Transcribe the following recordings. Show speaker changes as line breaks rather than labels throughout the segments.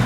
频。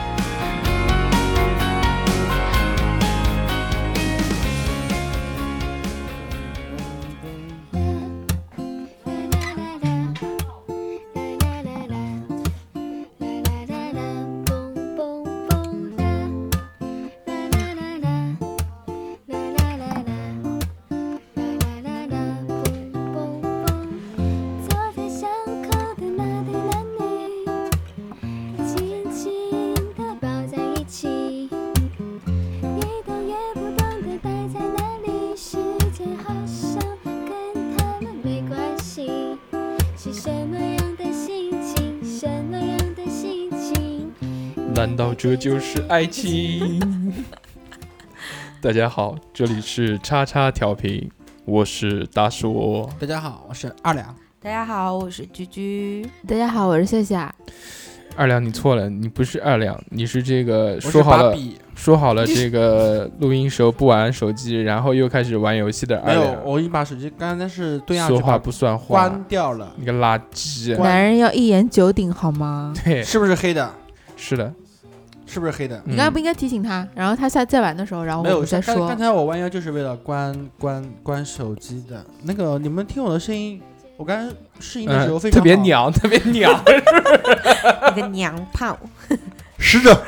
坐在巷口的那对男女，紧紧地抱在一起，一动也不动地待在那里。时间好像跟他们没关系，是什么样的心情？什么样的心情？
难道这就是爱 情？大家好，这里是叉叉调频，我是大叔。
大家好，我是二两。
大家好，我是居居。
大家好，我是夏夏。
二两，你错了，你不是二两，你是这个
我是
说好
芭
了
比，
说好了
你是
这个录音时候不玩手机，然后又开始玩游戏的
没
二
有，
两，
我已经把手机刚才是对下去
说话
把
不算话
关，掉了，
你个垃圾！
关
男人要一言九鼎好吗？
对，
是不是黑的？
是的，
是不是黑的？
你刚才
嗯
不应该提醒他，然后他下次再玩的时候，然后
没
我
有，
嗯们再
刚
说
刚。才我弯腰就是为了关关关手机的。那个，你们听我的声音，我刚才试音的时候
嗯，
非常
特
好
别。娘， 特别娘。
你个娘炮！
使者，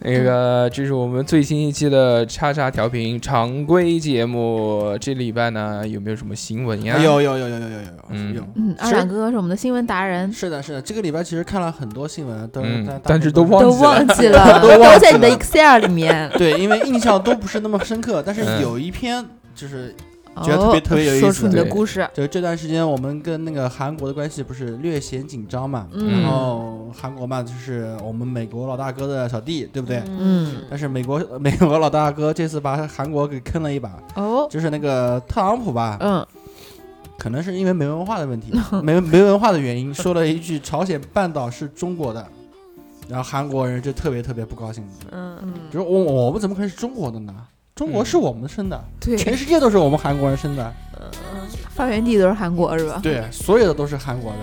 那个，这是我们最新一期的叉叉调频常规节目。这礼拜呢，有没有什么新闻呀？
有有有有有有有有
啊嗯
有。
嗯，
其
二
实
两哥哥是我们的新闻达人，
是的，是的，这个礼拜其实看了很多新闻，都
嗯
但
但是都忘
都
记了
忘记了，
都忘记了。
都在你的 Excel 里面
对，因为印象都不是那么深刻，但
嗯
是有一篇就是 觉得特别
哦，
特别有意思
说出你的
对
故事。
就这段时间我们跟那个韩国的关系不是略显紧张嘛，
嗯
然后韩国嘛就是我们美国老大哥的小弟，对不对？
嗯
但是美国 美国老大哥这次把韩国给坑了一把，
哦，
就是那个特朗普吧，
嗯，
可能是因为没文化的问题，没 没文化的原因，说了一句朝鲜半岛是中国的，然后韩国人就特别特别不高兴，
嗯嗯，
就是我我们怎么可能是中国的呢？中国是我们生的，
嗯对，
全世界都是我们韩国人生的。
嗯
发源地都是韩国 是吧？
对，所有的都是韩国的。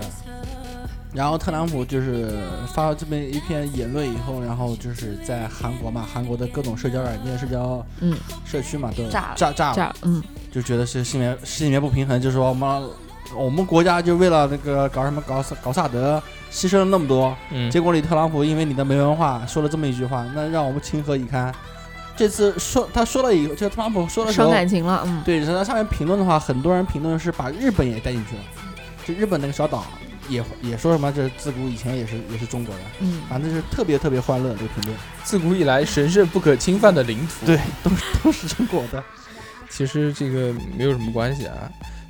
然后特朗普就是发了这么一篇言论以后，然后就是在韩国嘛，韩国的各种社交软件、社交
嗯
社区嘛都
炸了
炸炸
这
了，
样，嗯，
就觉得是心里面心里面不平衡，就说我们我们国家就为了那个搞什么搞萨搞萨德，牺牲了那么多，
嗯，
结果你特朗普因为你的没文化说了这么一句话，那让我们情何以堪？这次说他说了以后，就特朗普说的时
伤
候，
感情了，嗯，
对，然后下面评论的话，很多人评论是把日本也带进去了，就日本那个小岛也也说什么，这自古以前也是也是中国的，
嗯，
反正就是特别特别欢乐这个评论，
自古以来神圣不可侵犯的领土。
对，都是都是中国的，
其实这个没有什么关系啊。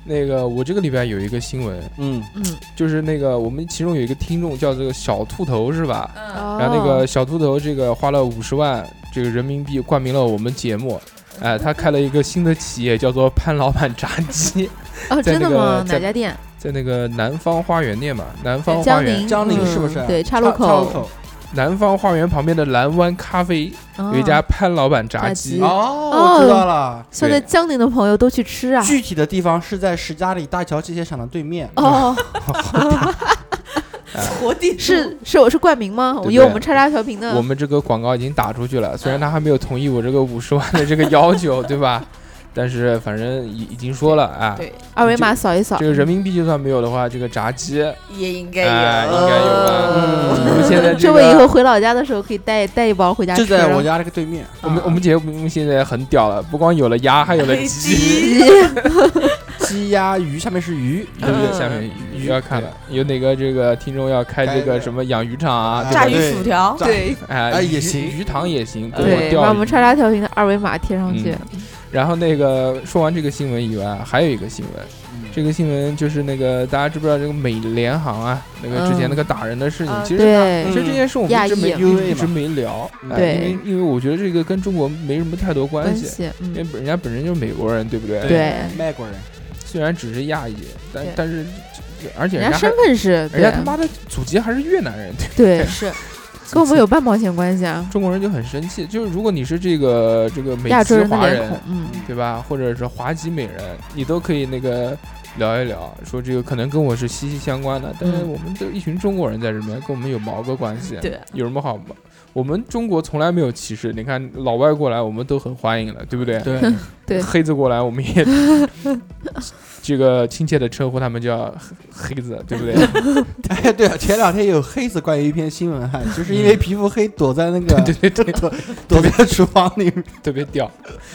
那个，我这个礼拜有一个新闻，
嗯，
嗯，
就是那个我们其中有一个听众叫这个小兔头是吧？
嗯
哦，
然后那个小秃头这个花了五十万这个人民币冠名了我们节目，哎、他开了一个新的企业叫做潘老板炸 鸡，
哦，
在
真的
那个
吗？
在
哪家店？
在那个南方花园店嘛，南方花
江
园
宁，
江宁
嗯
是不是
对，
岔
岔路
岔路口，
南方花园旁边的蓝湾咖啡有
有
一家潘老板炸
哦炸
鸡
鸡嗯，
哦，我知道了，
现在
对
江宁的朋友都去吃啊。
具体的地方是在石家里大桥机械厂的对面，
哦，
活地
是是，我是冠名吗？
对
我有我们叉叉调频的
我，们这个广告已经打出去了，虽然他还没有同意我这个五十万的这个要求，对吧？但是反正已已经说了啊，
对，
二维码扫一扫
这。个人民币就算没有的话，这个炸鸡
也应该
哎应该有吧
嗯
我们现在这
这位
个
以后回老家的时候可以带带一包回家
就
吃。
在我家那个对面，
我
嗯
们我们节目现在很屌了，不光有了鸭，还 有了
嗯
鸡
鸡，
鸡鸭鱼下面是鱼，
对不对？
嗯
下面鱼要看了，有哪个这个听众要开这个什么养鱼场啊？
哎
对吧
炸
炸
鱼
鱼
薯
薯
条，
炸
对，
哎
哎也
鱼
行
鱼塘也行，
对
包 括
对，把
钓
我们
鱼。
叉叉调频的二维码贴上去
嗯。然后那个说完这个新闻以外，还有一个新闻，
嗯
这个新闻就是那个大家知不知道这个美联航啊，那个之前
嗯
那个打人的事情，
啊
其实
对
其实这件事我们
亚
一直没
裔
一直没聊，哎
对
因为因为我觉得这个跟中国没什么太多关
关
系，
系，
因为
嗯，
本人家本身就是美国人，对不对？
对
外国人，
虽然只是亚裔，但
对
但是而且
人家
人家还
身份是，
人
对
家他妈的祖籍还是越南人， 对，
对，
是
跟我们有半毛钱关系啊？
中国人就很生气，就是如果你是这个这个美
亚洲
籍
人的
华
脸
人
孔，，嗯，
对吧？或者是华籍美人，你都可以那个聊一聊，说这个可能跟我是息息相关的。但是
嗯
我们都一群中国人在这边，跟我们有毛个关系？
对，
有什么好？我们中国从来没有歧视，你看老外过来，我们都很欢迎了，对不对？
对，
对
黑子过来，我们也 这个亲切的称呼他们叫 黑黑子，对 不对？
哎，对啊，前两天有黑子关于一篇新闻哈，就是因为皮肤黑躲在那个
嗯对
对 躲躲在厨房里面，
特别屌。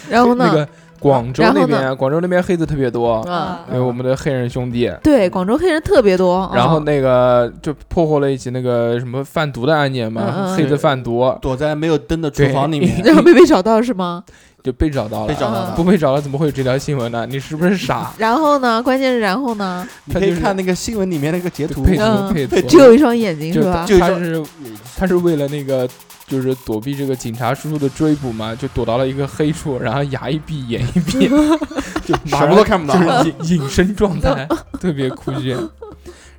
然后
那
呢？
个广州
然后呢
那边，啊广州那边黑子特别多，
嗯，
有我们的黑人兄弟。
对，广州黑人特别多，
然后
嗯
那个就破获了一起那个什么贩毒的案件嘛，
嗯嗯
黑子贩毒
躲在没有灯的厨房里 面，
然后没被找到是吗？
就被找到
被
了。
找到
嗯
不
了。
被找到怎么会有这条新闻呢？你是不是傻？
然后呢？关键是然后呢？
你可以看那个新闻里面那个截图，
配
嗯
图配
只
图，
有一双眼睛是
就
吧？
就
他
说
是他是为了那个就是躲避这个警察叔叔的追捕嘛，就躲到了一个黑处，然后牙一闭眼一闭，就
什
马上
么都看不到。
就是隐隐身状 态，特别酷炫。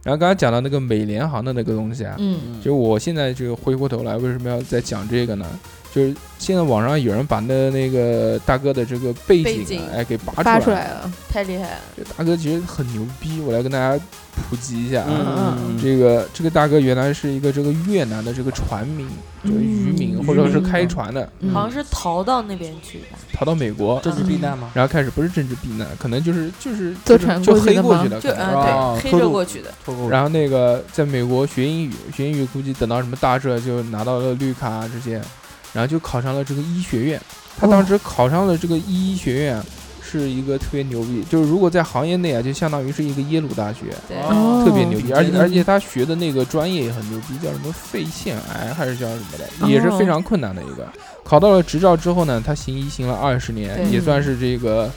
然后刚才讲到那个美联航的那个东西啊，
嗯，
就我现在这个回过头来，为什么要再讲这个呢？就是现在网上有人把那那个大哥的这个背景啊，
背景
哎给拔出
发出
来
来
了。
了，
太厉害了，
这大哥其实很牛逼，我来跟大家普及一下啊。
嗯
这个这个大哥原来是一个这个越南的这个船民，就是渔民、
嗯
或者是
渔民
开船的，
嗯
好像是逃到那边去吧，
逃到美国，
这是避难吗？
然后开始不是政治避难，可能就是就是
坐
就是
船
就
过去
黑
的
过
吗啊
去的，
就
可能啊
嗯
哦
对，黑着过去的，
脱钩
然后那个在美国学英语，学英语估计等到什么大浙就拿到了绿卡啊这些，然后就考上了这个医学院。他当时考上了这个医学院，是一个特别牛逼，就是如果在行业内啊，就相当于是一个耶鲁大学，
对，
哦
特别牛逼。
顶
而
尖
且
的
而且他学的那个专业也很牛逼，叫什么肺腺癌还是叫什么
哦
的，也是非常困难的一个。考到了执照之后呢，他行医行了二十
对
年，也算是这个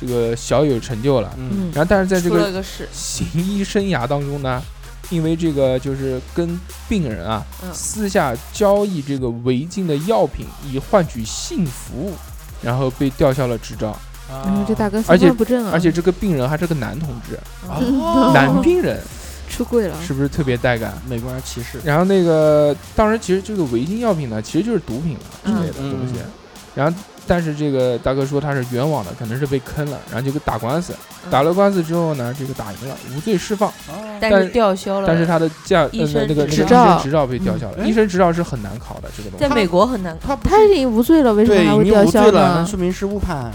这个小有成就了。
嗯
嗯，
然后但是在这
出
个
了个事，
行医生涯当中呢，因为这个就是跟病人啊、
嗯
私下交易这个违禁的药品以换取性服务，然后被吊销了执照，
然嗯后这大哥
而
三
且
观不正啊，
而且这个病人还是个男同志，
哦
男病人
出柜了，
是不是特别带感？
美国人歧
哦
视，
然后那个当时其实这个违禁药品呢，其实就是毒品了之类的东西，
嗯
然后。但是这个大哥说他是冤枉的，可能是被坑了，然后就给打官司，
嗯
打了官司之后呢，这个打赢了，无罪释放，
但是吊销了，
但是他的驾呃
医生
那那个那个
执
医
照
生执照被吊销了，
嗯
医生执照是很难考的这个东
在
西。
美国很难，
他不
他已经无罪了，为什么
对
还
已
会
经
吊
无
销
罪了，那
呢？
说明是误判。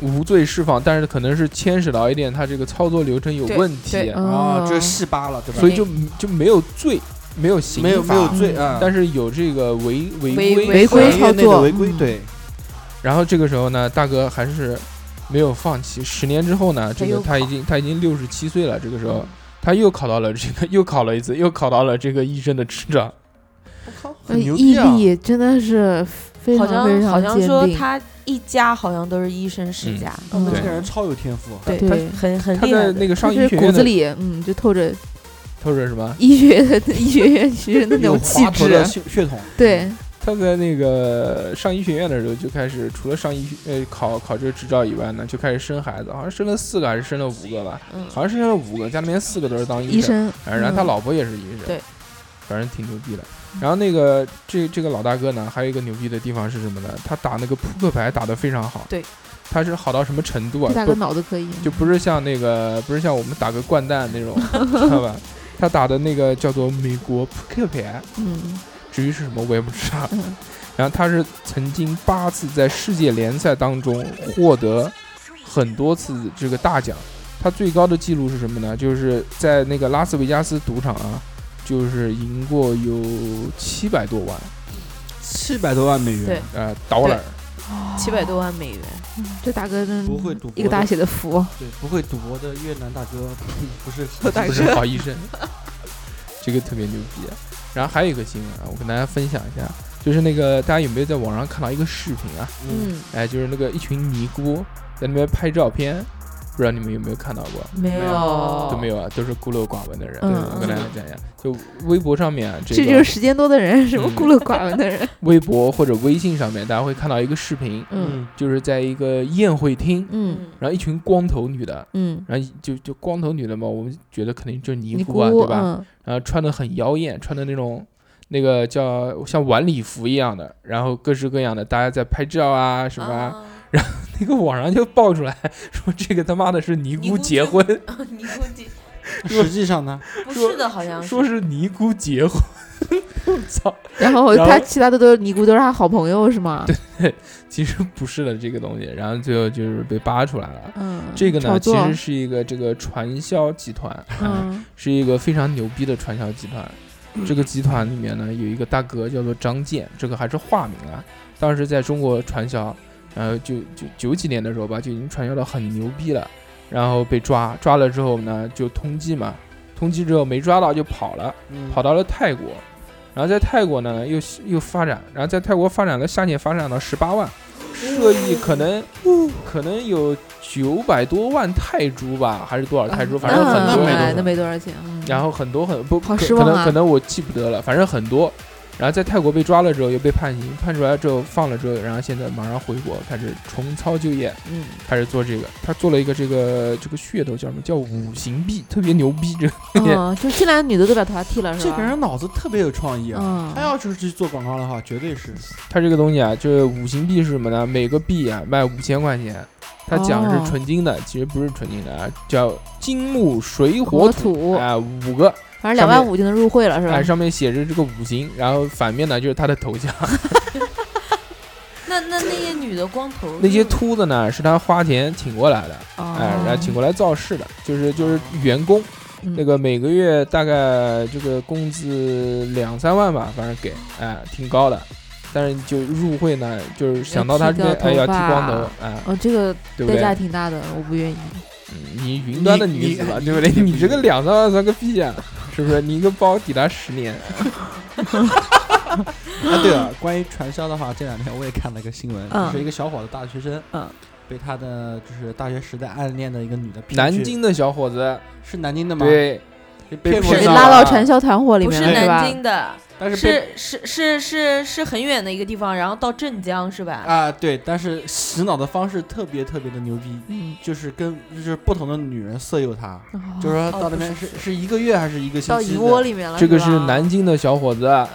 无罪释放，但是可能是牵扯到一点他这个操作流程有
对
问
对嗯
题，
哦
哦，，
这是戏八了，对吧？
所以就就没有罪，没有刑
没有没
罚，
有罪啊，
但是有这个违违
违
规
违规
行业内
操
的
作
违规，
嗯
对，
然后这个时候呢，大哥还是没有放弃。十年之后呢，
他
这个
又嗯
他已经他已经六十七岁了，这个时候他又考到了这个又考了一次，又考到了这个医生的执照。
很牛
哎毅
逼啊！
力真的是非
好
常非
像好
常
像
坚
说
定，
他一家好像都是医生世家，
嗯
这
对
个人超有天赋，
对
对
很很很
他
厉害
在
的
那个
他
上医
是
学
骨
院
子
的，
里嗯就透着
他说什么？
医学医学院 学生的那
有
种气
华
质
佗的，血血统，
对，
他在那个上医学院的时候就开始，除了上医学呃考考这个执照以外呢，就开始生孩子，好像生了四个还是生了五个吧，
嗯
好像生了五个，家里面四个都是当
医
生，
生，
然哎后然后他
嗯
老婆也是医生，
对，
反正挺牛逼的。然后那个这这个老大哥呢，还有一个牛逼的地方是什么呢？他打那个扑克牌打得非常好，
对，
他是好到什么程度啊
这？大哥
不
脑子可以，
就不是像那个不是像我们打个掼蛋 那种，知道吧？他打的那个叫做美国扑克牌，
嗯
至于是什么我也不知道。
嗯
然后他是曾经八次在世界联赛当中获得很多次这个大奖，他最高的记录是什么呢？就是在那个拉斯维加斯赌场啊，就是赢过有七百多万
七百多万美元
对，
呃 dollar，
七百多万美元，
这大哥真
不会赌博的
一个大写的福，
对，不会赌博的越南大哥 不是
大
不
哥
是好医生， 这个特别牛逼。然后还有一个新闻啊，我跟大家分享一下，就是那个大家有没有在网上看到一个视频啊？
嗯，
哎，就是那个一群尼姑在那边拍照片，不知道你们有没有看到过？
没
有
嗯有
都没有啊，都是孤陋寡闻的人。
嗯
对我
嗯
跟大家讲一下，就微博上面啊，
这就
个嗯
是时间多的人， 什么孤陋寡闻的 人，
微博或者微信上面，大家会看到一个视频，
嗯
就是在一个宴会厅，
嗯
然后一群光头女的，
嗯，
然后就就光头女的嘛，我们觉得肯定就是尼
尼
姑啊，
姑
对吧？
嗯
然后穿的很妖艳，穿的那种那个叫像晚礼服一样的，然后各式各样的，大家在拍照啊什么啊，
哦
哦
那个网上就爆出来说这个他妈的是尼
尼
姑
姑
结
结
婚，
啊尼姑结
实际上呢，
不
说
是的，好像
说是尼姑结婚， 我操！
然后
然后
他其他的都是尼姑，都是他好朋友是吗？对，
其实不是的这个东西，然后最后就是被扒出来了。
嗯，
这个呢，
炒
其
作
实是一个这个传销集团，
嗯
是一个非常牛逼的传销集团。这个集团里面呢，有一个大哥叫做张健，这个还是化名啊。当时在中国传销，然后就就九几年的时候吧，就已经传销到很牛逼了。然后被抓，抓了之后呢，就通缉嘛，通缉之后没抓到就跑了，跑
的，
嗯
到了泰国，然后在泰国呢又又发展，然后在泰国发展了，下年发展到十八万，涉亿可能可能有九百多万泰铢吧， 还是多少泰铢，反正
那
很多
没
很
多
哎
多
少。
那没多少钱，嗯
然后很多很不
好
可
失
可
望
能
啊
可能我记不得了，反正很多。然后在泰国被抓了之后又被判刑，判出来之后放了之后，然后现在马上回国开始重操旧业，
嗯，
开始做这个。他做了一个这个这个噱头叫什么？叫五行币，特别牛逼。这个
哦，就进来的女的都把头发剃了是
这
吧？
个人脑子特别有创意啊！
嗯，
哎
他要是去做广告的话，绝对是
它这个东西啊，就是五行币是什么呢？每个币啊卖五千块钱，它讲
哦
是纯金的，其实不是纯金的啊，叫金木水火土
土，
啊、五个，
反正两万五就能入会了是
哎、
吧？
上面写着这个五行，然后反面呢就是它的头像，
那那那些女的光头
那些秃子呢是他花钱请过来的，
哦
哎、然后请过来造势的，就是就是员工，
嗯
那个每个月大概这个工资两三万吧，反正给，哎、挺高的。但是就入会呢，就是想到他这边，
要剃
哎，
掉
要
头
剃
发
光头，哎、
嗯，哦，这个
对不
代
对？
价挺大的，我不愿意。
嗯你云端的女子吧，
你
对不对？
你
你这个两三万算个屁呀、是不是？你一个包抵达十年，
啊，对了，关于传销的话，这两天我也看了个新闻，
嗯
就是一个小伙子，大学生，
嗯，
被他的就是大学时代暗恋的一个女的骗去，
南京的小伙子，
是南京的吗？，
对，
骗过
被
被
去
骗
拉
了
到传销团伙里
不
面
是
了，吧
南？京的，
但是被
是是是是是很远的一个地方，然后到镇江是吧？
啊，对，但是洗脑的方式特别特别的牛逼，
嗯，
就是跟就是不同的女人色诱他，
哦
就是说
哦
到那
不
边是
是不是
是一个月还是一个星
到
期
蚁
的？
窝里面了。
这个是
吧
南京的小伙子，
啊，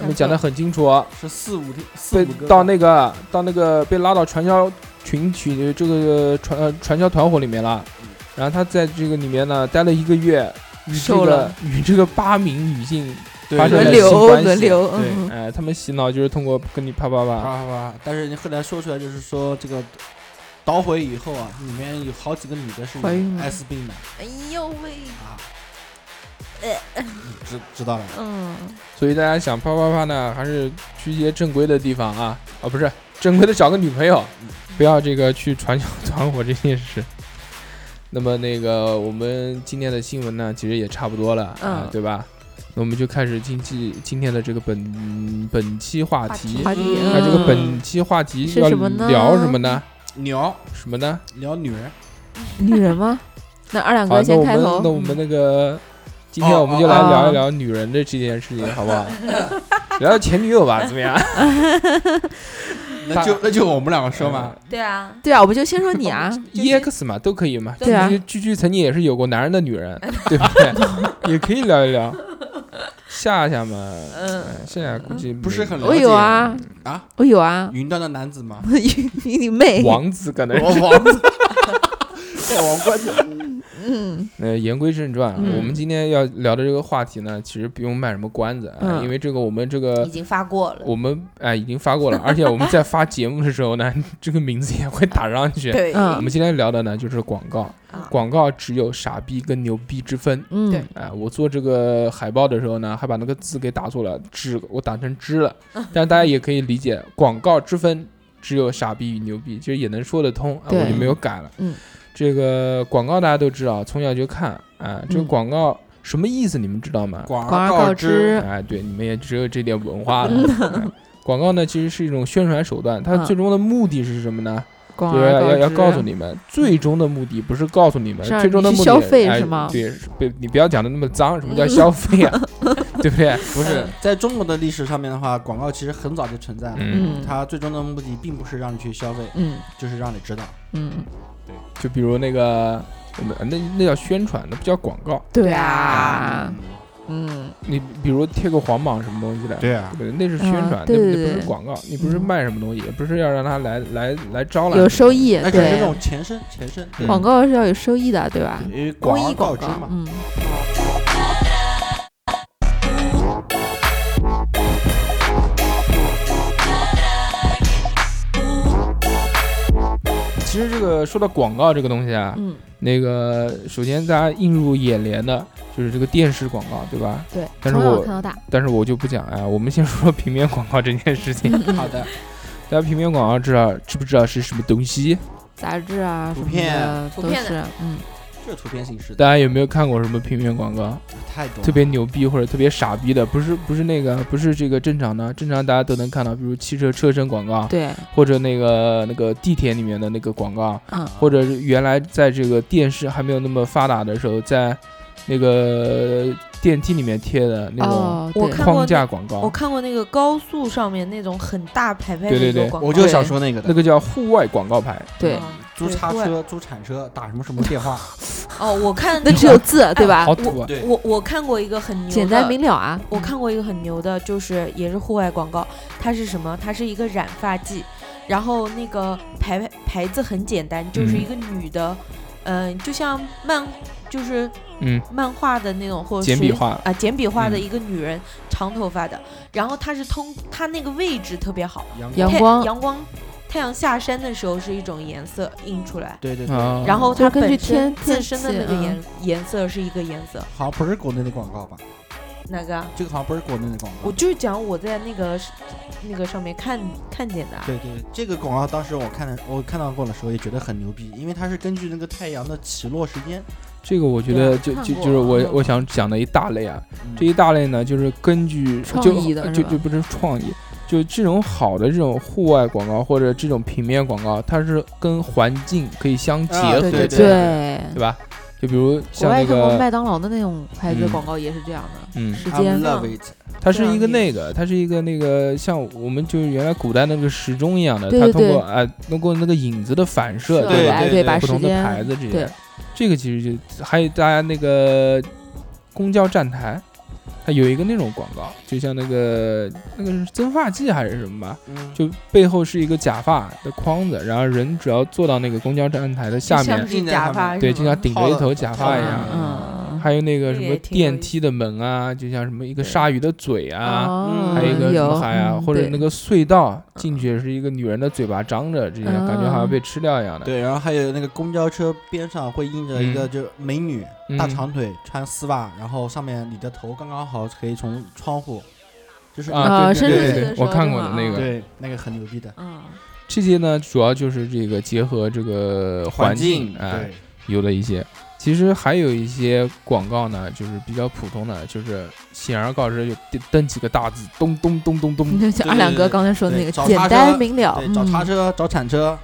我们讲的很清楚，
是四五天，四
被
五个
到那个到那个被拉到传销群体这个传呃传销团伙里面了，
嗯
然后他在这个里面呢待了一个月，与这
瘦
个
了
与这个八名女性，
对
发生
对
轮
了
对
性
流
关系
轮流，
对
嗯，
哎，他们洗脑就是通过跟你啪啪啪，
啪啪啪！但是你后来说出来，就是说这个捣毁以后啊，里面有好几个女的是
怀孕了
艾滋病的
哎呦喂，
啊，知知道了。
嗯，
所以大家想啪啪啪呢，还是去一些正规的地方啊，啊不是正规的找个女朋友，
嗯
不要这个去传销团伙这件事。那么那个我们今天的新闻呢，其实也差不多了，
嗯
啊，对吧？那我们就开始今期今天的这个本本期话题。
话题
那这个
嗯
本期话题
是
要
什么呢
聊什么呢？
聊
什么呢？
聊女人，
女人吗？那二两
好，
哥
啊那
先
我
开
们
头。哦
那我
嗯
们那个，今天我们就来聊一聊女人的这件事情，好不 好？聊聊前女友吧，怎么样？
那就那就我们两个说 嘛。
对啊，
对啊，我们就先说你 啊，
EX ，E 嘛，都可以嘛。
对
啊
居居居曾经也是有过男人的女人， 对不对？也可以聊一聊。夏夏嘛，
嗯，
夏夏估计
不是很了
我
解
有啊，
啊，
我有啊，
云端的男子嘛，
你你妹，
王子可 能。
我王子，带王冠的，
嗯
呃，言归正传啊，
嗯
我们今天要聊的这个话题呢，其实不用卖什么关子啊，
嗯
因为这个我们这个
已经发过了。
呃我们哎已经发过了，而且我们在发节目的时候呢， 这个名字也会打上去。
对
我
嗯
们今天聊的呢就是广告，
啊
广告只有傻逼跟牛逼之分。
嗯，
对
哎，我做这个海报的时候呢，还把那个字给打错了，知我打成知了，
嗯
但大家也可以理解，广告之分只有傻逼与牛逼，其实也能说得通，啊、
对
我就没有改了。
嗯，
这个广告大家都知道，从小就看，啊，这个
嗯
广告什么意思你们知道吗？
广
广而
告
告
之
之，
哎，对，你们也只有这点文化了。哎广告呢，其实是一种宣传手段，它
嗯
最终的目的是什么呢？
广
对，啊
而
要要要
之嗯
告诉你们，最终的目的不是告诉你们，
是让啊
最终的
你去
目的
消费
哎
是吗
对，不，你不要讲的那么脏，什么叫消 费啊？ 对不对？
不是，在中国的历史上面的话，广告其实很早就存在了。
嗯
嗯
它最终的目的并不是让你去消费，
嗯
就是让你知道。
嗯，
就比如那个我们那那叫宣传，那不叫广告。
对啊，嗯，
你比如贴个黄榜什么东西的，
对啊，
对，那是宣传，
嗯
那
对
不
对
那不
对
是广告，你不是
嗯
卖什么东西，也不是要让他来来来招揽
有
什么
收
东西。
益，
那可能是那
对，
种前身前身，对
嗯
广告是要有收益的，对吧？
因为广
公
而
益
告
广
之
告
嘛，。
嗯，
其实这个说到广告这个东西啊，
嗯，
那个首先大家映入眼帘的就是这个电视广告，对吧？
对，
但
从
是
小
我
看到大，
但是我就不讲啊，我们先说平面广告这件事情。
好的，
大家平面广告知道知不知道是什么东西？
杂志啊，
图
什么
片
的
图
都
片
是，嗯，
这图片形式的
大家有没有看过什么平面广告？
太多了，
特别牛逼或者特别傻逼的，不是不是那个不是这个正常的，正常大家都能看到，比如汽车车身广告，
对，
或者那个那个地铁里面的那个广告，
嗯
或者是原来在这个电视还没有那么发达的时候，在那个电梯里面贴的那种
哦，
我
对
看过
框架广告，
我看过那个高速上面那种很大牌牌的
对对
一个
对
广告，
我就想说那个
那
的，
个叫户外广告牌，
对，
嗯
租
对
叉
户外
车、租铲车，打什么什么电话，
哦，我看
那
那
只
个
有字，对吧
好？土啊！
对
我我看过一个很牛的，
简单明了啊，
我看过一个很牛的，就是也是户外广告，它是什么？它是一个染发剂，然后那个牌牌牌子很简单，就是一个女的，嗯、就像漫就是
嗯，
漫画的那种
哦
或者
简笔
水
画
啊、简笔画的
嗯
一个女人，长头发的，然后她是通她那个位置特别好，
阳
阳
光，
太
光
阳光太阳下山的时候是一种颜色映出来。
对对对，
啊，
然后
哦就
它
根
本
据
身
天
自
天
身的
气
那个
嗯
颜颜色是一个颜色，
好像不是国内的广告吧？
哪个啊？
这个好像不是国内的广
我
告。
就是讲我在那个那个上面看看见的啊，
对对，这个广告当时我看的，我看到过的时候也觉得很牛逼，因为它是根据那个太阳的起落时间，
这个我觉得就
啊看
就
过
就是我
嗯
我想讲的一大类啊，
嗯
这一大类呢就是根据
创
就
意的是
就
吧
就不是创意，就这种好的这种户外广告或者这种平面广告，它是跟环境可以相结
啊
合
对
的，
对
对
对。
吧？就比如
国
像
外
那
看过
个
麦当劳的那种牌子
嗯
广告也是这样的，
嗯，
时
I
间
love it，
它是
对啊
一个
你
那个，它是一个那个，像我们就是原来古代那个时钟一样的，
对
它
对
通
对
过哎通过那个影子的反射，
设
吧？
来
对对
把
不
时
同的
间
牌子这些
对，
这个其实就呃还有大家那个公交站台，它有一个那种广告，就像那个那个是增发剂还是什么吧，
嗯，
就背后是一个假发的框子，然后人只要坐到那个公交站台的下
就像
面，
是假发是
对，
吗
就像顶着一
套
头
了
假
套
发
了
一
呀
样。
嗯，
还有那个
这
什
个
么
也挺有
电
意
梯的门啊，就像什么一个
对
鲨鱼的嘴啊，
哦
还有一个什么
有
海啊，
嗯
或者
对
那个隧道进去也是一个女人的嘴巴张着，这样
嗯
感觉好像被吃掉一样的。
对，然后还有那个公交车边上会印着一个
嗯
就美女，
嗯
大长腿，穿丝袜，然后上面你的头刚刚好可以从窗户，就是
啊
啊，
对
深
对
圳
对
市
对
的啊时
我
候
看
是
过的
吗
那个
对那个很牛逼的
嗯，
这些呢，主要就是这个结合这个境啊、
对，
有了一些。其实还有一些广告呢，就是比较普通的，就是显而告之，就登登几个大字，咚咚咚咚
嗯
咚。
就 像阿两哥刚才说的那
对
个
找
简
叉车
单明了，
对，找啊叉
嗯，
车，找铲车，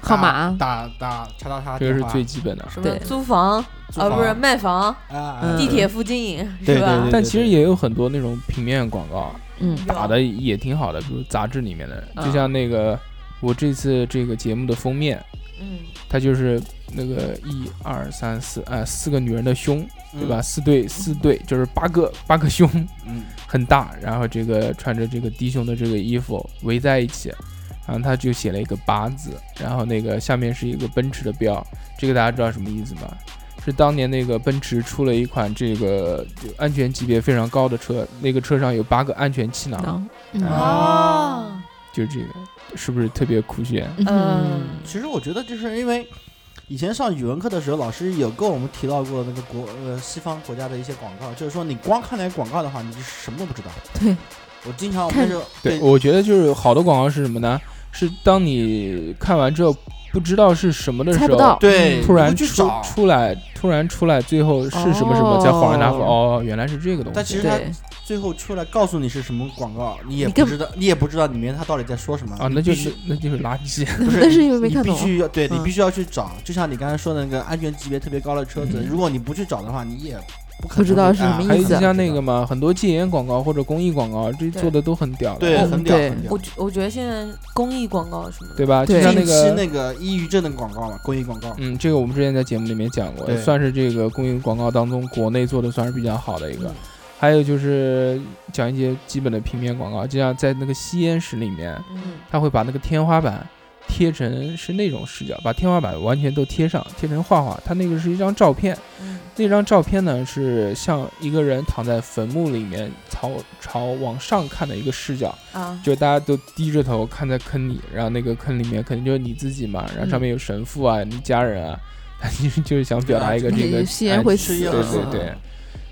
号码，啊
打打叉叉叉
这个
电
是
话，
最基本的，
什么
对
租房
租
啊，
房
不是卖房，
啊
嗯
地铁附近
对
是吧
对？
但其实也有很多那种平面广告，
嗯，
打的也挺好的，比如杂志里面的，
嗯
就像那个我这次这个节目的封面，
嗯，
它就是那个一二三四啊四个女人的胸，对吧？？四对四对就是八个八个胸
嗯，
很大，然后这个穿着这个低胸的这个衣服围在一起，然后他就写了一个八字，然后那个下面是一个奔驰的标，这个大家知道什么意思吗？是当年那个奔驰出了一款这个就安全级别非常高的车，那个车上有八个安全气囊，
能，
啊
嗯
哦，
就这个，是不是特别酷炫？
嗯
其实我觉得就是因为以前上语文课的时候，老师有跟我们提到过那个国呃西方国家的一些广告，就是说你光看那广告的话，你就什么都不知道。
对，
我经常我
看
们那时候
对，我觉得就是好的广告是什么呢？是当你看完之后不知道是什么的时
猜
候，
不到，
对
嗯
突然
你会去
出
找
出来，突然出来，最后是什么什么，
哦
才恍然大悟，哦，原来是这个东西。
但其实它
对，
最后出来告诉你是什么广告，你也
你
不
根
知道，你也不知道里面它到底在说什么
啊，
你
那就
必须
是那就是垃 圾。
不是
那是因为没
你
看
必
懂。
须要对你
嗯
必须要去找，就像你刚才说的那个安全级别特别高的车子，
嗯
如果你不去找的话，你也不可
不
能
知道
会
是什
啊
么意
还有
思
就像那个嘛，很多戒烟广告或者公益广告，这做的都很屌的，
对
嗯
很屌，
对
很屌
我觉我觉得现在公益广告什么的，
对吧？就
对
像
近期
个，
那个抑郁症的广告嘛，公益广告，
嗯，这个我们之前在节目里面讲过，
对
算是这个公益广告当中国内做的算是比较好的一
嗯
个。还有就是讲一些基本的平面广告，就像在那个吸烟室里面，
嗯，
他会把那个天花板贴成是那种视角，把天花板完全都贴上，贴成画画。他那个是一张照片，
嗯
那张照片呢是像一个人躺在坟墓里面朝朝往上看的一个视角，
啊，
就大家都低着头看在坑里，然后那个坑里面肯定就是你自己嘛，然后上面有神父啊、你家人啊， 他其实就是想表达一个这个哎
吸烟会死
吃，药
对
啊
对对。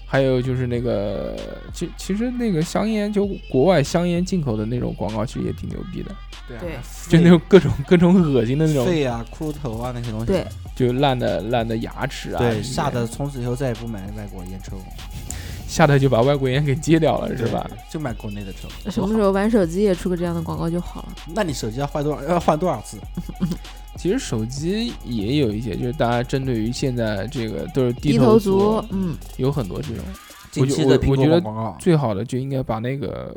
还有就是那个，其其实那个香烟，就国外香烟进口的那种广告，其实也挺牛逼的。
对啊
对
就那种各种各种恶心的那种，
肺啊、骷头啊那些东西，
对
就烂的烂的牙齿啊，
对，
里
吓
面
得从此以后再也不买外国烟抽，
吓得就把外国烟给戒掉了，是吧？
对？就买国内的抽，
什么时候玩手机也出个这样的广告就好了。
那你手机要换多少要换多少次？
其实手机也有一些，就是大家针对于现在这个都是
低
头
头族，嗯，
有很多这种。
近期的苹
我觉
果
得
广告，啊
最好的就应该把那个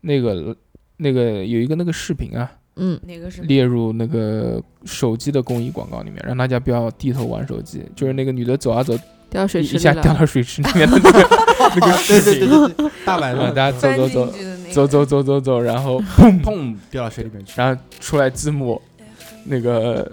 那个那个有一个那个视频啊，
嗯，
哪个是
列入那个手机的公益广告里面，让大家不要低头玩手机。就是那个女的走啊走，
掉水
一
池
一下
里
掉
了。
到水池里面的 那个那个视
对对对
频，
对对，大晚
然后
上
大家走走走。
走，
走走走走走，然后
砰掉到水里面 去，
然后出来字幕，那个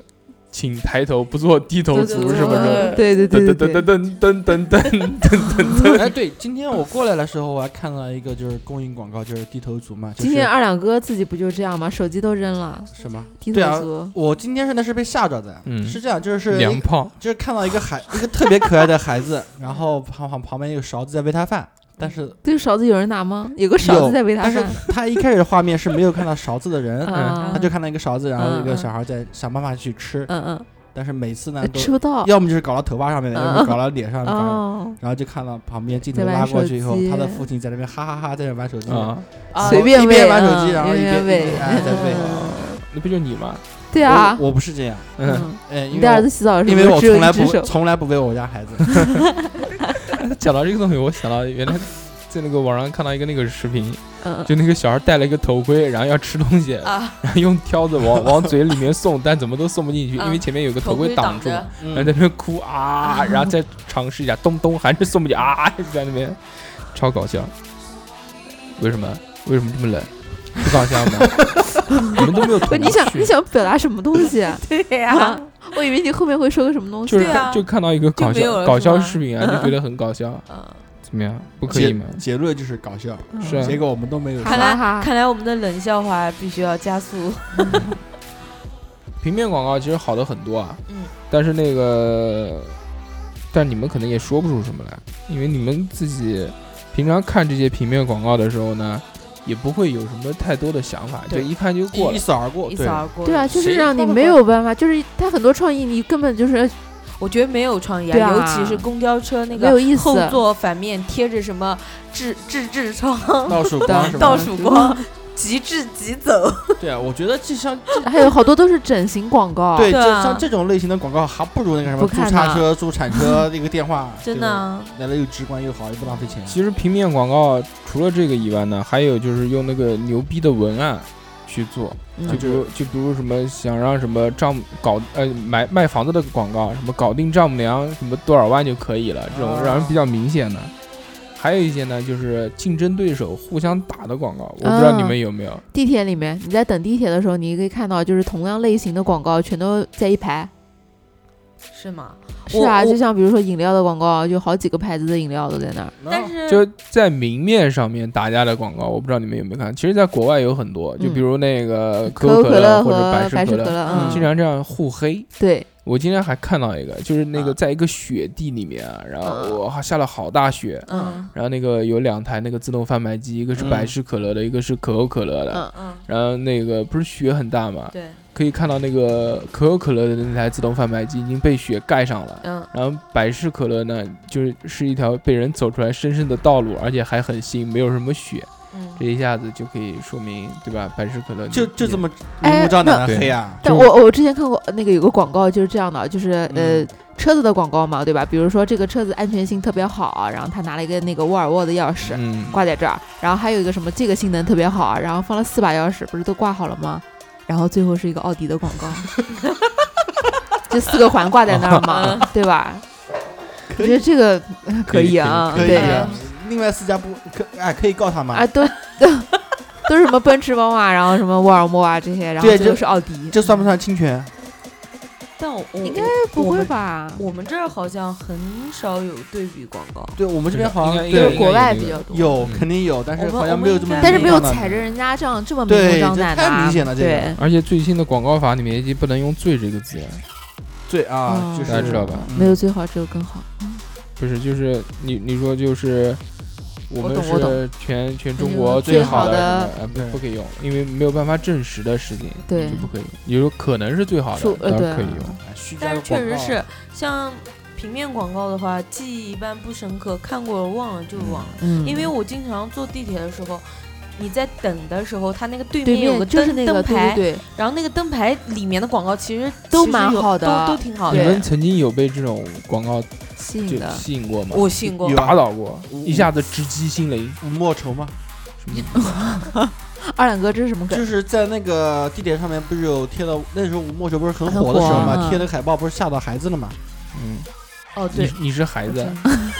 请抬头不做低头族
对对对
什么的，
对对
噔
对
噔
对
噔
对，
噔噔噔噔噔噔噔。
哎，对，今天我过来的时候，我还看到一个就是公益广告，就是低头族嘛。就是
今天二啊两哥自己不就这样吗？手机都扔了，
什么？
低
对啊
头族。
我今天是那是被吓着的，
嗯
是这样，就是
娘
一
炮，
就是看到一个孩 一个特别可爱的孩子，然后旁旁旁边有勺子在喂他饭，但是
这个勺子有人拿吗？有个勺
有
子在喂他
但是
饭
他一开始的画面是没有看到勺子的人，
啊，
他就看到一个勺子，然后一个
嗯
小孩在想办法去吃，
嗯嗯
但是每次呢
呃，
都
吃不到
要么就是搞到头发上面的，
嗯
要么搞到脸上面搞到。
哦，
然后就看到旁边镜头
在玩
拉过
手
去以后，
机嗯
他的父亲在那边哈哈哈，在那玩手机，
啊，
啊
随便
一
喂
边玩手机，
嗯
然后一
一
边
边
一
喂嗯
边哎在喂。
那不就你吗？
对啊，
我我不是这样，
嗯，
嗯
哎，
你
因
带儿
为
子洗澡
我
的
因
时
为
候
我
只有
从
一
来
只
不
手？
从来不喂我家孩 子，
讲到这个东西，我想到原来在那个网上看到一个那个视频，
嗯，
就那个小孩戴了一个头盔，然后要吃东西，
啊，
然后用挑子往往嘴里面送，但怎么都送不进去，
啊
因为前面有个头
头
盔
盔
挡
挡
住。
着，
嗯
然哎后在那边哭啊，然后再尝试一下，咚咚还是送不进啊，就在那边超搞笑。为什么？为什么这么冷？不搞笑吗？ 你们都没有
不，
同
你想
趣
你想表达什么东 西啊？
对呀
啊，我以为你后面会说个什么东西，
就是
对啊
看就看到一个搞
就没有
笑
了
搞
是吗
笑视频啊，就觉得很搞笑，
嗯，
怎么样？不可以
结
吗？
结论就是搞笑，
是啊
嗯结果我们都没有说。
看
哈
来
哈，
看来我们的冷笑话必须要加速，
平面广告其实好的很多啊，
嗯，
但是那个，但你们可能也说不出什么来，因为你们自己平常看这些平面广告的时候呢，也不会有什么太多的想法，就
对
一看就过
一
了。
扫而过，
一
对
扫而过。
对啊，就是
谁
让你没有办法，就是他很多创意你根本就是
我觉得没有创意
对
啊，
啊
尤其是公交车那
没有
个
意思
后座反面贴着什么智智痔疮、
倒数光
的
是吧？
倒数光、急智急走，
对啊，我觉得这像这
还有好多都是整形广告，
对
对
这
啊
像这种类型的广告，还不如那个什么
不
租
看
叉
呢
车、租铲车那个电话，
真的啊
对吧，来了又直观又好，又不浪费钱。
其实平面广告除了这个以外呢，还有就是用那个牛逼的文案去做，
嗯
就比如就比如什么想让什么丈母搞呃买卖房子的广告，什么搞定丈母娘什么多少万就可以了，这种
哦
让人比较明显的。还有一些呢，就是竞争对手互相打的广告，我不知道你们有没有。
地铁里面，你在等地铁的时候，你可以看到，就是同样类型的广告全都在一排。
是吗？
是啊，
我
就像比如说饮料的广告，就好几个牌子的饮料都在那儿。
但是
就在明面上面打架的广告，我不知道你们有没有看。其实，在国外有很多，就比如那个可
可
口
可
乐
乐
或者
和百
百事
事
可
可
乐，
乐，嗯，
经常这样互黑。
对，
我今天还看到一个，就是那个
啊
在一个雪地里面啊，然后
嗯
我下了好大雪，
嗯
然后那个有两台那个自动贩卖机，一个是
嗯
百事可乐的，一个是可口可乐的，
嗯
嗯，
然后那个不是雪很大嘛，
对，
可以看到那个可口可乐的那台自动贩卖机已经被雪盖上了。
嗯，
然后百事可乐呢，就是是一条被人走出来深深的道路，而且还很新，没有什么雪，
嗯
这一下子就可以说明，对吧？百事可乐
就就这
么
么
哎
明目张胆的
那
黑啊！
但
就
我我之前看过呃那个有个广告就是这样的，就是呃、
嗯
车子的广告嘛，对吧？比如说这个车子安全性特别好，啊然后他拿了一个那个沃尔沃的钥匙
嗯，
挂在这儿，然后还有一个什么这个性能特别好，啊然后放了四把钥匙，不是都挂好了吗？然后最后是一个奥迪的广 告，这四个环挂在那儿嘛，
嗯
对吧？我觉得这个呃可以啊，
可以
对
啊，另外四家不可哎可以告他吗
啊，？都都都是什么奔驰、宝马，然后什么沃尔沃啊这些，然后
对
最后
这
是奥迪，
这算不算侵权？
但我我
应该
我
不
我
会
们
吧？
我们这儿好像很少有对比广告，
对我们这边好像
应该
就
应
是
该
对
国外比较多，
有
嗯
肯定有，但是
我们
好像
我们
没有这么
应该
但是没有
明目张胆
踩着人家这样这么明目
对
张
这
胆的、
太
啊，
明显了这个
对，
而且最新的广告法里面已经不能用“罪”这个字了，
对啊
哦，
就是
大家知道吧？
嗯
没有最好，只有更好。
不是，就是你你说就是我们
懂我
是全全中
嗯
国
最好
好
的
什么的，
对
啊不不可以用，因为没有办法证实的事情，
对
就不可以。你说可能是最好
说
的，
呃
当
对啊
然可以用。
哎虚假
但
的
是确
广
实
告
是像平面广告的话，记忆一般不深刻，看过了忘了就忘了。
嗯
因为我经常坐地铁的时候，你在等的时候，它那个对
对
面有个
面就是
灯
那个
灯
对
牌，
对对，
然后那个灯牌里面的广告其实
都
其实
蛮
有
好的
都都挺好
你
对嗯
的。
们曾经有被这种广告
吸引
就
的。
吸引过吗？
我信过
有，
打倒过，
嗯
一下子直击心灵。
嗯莫愁吗？
什么
二两哥这是什么梗？
就是在那个地铁上面不是有贴了，那时候莫愁不是很
很
火的时候
火
嘛，
嗯
贴了个海报不是吓到孩子了嘛？
嗯，
哦对
你，你是孩子。啊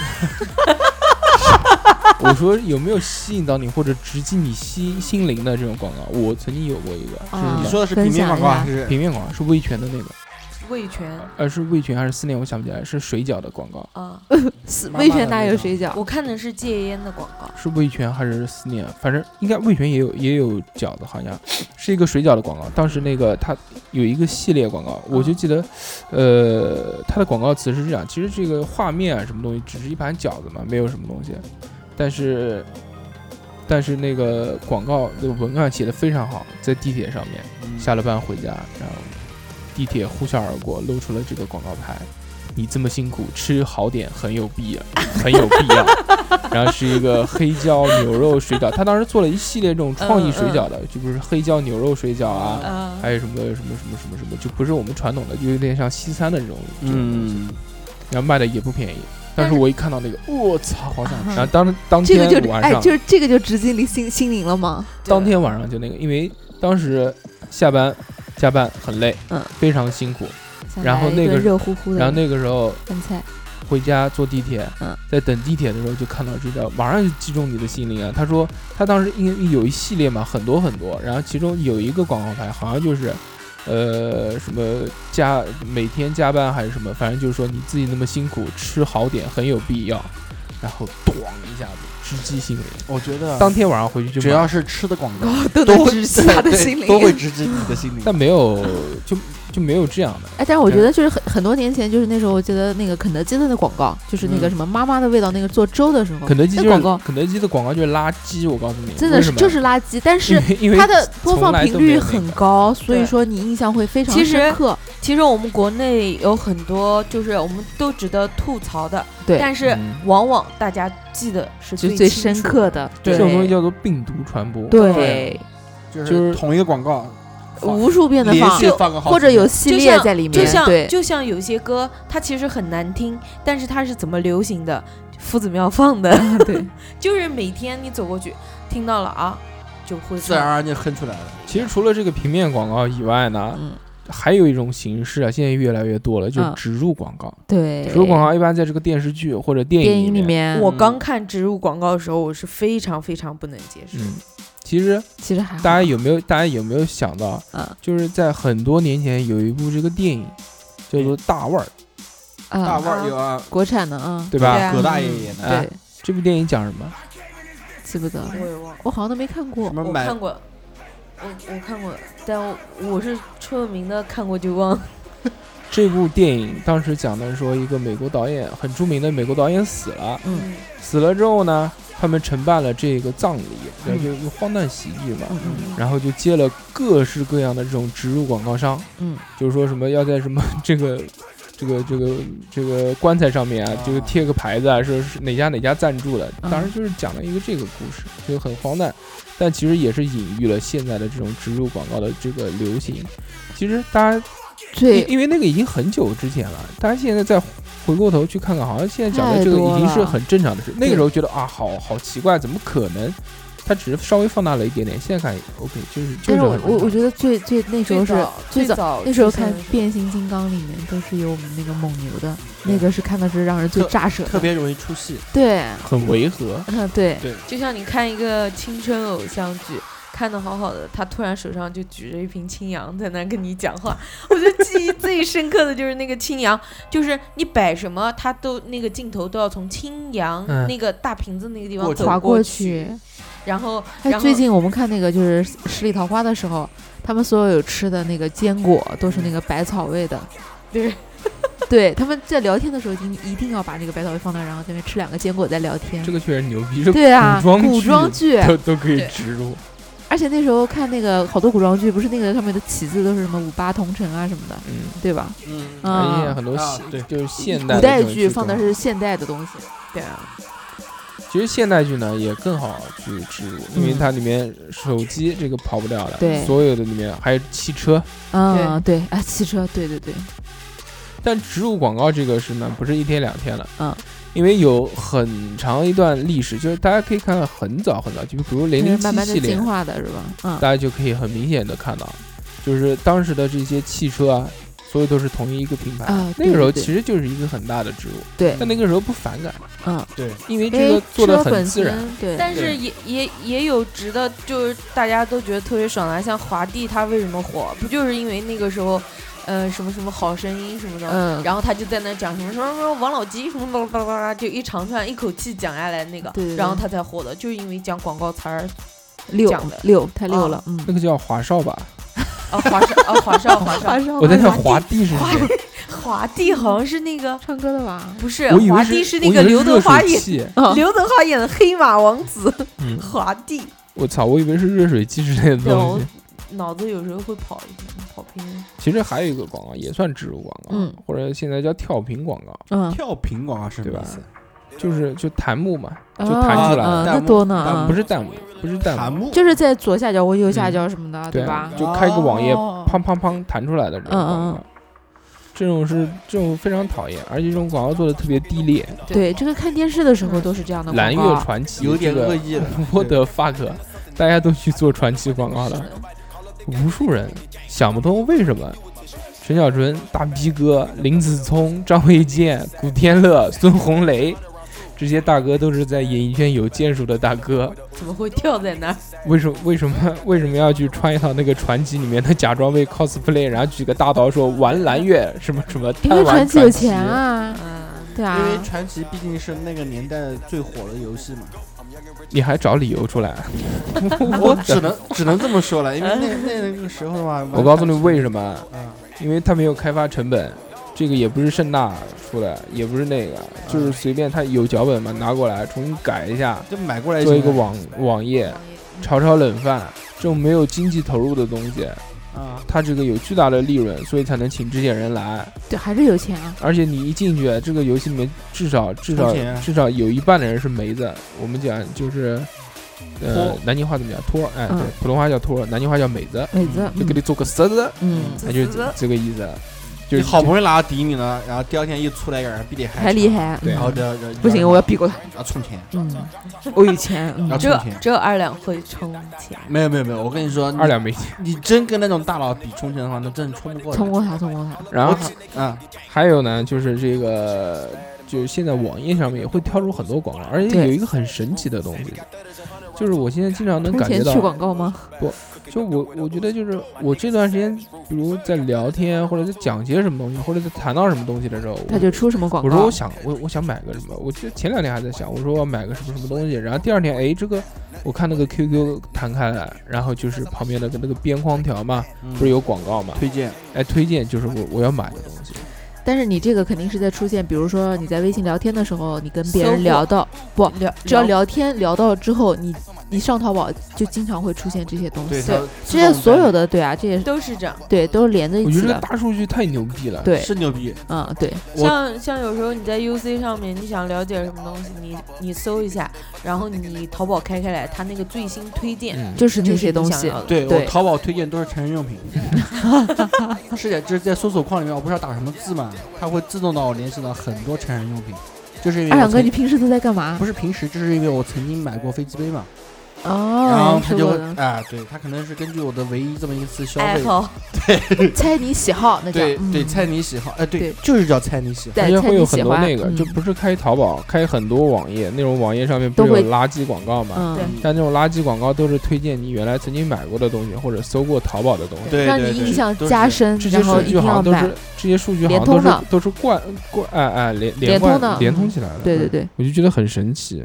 我说有没有吸引到你或者直击你心心灵的这种广告？我曾经有过一个，
啊
你
是
说的是
分
平面
享
广告
一下
还是
平面广告，是味全的那个。
味全
呃，是味全还是思念？我想不起来，是水饺的广告，
啊，
嗯四
妈妈
味全
的
哪
那
有
种
水饺？
我看的是戒烟的广告。
是味全还是思念？反正应该味全也有也有饺子，好像是一个水饺的广告。当时那个它有一个系列广告，我就记得，呃，它的广告词是这样：其实这个画面啊，什么东西，只是一盘饺子嘛，没有什么东西。但是，但是那个广告的文案写的非常好，在地铁上面，
嗯
下了班回家，然后地铁呼啸而过，露出了这个广告牌。你这么辛苦，吃好点很有必要，很有必 要。然后是一个黑椒牛肉水饺，他当时做了一系列这种创意水
嗯
饺的，就不是黑椒牛肉水饺啊，
啊，
还有什么什么什么什么什么，就不是我们传统的，就有点像西餐的这种这种东西。
嗯，
然后卖的也不便宜，但
但
是
是
我一看到那个，我操，好想吃。
啊
然后当当
这个
天
就
晚
哎，
上，
就是这个就直击你心心灵了吗？
当天晚上就那个，因为当时下班加班很累，
嗯
非常辛苦。
想
然后
来一
那
顿
个
热乎乎的，
然后那个时候
饭菜，
回家坐地铁，
嗯
在等地铁的时候就看到这条，马上就击中你的心灵啊！他说他当时因为有一系列嘛，很多很多，然后其中有一个广告牌好像就是，呃，什么加每天加班还是什么，反正就是说你自己那么辛苦，吃好点很有必要。然后咣一下子直击心灵，
我觉得
当天晚上回去就
只
买
要是吃的广告，
都
都
能
会
直击他的
对
心灵。
都会直击你的心灵。
但没有就就没有这样的，
哎，但是我觉得就是很很多年前，就是那时候我记得那个肯德基的那广告，就是那个
嗯
什么妈妈的味道，那个做粥的时候，
肯德基
那
就是
哦广告
肯德基的广告就是垃圾，我告诉你，
真的是
为什么
就是垃圾，但是
因为因为
它的播放频率
从来都没有
很
那个
高，所以
对
说你印象会非常
其实
深刻。
其实我们国内有很多就是我们都值得吐槽的，
对
但是
嗯
往往大家记得是
就
最
是最
清
深
楚
刻。的，
这种东西叫做病毒传播。
对，
就
就是是
同一个广告，放
无数遍的
连
放，
续放个好几
或者有
遍
系
就
列
像
在里面，
就像
对，
就像有些歌，它其实很难听，但是它是怎么流行的？夫子庙放的，
对，
就是每天你走过去听到了啊，就会
自然
唱
而然就哼出来了。
其实除了这个平面广告以外呢，
嗯，
还有一种形式啊，现在越来越多了，就是
嗯
植入广告。
对。
植入广告一般在这个电视剧或者电
电影
影
里
面。
嗯
面，
我刚看植入广告的时候，我是非常非常不能接受。
嗯，其实
其实还好
大家有没有大家有没有想到，
嗯
就是在很多年前有一部这个电影叫做《大腕儿》，
大
啊，
腕儿有啊，
国产的啊，
对吧？
对啊
葛大爷演的，
哎
对，
这部电影讲什么？
记不得了，
我也忘了，
我好像都没看过
什。么
我
嗯买
看过，我我看过，但我我是出了名的看过就忘了。
这部电影当时讲的说，一个美国导演很著名的美国导演死了，
嗯
死了之后呢，他们承办了这个葬礼，对，
嗯
就就荒诞喜剧嘛，
嗯嗯
然后就接了各式各样的这种植入广告商，
嗯，
就是说什么要在什么 这个。这个这个这个棺材上面
啊，
啊就是贴个牌子啊，说是哪家哪家赞助了。
嗯
当然就是讲了一个这个故事，就很荒诞，但其实也是隐喻了现在的这种植入广告的这个流行。其实大家因
最
因为那个已经很久之前了，大家现在再回过头去看看，好像现在讲的这个已经是很正常的事。那个时候觉得啊，好好奇怪，怎么可能？它只是稍微放大了一点点，现在看 OK，就是就
但是
是
我
很
我我觉
正常
得最最那时候是最
早
早
早
那时候看
出
《
现
变形金刚》里面都是有我们那个蒙牛的，那个是看的是让人最炸舌的，
特别容易出戏。
对，
很违和。
嗯对，
就像你看一个青春偶像剧，看的好好的，他突然手上就举着一瓶青阳在那跟你讲话，我觉得记忆最深刻的就是那个青阳，就是你摆什么，他都那个镜头都要从青阳、
嗯
那个大瓶子那个地
过
方
去
走
划
过
过去。
然后
哎
然，后
最近我们看那个就是《十里桃花》的时候，他们所有有吃的那个坚果都是那个百草味的。
对，
对他们在聊天的时候，一定一定要把那个百草味放那儿，然后在那边吃两个坚果再聊天
这。个确实牛逼，这
对啊，
古装
古装
剧
剧，
都都可以
对
植入。
而且那时候看那个好多古装剧，不是那个上面的旗子都是什么五八同城啊什么的，
嗯，
对吧？
嗯
嗯啊
而且很多
啊
现
对
就是现代
古
的
代
这种
剧放的
种
是现代的东西。
对啊，
其实现代剧呢也更好去植入，因为
嗯
它里面手机这个跑不掉的，
对
所有的里面还有汽车，
嗯，对啊，汽车，对对对，
但植入广告这个事呢，不是一天两天了，
嗯，
因为有很长一段历史，就是大家可以看到很早很早，就比如零
就
零
是
七
慢慢的
系列
进，化的是吧？嗯
大家就可以很明显的看到，就是当时的这些汽车啊，所有都是同一个品牌，
啊，
那个时候
对哎
其
对
实就是一个很大的植入，
对
但那个时候不反感，
嗯，
对，
因为
因
这
为
个做的
车
很
本
自然，
身，对，
但是
对
也也也有值得，就是大家都觉得特别爽的，像华帝他为什么火，不就是因为那个时候，呃，什么什么好声音什么的，
嗯，
然后他就在那讲什么什么什么王老吉什么巴拉巴拉巴拉，就一长串一口气讲下来那个，
对对对
然后他才火的，就是因为讲广告词儿
六
讲的
六太六
啊
了，嗯。
那个叫华少吧，
啊，华少啊，华少华少，
上
我在想华帝是谁？
华帝好像是那个
唱歌的吧？
不是
我以为
华帝
是
那个刘德华演
演，
啊，
刘德华演的黑马王子
嗯，
华帝，
我操，我以为是热水器之类的东
有
西。
脑子有时候会跑一点跑偏，
其实还有一个广告也算植入广告，
嗯
或者现在叫跳屏广告，
嗯，
跳屏广告是什么意思？
就是就弹幕嘛，就
啊
弹出来
啊
了，
那多呢
弹
啊
幕
不是弹幕，不是弹
弹
幕，
幕
就是在左下角或右下角什么的，
嗯对
吧？
就开个网页，
哦
砰砰砰弹出来的这种广
嗯嗯
告，这种是这种非常讨厌，而且这种广告做的特别低劣。
对，这个看电视的时候都是这样的
蓝
广
月
告。
传奇
有点
这
恶
个
意了。
，what the fuck，大家都去做传奇广告了。无数人想不通为什么陈小春、大逼哥、林子聪、张卫健、古天乐、孙红雷这些大哥都是在演艺圈有建树的大哥，
怎么会跳在那儿？
为什么为什么为什么要去穿一套那个传奇里面的假装被 cosplay，然后举个大刀说玩蓝月什么什么？
因为
贪
传
玩
奇
奇
有钱！啊，
嗯，
对
因为
啊，
传奇毕竟是那个年代最火的游戏嘛，
你还找理由出来？啊
我 只能只能这么说了，因为那那那个时候的话，
我告诉你为什么，
啊，
因为他没有开发成本，这个也不是盛大出的，也不是那个，
嗯
就是随便他有脚本嘛，拿过来重新改一下，
就买过来
做一
行
个
了
网网页，炒炒冷饭，这种没有经济投入的东西，
啊，
它这个有巨大的利润，所以才能请这些人来。
对，还是有钱啊。
而且你一进去，这个游戏里面至少至少
充钱啊
至少有一半的人是梅子，我们讲就是，呃
托，
南京话怎么讲？托儿，哎，对
嗯，
普通话叫托儿，南京话叫梅子，
美子，
就给你嗯做个色子，
嗯，
那就是
色子
这个意思，就
你
是
好不容易拿到第一名了，然后第二天一出来一个人比你还
还厉，害。
对啊
然后
嗯
这这
不行，我要避过他。
要充钱，
嗯，我有钱。嗯
要充
这
钱。
这二两会充钱，
没有没有没有，我跟你
嗯
说，
二两没钱。
你你真跟那种大佬比充钱的话，那真是充不过的。
冲过他，冲过他。
然后
啊，
还有呢，就是这个，就是现在网页上面也会跳出很多广告，而且
对
有一个很神奇的东西，就是我现在经常能
充
感觉
钱去
到，
广告吗？
就我我觉得就是我这段时间，比如在聊天或者在讲些什么东西，或者在谈到什么东西的时候，
他就出什么广
我说
告
我？想我我想买个什么，我就前两天还在想，我说我要买个什么什么东西，然后第二天哎这个我看那个 QQ 弹开来，然后就是旁边那个那个边框条嘛，
嗯
不是有广告嘛，
推荐
哎推荐就是我我要买的东西，
但是你这个肯定是在出现，比如说你在微信聊天的时候，你跟别
搜
人
狐
聊到，不
聊
只要聊天聊到之后，你你上淘宝就经常会出现这些东西。
它
这些
自动
所有
在
的对啊，这些
都是这样。
对都是连在一
我觉
起
得这
的。
大数据太牛逼了。
啊对，
是牛逼，
嗯，对，
我
像像有时候你在 UC 上面，你想了解什么东西，你你搜一下，然后你淘宝开开来，它那个最新推荐
嗯，
就是
就
那
是
些
你
东
想
西
要。的
对我
对
淘宝推荐都是成人用品，是的，就是在搜索框里面，我不知道打什么字嘛，它会自动到我联系到很多成人用品，就是因为
二
我
两哥，
曾
你平时都在干嘛
不？是平时，就是因为我曾经买过飞机杯嘛，然后
哦，
他
是
就
我
会
的
哎，对他可能是根据我的唯一这么一次消
爱
费，
好，
猜你喜好，那叫
对
嗯
对，猜你喜好，哎，对
对，
就是叫猜你喜好，
对
而且
猜
会有
你
很
喜
多
欢，
那个，就
嗯
不是开淘宝，开很多网页，那种网页上面不
都
是有
会
垃圾广告嘛？
嗯，
对
但那种垃圾广告都是推荐你原来曾经买过的东西，或者搜过淘宝的东西。
对，
让
对
你
对
印象
都是
加
这样
深，
这些
然后
数
一
据
定
好
要
像都
买
是。这些数据好
联
像都
通
是
的
都是贯贯哎哎连
联通
贯
的
联通
嗯
起来的。
对对对，
我就觉得很神奇，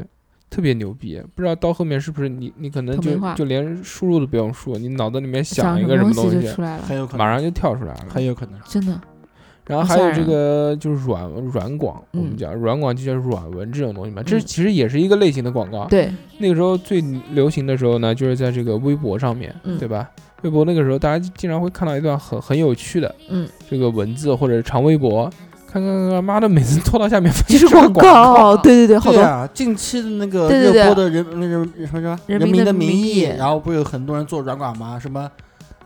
特别牛逼。不知道到后面是不是你你可能
透
就
明化
就连输入都不用输，你脑子里面
想
一个
什
么
么东
东
西
西哦
就，出来了，
很有可能，
马上就跳出来了。
很有可能，
真的。
然后
好
还有
吓
这
人
个就是软软广，我们
嗯
讲软广就叫软文这种东西嘛，这
嗯
其实也是一个类型的广告。
对，
那个时候最流行的时候呢，就是在这个微博上面，
嗯
对吧？微博那个时候，大家经常会看到一段很很有趣的，
嗯，
这个文字或者长微博，看看看看，妈的，每次拖到下面发
这
现
是
是个
广
广告，
对对对，好
对
多
啊，近期的那个
对对
热
对
播的人那人什么什么
人
人
民
民
的
名
名义
然后不是有很多人做软广吗？什么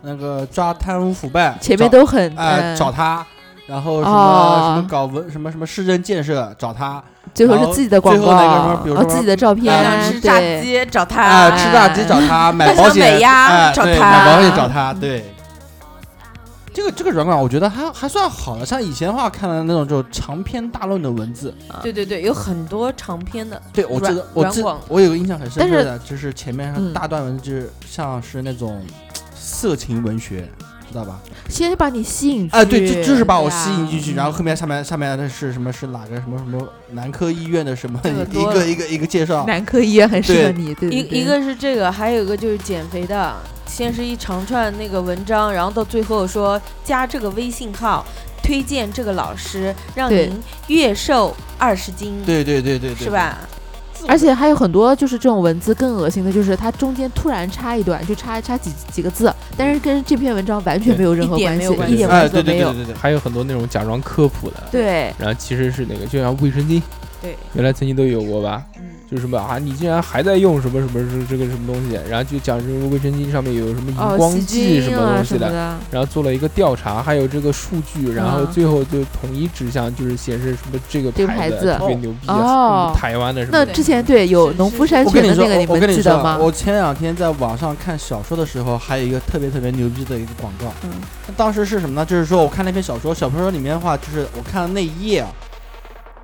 那个抓贪污腐败，
前面
找
都很
哎
嗯，
找他，然后什么
哦
什么搞文什么什么市政建设找他，
最后
然后
是自己的
最
广
后
告，
那个什么比如
哦
说
自己的照片
哎，
吃炸
对，
鸡找他，
啊，吃炸鸡找 他，买保险
美呀
哎
找
对
他
买保险找他，对。这个这个软广我觉得还还算好的，像以前的话看的那种就长篇大论的文字，
对对对，有很多长篇的，
对我记得
软
我记
软广
我有个印象很深
但
刻
是
的，就是前面
嗯
大段文字就是像是那种色情文学，知道吧？
先把你吸引
哎，对，就就是把我
对啊
吸引进去，
嗯
然后后面下面下面的是什么是哪个什么什么男科医院的什么
这个
一
多
个一个一个介绍，
嗯男科医院很适合
对
你，对对嗯对
一一个是这个，还有一个就是减肥的，先是一长串那个文章，然后到最后说加这个微信号，推荐这个老师，让
对
您月瘦二十斤，
对对对对对，
是？吧？
而且还有很多就是这种文字更恶心的，就是它中间突然插一段，就插插几几个字，但是跟这篇文章完全没有任何
一点
关
没
系
有关，
一
系
点
哎，
关系
对
都
对
没
对
有。
对对，
还有很多那种假装科普的，
对，
然后其实是那个，就像卫生巾，
对，
原来曾经都有过吧，
嗯，
就是什么啊，你竟然还在用什么什么是这个什么东西，然后就讲这个卫生巾上面有什么荧
哦，
光
洗
剂
精
么
啊
东西
什么
的，
的，
然后做了一个调查，还有这个数据，然后
嗯
最后就统一指向就是显示什么这个
这个
牌
牌子
特别牛
哦
逼，什么台湾的什么
那
的，
之前对有农夫山
我
泉
跟
的
你说
那个，，
我跟
们
你
记
说
得
啊，
吗？
我前两天在网上看小说的时候，还有一个特别特别牛逼的一个广告。
嗯
那当时是什么呢？就是说我看那篇小说，小说里面的话，就是我看那一页啊，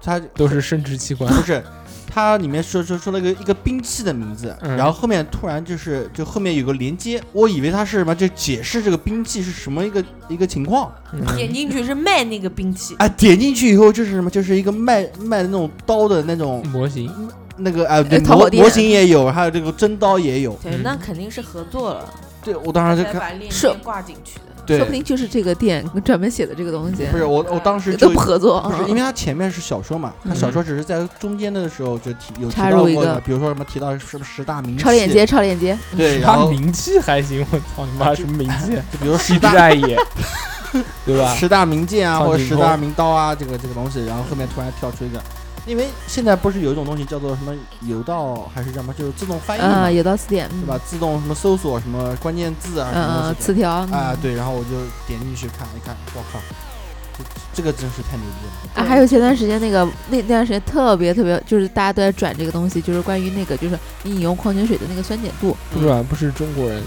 它
都是生殖器 官，
不是，它里面说说说了一个一个兵器的名字，
嗯
然后后面突然就是就后面有个连接，我以为它是什么，就解释这个兵器是什么一个一个情况
嗯
点进去是卖那个兵器，
啊。
嗯
点进去以后就是什么，就是一个卖卖的那种刀的那种
嗯模型，
那个啊，对
呃淘
模
宝店
模型也有，还有这个真刀也有。
对
嗯，
那肯定是合作了，
对，我当时就
才
看，
把链
是
接挂进去的。
对
说不，定就是这个店专门写的这个东西，
不是我，我当时
都
就
不合嗯作，
不是，因为它前面是小说嘛，它小说只是在中间的时候就提有提
插
到
入一
过
个
的，比如说什么提到什么十大名
超链
器，
接，超链接，
对，然
他
后啊
名气还行，我操你妈什 么名气？
就比如说十
西之
大
爱也，对啊吧？
十大名剑啊，
苍
或者
井
十
空
大名刀啊，这个这个东西，然后后面突然跳出一个，因为现在不是有一种东西叫做什么有道还是叫什么，就是自动翻译嘛
嗯，，有道词典，
对
嗯
吧？自动什么搜索什么关键字啊，什么
嗯，
东西
词条
的啊，，对，然后我就点进去看一看，我靠，这这个真是太牛逼了。
啊，还有前段时间那个那那段时间特别特别，就是大家都在转这个东西，就是关于那个就是你饮用矿泉水的那个酸碱度，
不软不是中国人，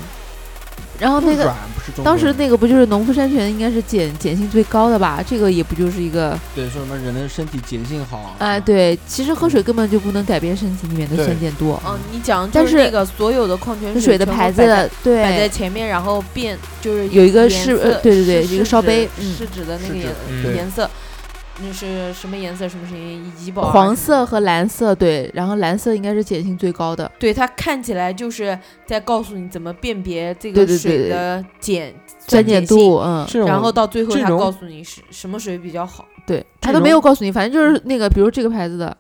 然后哦那
不
个
软不是中国
当时
人
那个不就是农夫山泉应该是碱碱性最高的吧？这个也不就是一个
对说什么人的身体碱性好
哎，对，其实喝水根本就不能改变身体里面的
对
酸碱度，
嗯，你讲就
但
是
是
那个所有的矿泉
那水的
全部
牌
摆在
子
摆在
对。
前面，然后变就是
有一个
颜
是呃
色
对对对
是
一个烧杯
是
嗯
指的那
是
个
指
颜
嗯
颜色，那是什么颜色，什么什么以及宝啊
黄色和蓝色对，然后蓝色应该是碱性最高的，
对它看起来就是在告诉你怎么辨别这
对
个
对对
水的碱
酸碱度，，嗯，
这种
然后到最后
这
它
种
告诉你是什么水比较好。
对，
这
他都没
种
有告诉你，反正就是那个，比如这个牌子的，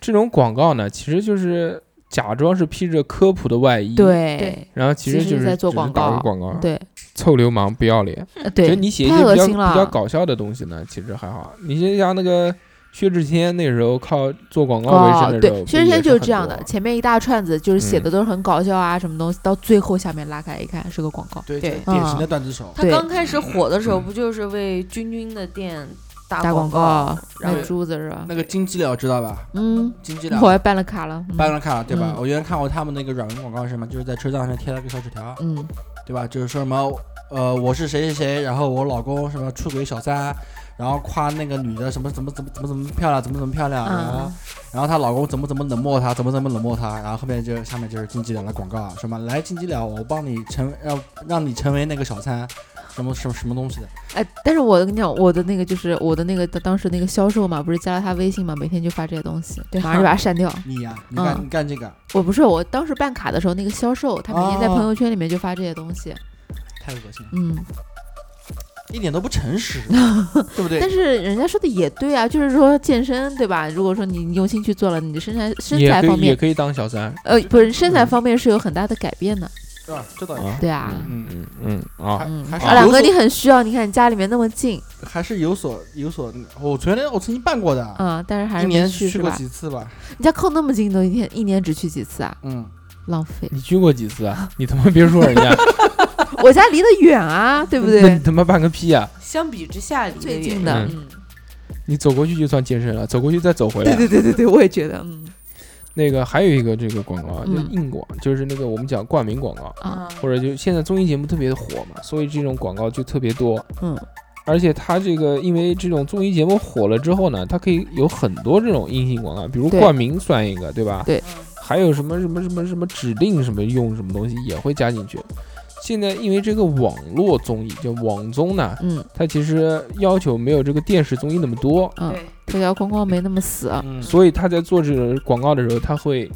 这种广告呢，其实就是假装是披着科普的外衣，，
对
对
然后其
其
实
实
就是
在做
只是
广
搞个
告
广告，
对
臭流氓不要脸。
呃
就
对，
你写一
太
些
恶
比较
心了，
比较搞笑的东西呢，其实还好。你就像那个薛之谦那时候靠做广告为生
哦，
的时候，
对，薛之谦就是这样
不
的，
也
前面一大串子就是写的
嗯
都是很搞笑啊，什么东西，到最后下面拉开一看是个广告，
对，
对
典典型
嗯
的段子手。
它
对嗯
刚开始火的时候，不就是为君君的店打
打
广
广告
然
卖
后
珠子是吧？
那个金鸡鸟知道吧？
嗯，
金鸡鸟
我还办了卡了，嗯
办了卡对吧？
嗯
我原来看过他们那个软文广告是什么，就是在车站上贴了个小纸条，
嗯，
对吧？就是说什么呃我是谁谁谁，然后我老公什么出轨小三，然后夸那个女的什么怎么怎么怎么怎么漂亮，怎么怎么漂亮，然后
啊
然后她老公怎么怎么冷漠她，怎么怎么冷漠她，然后后面就下面就是金鸡鸟的广告，什么来金鸡鸟，我帮你成让让你成为那个小三，什么什么什么东西的，
哎，但是我跟你讲，我的那个就是我的那个当时那个销售嘛，不是加了他微信嘛，每天就发这些东西，
对
马上就把他删掉。
你呀、你干、
嗯
你干这个
我不是，我当时办卡的时候，那个销售他每天在
哦
朋友圈里面就发这些东西，
太恶心了，
嗯，
一点都不诚 实，对不对
但？是人家说的也对啊，就是说健身对吧？如果说你用心去做了，你的身材身
也
材
可
方
以也
面，
可以当小三啊
呃，不是身材
嗯
方面是有很大的改变的，
是吧？这倒也是
啊，
对啊。
嗯
嗯嗯啊，
嗯，
还是
二两
有
哥，
所
你很需要，你看你家里面那么近，
还是有所有所，我昨天我曾经办过的，
嗯，但是还
一
是没
年
去是
过
吧？
几次吧，
你家靠那么近，都一天一年只去几次啊？
嗯，
浪
！
费
你去过几次啊？你他妈别说人家，
我家离得远啊， 对不
那你
对？
他妈办个屁啊！
相比之下离得
最
远
近的
嗯，
你走过去就算健身了，走过去再走回来。
对对对对，我也觉得，嗯
那个还有一个这个广告，就
嗯
是硬广，就是那个我们讲冠名广告，
啊
嗯
或者就现在综艺节目特别的火嘛，所以这种广告就特别多。
嗯，
而且它这个因为这种综艺节目火了之后呢，它可以有很多这种硬性广告，比如
对
冠名算一个，对吧？
对
嗯
还有什么什么什么什么指定什么用什么东西也会加进去。现在因为这个网络综艺叫网综呢，
嗯
它其实要求没有这个电视综艺那么多，
嗯，
对，
条条框框没那么死，啊
嗯
所以他在做这个广告的时候，他会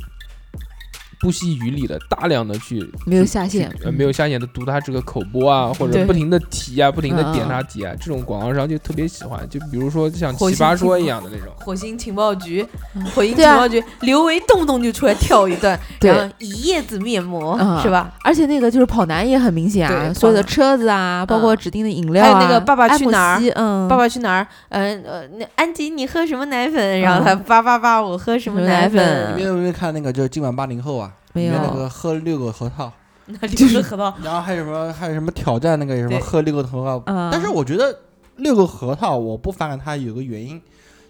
不惜余力的大量的去
没有下
去
限，
呃，没有下线的读他这个口播啊，或者
对
不停的提啊，不停的
嗯
点他题啊，这种广告商就特别喜欢，就比如说像
火
奇
星
葩
金
说
库
一样的那种。
火星情报局
嗯，
火星
对
情
啊
报局，刘维动不动就出来跳一段，
对，
然后一叶子面膜
嗯
是吧？
而且那个就是跑男也很明显啊，
对
所有的
跑男
车子啊，包括
嗯
指定的饮料、啊，
还有那个爸爸
爱
去
慕
哪儿
希嗯，
爸爸去哪儿？嗯呃，那安吉你喝什么奶粉？然后他叭叭叭，我喝嗯什么奶
什么奶
你
粉
粉？
们有没有看那个就是今晚八零后啊？
没
里面那
有
个喝六个核桃，
那就是喝到
然后还有什么还有什么挑战那个什么
对
喝六个核桃，
啊，
但是我觉得六个核桃我不反感它有个原因，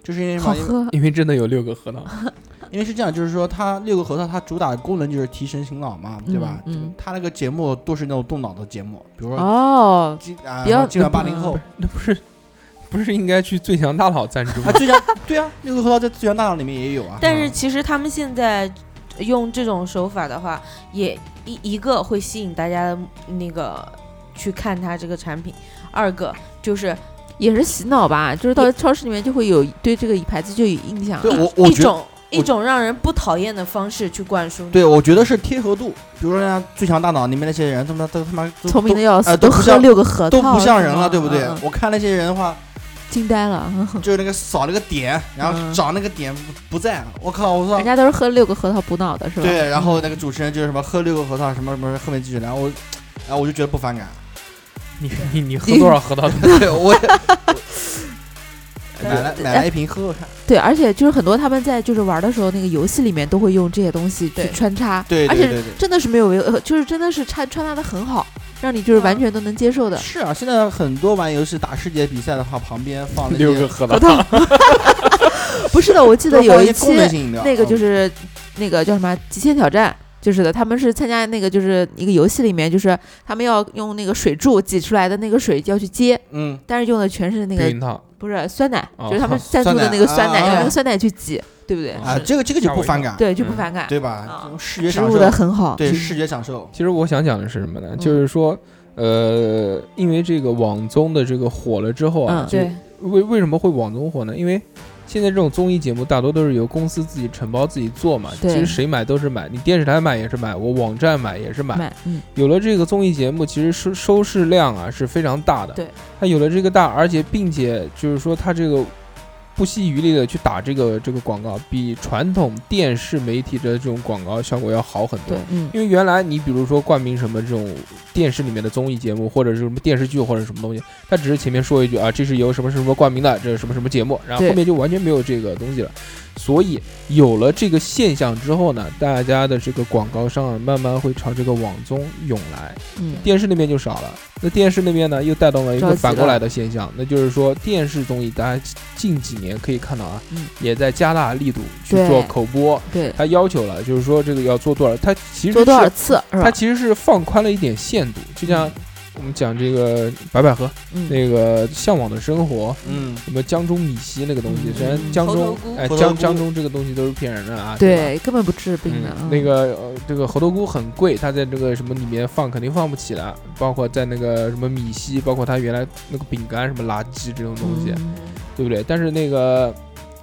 就是因为什
好
么？因为
喝，
因为真的有六个核桃，
因为是这样，就是说它六个核桃它主打的功能就是提神醒脑嘛，对吧？
嗯嗯
它那个节目都是那种动脑的节目，比如说
哦，
今啊
比较
今晚八零后
嗯
那不是不是应该去最强大脑赞助
啊
吗？
最佳对啊，六个核桃在最佳大脑里面也有啊。
但是其实他们现在用这种手法的话，也一一个会吸引大家的那个去看它这个产品，二个就是
也是洗脑吧，就是到超市里面就会有对这个牌子就有印象
对
了，
我我
一
觉得
种一种让人不讨厌的方式去灌输你。
对我觉得是贴合度，比如说人家最强大脑里面那些人，他妈都他妈都
聪明的
都
要死，
呃都不
喝
像
六个核桃
都
是吗，
不像人了，对不对？
嗯嗯
我看那些人的话，
惊呆了，
就是那个扫那个点，然后
嗯
找那个点不不在，我靠，我
人
说
家都是喝六个核桃补脑的是吧？
对，然后那个主持人就是什么喝六个核桃什么什么，后面继续，然后我，然后我就觉得不反感，
你你你喝多少核桃？
对 我也买
对
来买
哎
来一瓶喝喝看，
对，而且就是很多他们在就是玩的时候，那个游戏里面都会用这些东西去
对
穿插，
对
而
对
且
对对。
真的是没有违和，就是真的是穿穿搭的很好，让你就是完全都能接受的。
是啊，现在很多玩游戏打世界比赛的话，旁边放那
六
些
个核
核
桃，
桃，不是的，我记
就
得
是放
有
一
一
些
期
功能性饮料，
那个
嗯
就是那个叫什么《极限挑战》，就是的，他们是参加那个就是一个游戏里面，就是他们要用那个水柱挤出来的那个水要去接，
嗯，
但是用的全是那
避
个
孕套。
不是酸奶，
哦
就是他们赞助
酸
的
奶
那个酸
啊
奶，用那
啊
个酸奶去挤，对不对？
啊
啊，这个这个就
吓
不
我一
反
跳
感，
对，就不
嗯
反感，
对吧？
啊
这种视觉
植
享
入
受
的，很好，
对
嗯
视觉享受，
其实我想讲的是什么呢？
嗯
就是说，呃，因为这个网综的这个火了之后啊，
嗯
就
对
为为什么会网综火呢？因为现在这种综艺节目大多都是由公司自己承包自己做嘛，其
对
实谁买都是买，你电视台买也是买，我网站买也是买。
买嗯
有了这个综艺节目，其实收收视量啊是非常大的。
对，
它有了这个大，而且并且就是说它这个不惜余力的去打这个这个广告，比传统电视媒体的这种广告效果要好很
对。
多
嗯
因为原来你比如说冠名什么这种电视里面的综艺节目，或者是什么电视剧或者什么东西，它只是前面说一句啊，这是由什么什么冠名的，这是什么什么节目，然后
对
后面就完全没有这个东西了。所以有了这个现象之后呢，大家的这个广告商啊，慢慢会朝这个网综涌来，
嗯，
电视那边就少了。那电视那边呢，又带动了一
着
个呃
急
反过
了
来的现象，那就是说电视综艺，大家近几年可以看到啊，
嗯
也在加大力度去
对
做口播。
对，
他要求了，就是说这个要做多少，他其实
做多
是
少次是
它
吧？
其实是放宽了一点限度，就像我们讲这个白百合
嗯，
那个向往的生活，
嗯，
什么江中米稀那个东西，
嗯
虽然江
猴头
中
菇
哎
猴头
江
菇
江中这个东西都是骗人的啊，吧。
对，根本不治病的
嗯，。那个呃这个猴头菇很贵，它在这个什么里面放肯定放不起的，包括在那个什么米稀，包括它原来那个饼干什么垃圾这种东西，
嗯
对不对？但是那个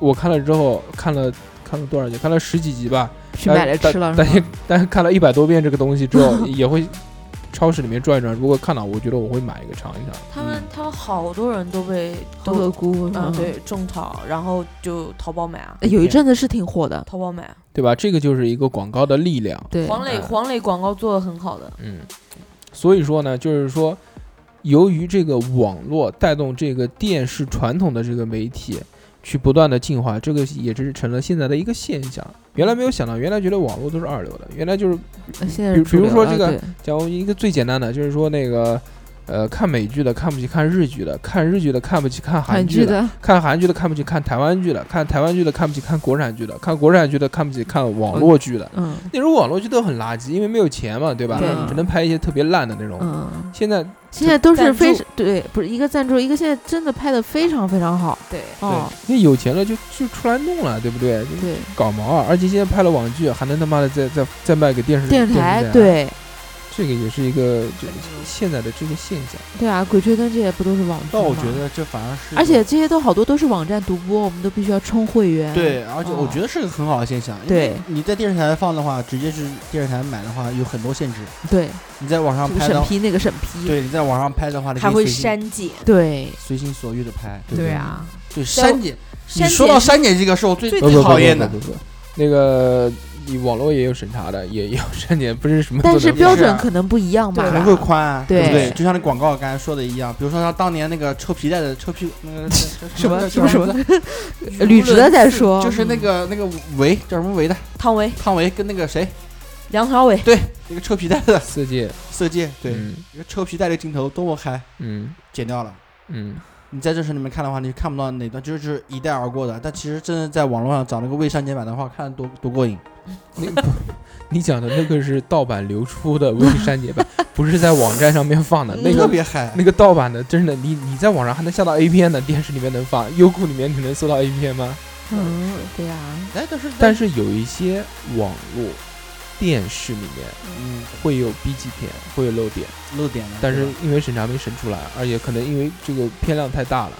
我看了之后，看了看了多少集？看了十几集吧，
去买来吃了
呃但
是
是
吧？
但是看了一百多遍这个东西之 后，也会超市里面转一转。如果看到，我觉得我会买一个尝一尝。
他们他们好多人都被
猴头
都
菇
嗯，对种草，然后就淘宝买啊，
哎有一阵子是挺火的，
淘宝买啊。
对吧？这个就是一个广告的力量。
对，
黄磊
嗯
黄磊广告做的很好的，
嗯，所以说呢，就是说，由于这个网络带动这个电视传统的这个媒体去不断的进化，这个也是成了现在的一个现象。原来没有想到，原来觉得网络都是二流的，原来就是
呃现在
比
是主
比如
流
说
了
这个
对
讲一个最简单的，就是说那个。呃，看美剧的看不起看日剧的，看日剧的看不起看韩
韩
剧
剧
的，
的，
看韩剧的看不起看台湾剧的，看台湾剧的看不起看国产剧的，看国产剧的看不起看网络剧的。
嗯
那时候网络剧都很垃圾，因为没有钱嘛，对吧？
对
只能拍一些特别烂的那种。
嗯，
现在
现在都是
赞
非
助
对，不是一个赞助，一个现在真的拍的非常非常好
对，
哦，
对，那有钱了就就出来弄了，对不对？就
对，
搞毛啊！而且现在拍了网剧，还能他妈的再再再卖给电视
电视
视
台
啊，
对
这个也是一个就现在的这个现象。
对啊，鬼吹灯这些不都是网剧
但我
吗
觉？得这反而是，
而且这些都好多都是网站独播，我们都必须要充会员。
对，而且我
哦
觉得是个很好的现象。因为
对
你在电视台放的话，直接是电视台买的话，有很多限制。
对，
你在网上
这个
拍
审
的，
批那个审批，
对，你在网上拍的话，你可
还
以
会
随心
删减，
对
随心所欲的拍，
嗯
对不
对
对？
啊，
对删减，你
删
说
减
到删减这个是我最
最
不不不
讨厌的
不。不不不，那个你网络也有审查的，也也有 删减，不是什么都
但
能放。
是标
是啊
准可能不一样
可
吧？
能会宽啊，对不
对
对？就像那广告刚才说的一样，比如说像当年那个抽皮带的抽屁股那个
什么
叫
什么
名字
捋直了再说，
就是那个那个维叫什么维的
汤唯、
汤唯跟那个谁
梁朝伟，
那个抽皮带的
四 G，
色戒，对，
嗯
一个抽皮带这个镜头多么嗨，
嗯
剪掉了。
嗯，
你在正史里面看的话，你看不到哪段，就是一带而过的。但其实真的在网络上找那个未删减版的话，看得多多过瘾。
你讲的那个是盗版流出的未删减版，不是在网站上面放的。那
嗯特
个
别嗨，
那个盗版的，真的，你你在网上还能下到 A 片呢，电视里面能放，优酷里面你能搜到 A 片吗？
嗯，对啊，
哎，但是
但
是
是有一些网络电视里面
嗯，
会有 B 级片，会有漏点，
漏点了。
但是
对吧
因为审查没审出来，而且可能因为这个片量太大了，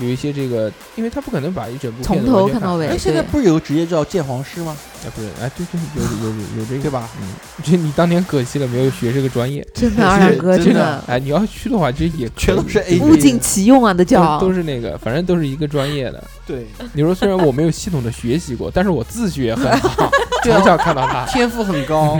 有一些这个，因为他不可能把一整部片
从
子
头
完全
看到尾
哎，现在
对
不是有个职业叫鉴黄师吗？
哎，不是，哎，对对，有有有有这
对
个，
吧？
嗯，这你当年可惜了，没有学这个专业。
真的
是
二两哥
真
真
的
的
哎，你要去的话，其实也可以
全都是 A
都
物尽其用啊，那叫
都是那个，反正都是一个专业的。
对，
你说虽然我没有系统的学习过，但是我自学很 好，从
啊
小看到大，
天赋很高。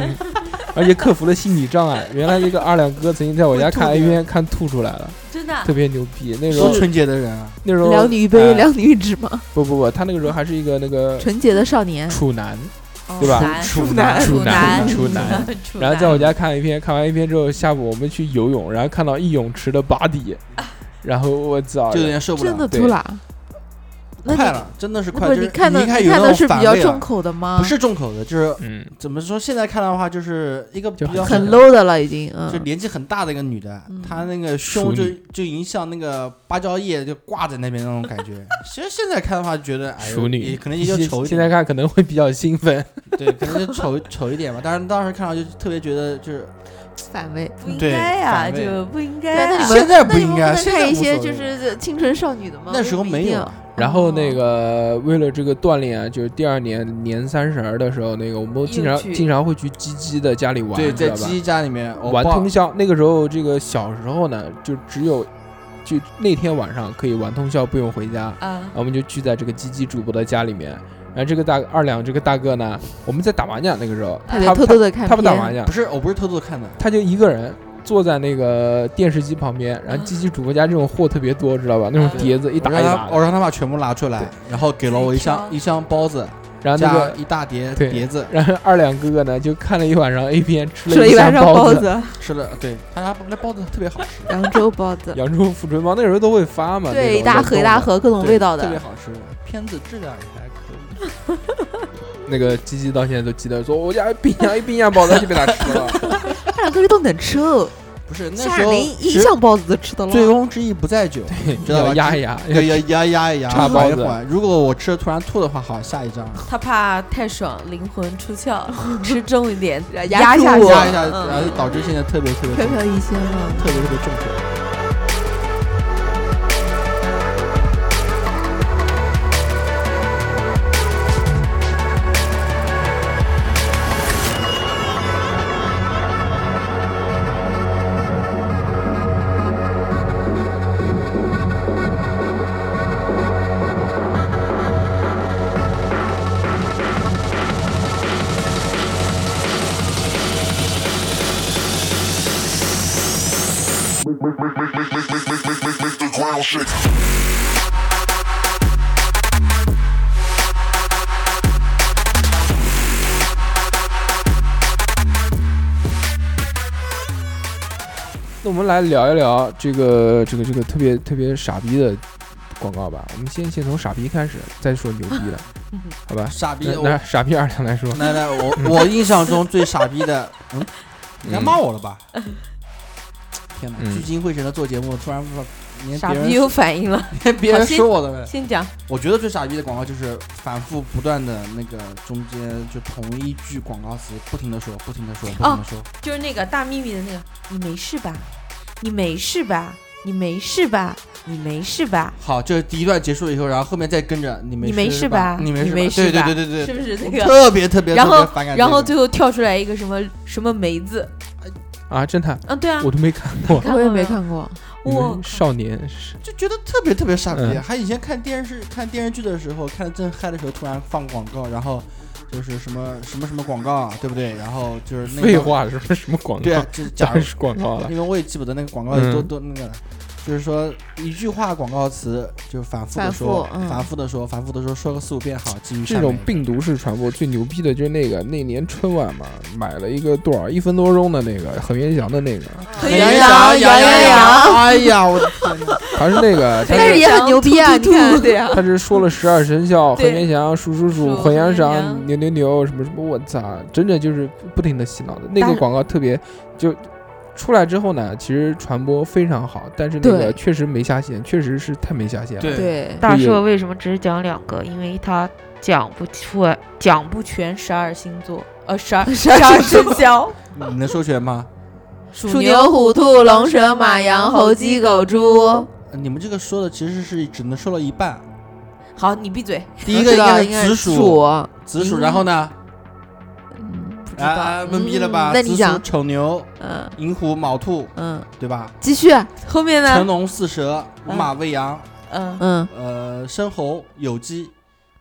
而且克服了心理障碍。原来那个二两哥曾经在我家看 A 片看吐出来了，
真的
特别牛逼。 那时
多
候
纯洁的人啊，
那时候
聊女杯，
哎
聊女纸嘛，
不不不，他那个时候还是一个那个
纯洁的少年，
处男，
哦
对吧
处
男
处
男，
处 男。，然后在我家看 A 片，看完 A 片之后，下午我们去游泳，然后看到一泳池的拔底，然后我操，
啊就有点受不
真的
了。
秃啦，那
快
你
了，真的是
那
快，
不
就是是
你看的
你一看
你
有
看
那
的
种
是比
反
较
胃了
重口的吗？
不是重口的，就是
嗯，
怎么说？现在看的话，就是一个比
就
较
很 low 的了，已经。
就
嗯，
年纪很大的一个女的
嗯，
她那个
淑
胸就
女
就已经像那个芭蕉叶就挂在那边那种感 觉。其实现在看的话，觉得哎
淑
呦，
女
也可能也就丑
现
一
现在
点，
看可能会比较 兴奋，
对，可能就丑丑一点吧。但是当时看到就特别觉得就是，
反胃。
不应
对
该呀，
反胃
就不应
对
该
那你
啊。
们
现在
那
不
你们
应该，
能
现
看
在
一
无
些
所
就
谓
是青春少女的吗？
那时候
不一
没有
定
啊。
然后那
哦
个为了这个锻炼啊，就是第二年年三十儿的时候，那个我们经常
又去
经常会去鸡鸡的家里玩，
对，
你知
在
道吧
鸡？哦家里面我
玩
爸
通宵。那个时候，这个小时候呢，就只有就那天晚上可以玩通宵，不用回家。
啊
然后我们就聚在这个鸡鸡主播的家里面。然后这个大二两这个大哥呢，我们在打麻将那个时候，
他得偷偷的看片。
他不打麻将
不，是，我不是偷偷看的，
他就一个人坐在那个电视机旁边。然后鸡鸡主播家这种货特别多，知道吧？那种
嗯
碟子一
我
打
让
一
他
打
我
的。
让他把全部拿出来
对，
然后给了我一
自己
箱
挑
一箱包子，
然后那
加
个，
一大碟
对
碟子，
然后二两哥哥呢，就看了一晚上 A 片，吃
吃了
一
一晚
箱
上包
子，
子，
吃了，对，他家那包子特别好吃，
扬州包子，
扬州富春包，那时候都会发嘛。那
对，
种
一大盒一大。盒各种
对
味道
特别
的。
好吃，片子质量也还可以。
那个鸡鸡到现在都记得，说我家冰箱一冰箱包子就被他 吃了。
他两个人都能吃哦，
不是那
夏
时候
琳一
其实
箱包子都吃得
醉
了。
翁之意不在酒，知道吧
要压一压，
对，要压压一压，
插包
缓一
子
缓。如果我吃了突然吐的话，好，下一张
他怕太爽，灵魂出窍， 吃重一点，
压
住
下
我
去
压一下，
嗯
然后导致现在特别特别
飘
重，
飘一仙了，
特别特别重口。
the ground shake.
那我们来聊一聊这个这个这个特别特别傻逼的广告吧。我们先先从傻逼开始，再说牛 逼的，
嗯
好吧？
傻逼，
那嗯
我
那傻逼二两来说，
来来，我我印象中最傻逼的，嗯，你该骂我了 吧？天哪，
嗯
聚精会神的做节目，突然不连
傻
别
逼
人
有反应了。
连 别人
好心
说我的呗。
先讲，
我觉得最傻逼的广告就是反复不断的那个中间就同一句广告词不停的说，不停的
哦
说，不停的说。
就是那个大秘密的那个，你没事吧？你没事吧？你没事吧？你没事吧？
好，这第一段结束以后，然后后面再跟着你没
你没事吧
吧？你没
你没
事
事
吧
吧
对对对对
是
对，
不是那
我
个？
特别特别
然
特别
后
反感这个。
然后最后跳出来一个什么什么梅子，
啊，侦探，
啊，对啊，
我都没看过。
看
我也
过
没
没有
看过。
你
我
们少年是
就觉得特别特别傻逼。
嗯
还以前看电视看电视剧的时候，看的正嗨的时候，突然放广告，然后就是什么什么什么广告，对不对？然后就是那个
废，话，什么什么广告？
对 啊，就是假
当然
如
是广告了。
因为我也记不得那个广告有多
嗯
多那个了。就是说一句话广告词就反复的说
反复，嗯
反复的说，反复的说，说个四五遍好，继续
这
下
种
面
病毒式传播最牛逼的就是那个那年春晚嘛，买了一个多少一分多钟的那个恒源祥的那个，
可以
羊羊
了
羊
羊
羊
羊，哎呀，我的天哪！
他是那个，他
但是
是
也很牛逼啊！
突
你
突突
看，对呀，
他是说了十二生肖，
对
恒源祥、鼠鼠鼠、
鼠
混羊
混
赏、
羊
牛牛牛什么什么，我操，真的就是不停的洗脑的那
但
个
是
广告特别就。出来之后呢，其实传播非常好，但是那
对
个确实没下线，确实是太没下线了。
对
对，
大
大
社
社为什么只讲两个？因为他讲不出来，讲不
不全十二星 座，呃，十二
十
十
二
二
星
生 肖，
你能说全吗？
鼠
鼠牛、虎、兔、龙、蛇、马、羊、猴、鸡、狗、猪。
呃你们这个说的其实是只能说到一 半，
好，你闭嘴，
第一个
知道
该
应该
是
是
紫
鼠
薯，，啊紫薯，然后呢？
不知道。
啊，懵逼了吧
嗯？那你
子鼠
讲
丑牛、
嗯
寅虎、卯兔，
嗯，
对吧？
继续，
后面
辰
呢？
龙巳蛇、午马未羊，
嗯，
嗯
呃，申猴、酉鸡、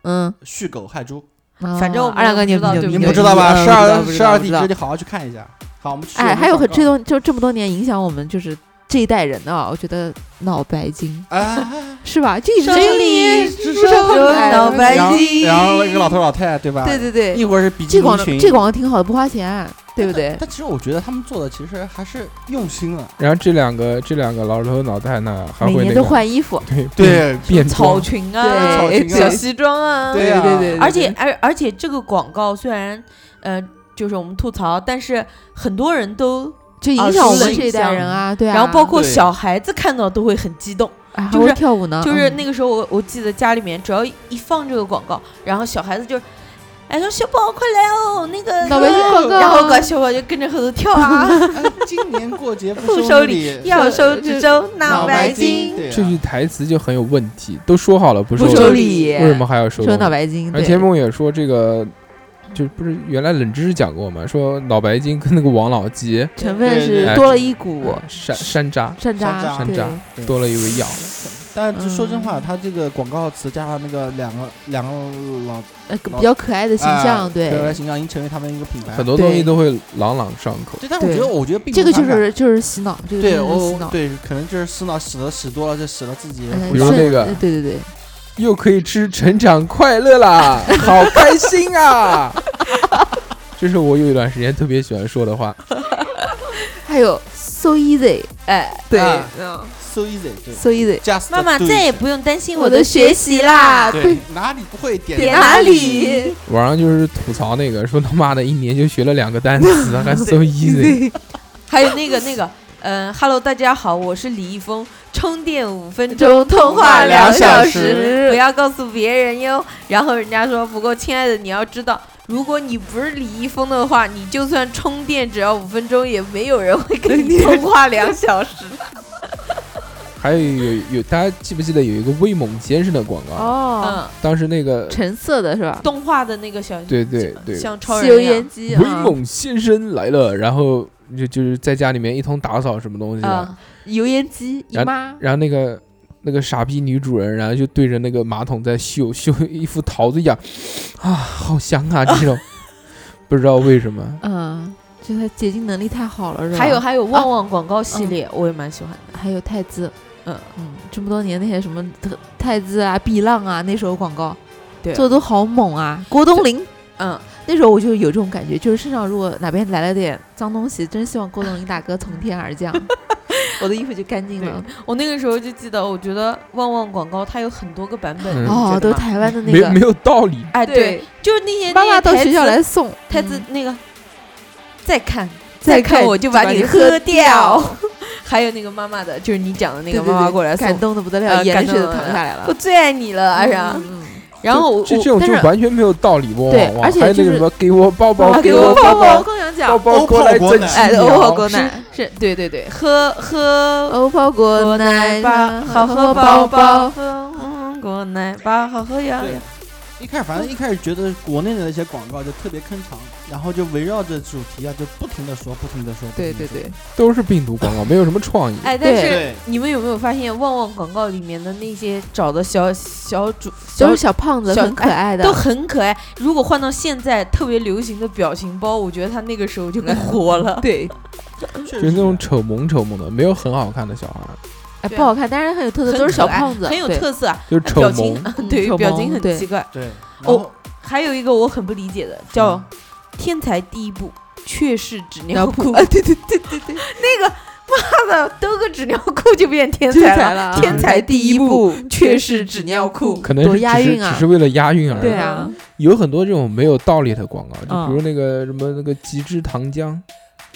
嗯，
戌狗、亥猪，
啊
反正我们
二两个
也
牛
不
逼
知道
牛逼，
对
你
牛
不
逼
知道吧？
嗯
十二
不知
十
道
二
不
地
知道
支，
不知
你
道
好好去看一下。好，我们去
哎，还有
很
很这东，就这么多年影响我们，就是这一代人的啊，我觉得脑白金
啊，
是吧？就一直在这里，
只
路上
有
哎
脑白
然后
金
然后一个老头老太太，对吧？
对对对，
啊一会儿是比基
这
尼
广告
裙，
这广告挺好的，不花钱，对不对？
但其实我觉得他们做的其实还是用心了。
然后这两个这两个老头脑袋呢，还
每
会那
年都
个
换衣服，
对
对
变
草
装，
裙
对
啊，
草裙啊
小西装啊，
对
对
啊
对对，
而且而而且这个广告虽然呃就是我们吐槽，但是很多人都，
就影
耳
响我
熟
们啊
能
这一代
详
人啊，对啊，
然后包括
对
小孩子看到都会很激动。
哎还
就
会
是
跳舞呢，
就是
嗯
那个时候我我记得家里面只要一放这个广告，然后小孩子就。哎，说小宝快来哦，那个
脑白金广告
然后搞小宝就跟着后头跳啊，
哎今年过节
不
不
收
礼，
要手指周脑
脑
白
白
金。
对啊
这句台词就很有问题，都说好 了不
不
收
收
礼
礼，
为什么还要收
收脑
白？
白金？
而
对
田梦也说这个。就不是原来冷知识讲过嘛，说脑白金跟那个王老吉
成分
对
是
对
多了一股
山山楂
山
山
楂，
楂
对
山楂多了一味药，
但是说真话，
嗯
他这个广告词加上那个两个两个老
呃比较可爱的形象，啊对
个人形象已经成为他们一个品牌。
很多东西
对
都会朗朗上口。
对，但我觉得，
对
我觉得并不
这个就
反感
是就是洗脑，这个
对
真的是洗
我
脑。
对，可能就是洗脑洗的洗多了，就洗了自己。
嗯
比如
顺
那个
呃对对对，
又可以吃成长快乐啦， 好开心啊！这是我有一段时间特别喜欢说的话。
还有 so easy，哎，对
啊
嗯
so easy，对
so easy，
，just
妈妈
do it
再也不用担心
我
的
的学
习
习啦，
对哪里不会点
点
哪
哪
里
里？
网上就是吐槽那个，说他妈的一年就学了两个 单词，还 so easy。
还有那个那个，嗯、哈喽，大家好，我是李易峰，充电五分钟，
中通话两小
不
时，
要告诉别人哟。然后人家说，不过亲爱的，你要知道，如果你不是李易峰的话，你就算充电只要五分钟，也没有人会跟你通话两小时。
还有有有，大家记不记得有一个威猛先生的广告？
哦，
嗯，
当时那个
橙色的是吧？
动画的那个小，
对对对，
像超
吸油
人一样
烟。机
威
啊，
猛先生来了，然后就就是在家里面一通打扫什么东西的，
啊、
嗯油烟机姨妈，
然后那个那个傻逼女主人，然后就对着那个马桶在嗅 嗅一副桃子一样，啊，好香啊！这 种不知道为什么，
嗯，就它洁净能力太好了，是吧？
还有还有旺旺广告系列，我也蛮喜欢的。
还有泰姿，
嗯
嗯，这么多年那些什么特泰姿啊、碧浪啊，那时候广告，
对
做的都好猛啊！郭冬临
嗯，
那时候我就有这种感觉，就是身上如果哪边来了点脏东西，真希望郭冬临大哥从天而 降，我的衣服就干净了。
嗯
我那个时候就记得，我觉得旺旺广告它有很多个版本，
嗯
你
哦，
觉
都是
得吗
台湾的那
没有没
个，
有道理。
哎，对，，就是那些
妈
那
妈
些
到
台
学校
词
来送
台词
嗯
那个，再看
再
看
看
我就把
你
喝
掉。
还有那个妈妈的，就是你讲的那
对
个
对
妈妈
对
过来送
感，动的不得了，
呃
眼
感
水都
动
淌
了
下来
我
了。
最爱你了，阿啥。
嗯，嗯
然后我
这这种
但
就是完全没有道理，汪
对
汪汪。
而且
还有那
就
个
是
什么给我抱抱，
嗯
给
我
抱
抱，我
抱，
刚想
抱
讲，
抱过来
欧泡
真
国
奇
奶
哎，欧泡
妙。
果奶是对对对，喝喝
欧泡果哦奶
吧，
吧，
好喝
宝
宝宝，
宝。
喝嗯果奶吧，好喝呀。
对一开始反正一开始觉得国内的那些广告就特别坑场，然后就围绕着主题啊，就不停的说，不停的说。不
对
停地
对
说
对，
都是病毒广告，没有什么创意。
哎，但
对
是
对
你们有没有发现旺旺广告里面的那些找的小小主
都
小
是小胖子，
小
很可爱的，
都很可爱。如果换到现在特别流行的表情包，我觉得他那个时候 就更火了。
对，
确
就是
实
那种丑萌丑萌的，没有很好看的小孩，
哎，
对
不好看，但是很有特色，
很
都是小
可爱
胖子，
很有
对
特色啊，
就是丑
表
萌
情。
嗯
对
丑
表
萌
情很
对
奇怪。
对。然
哦
后嗯
还有一个我很不理解的，叫
嗯
哦
“天才第一步，却是纸尿
尿裤”。
裤
啊，对对对对对，
那个妈的，兜个纸尿裤就变天
天
才
才
了，
了，嗯
天才第一步却
却
是
是
纸
纸
尿
尿
裤
裤，
可能
多
是只
押
是
韵
只
啊
是，为了押韵而已。
对啊，
嗯
有很多这种没有道理的广告，就
嗯
比如那个什么那个极致糖浆，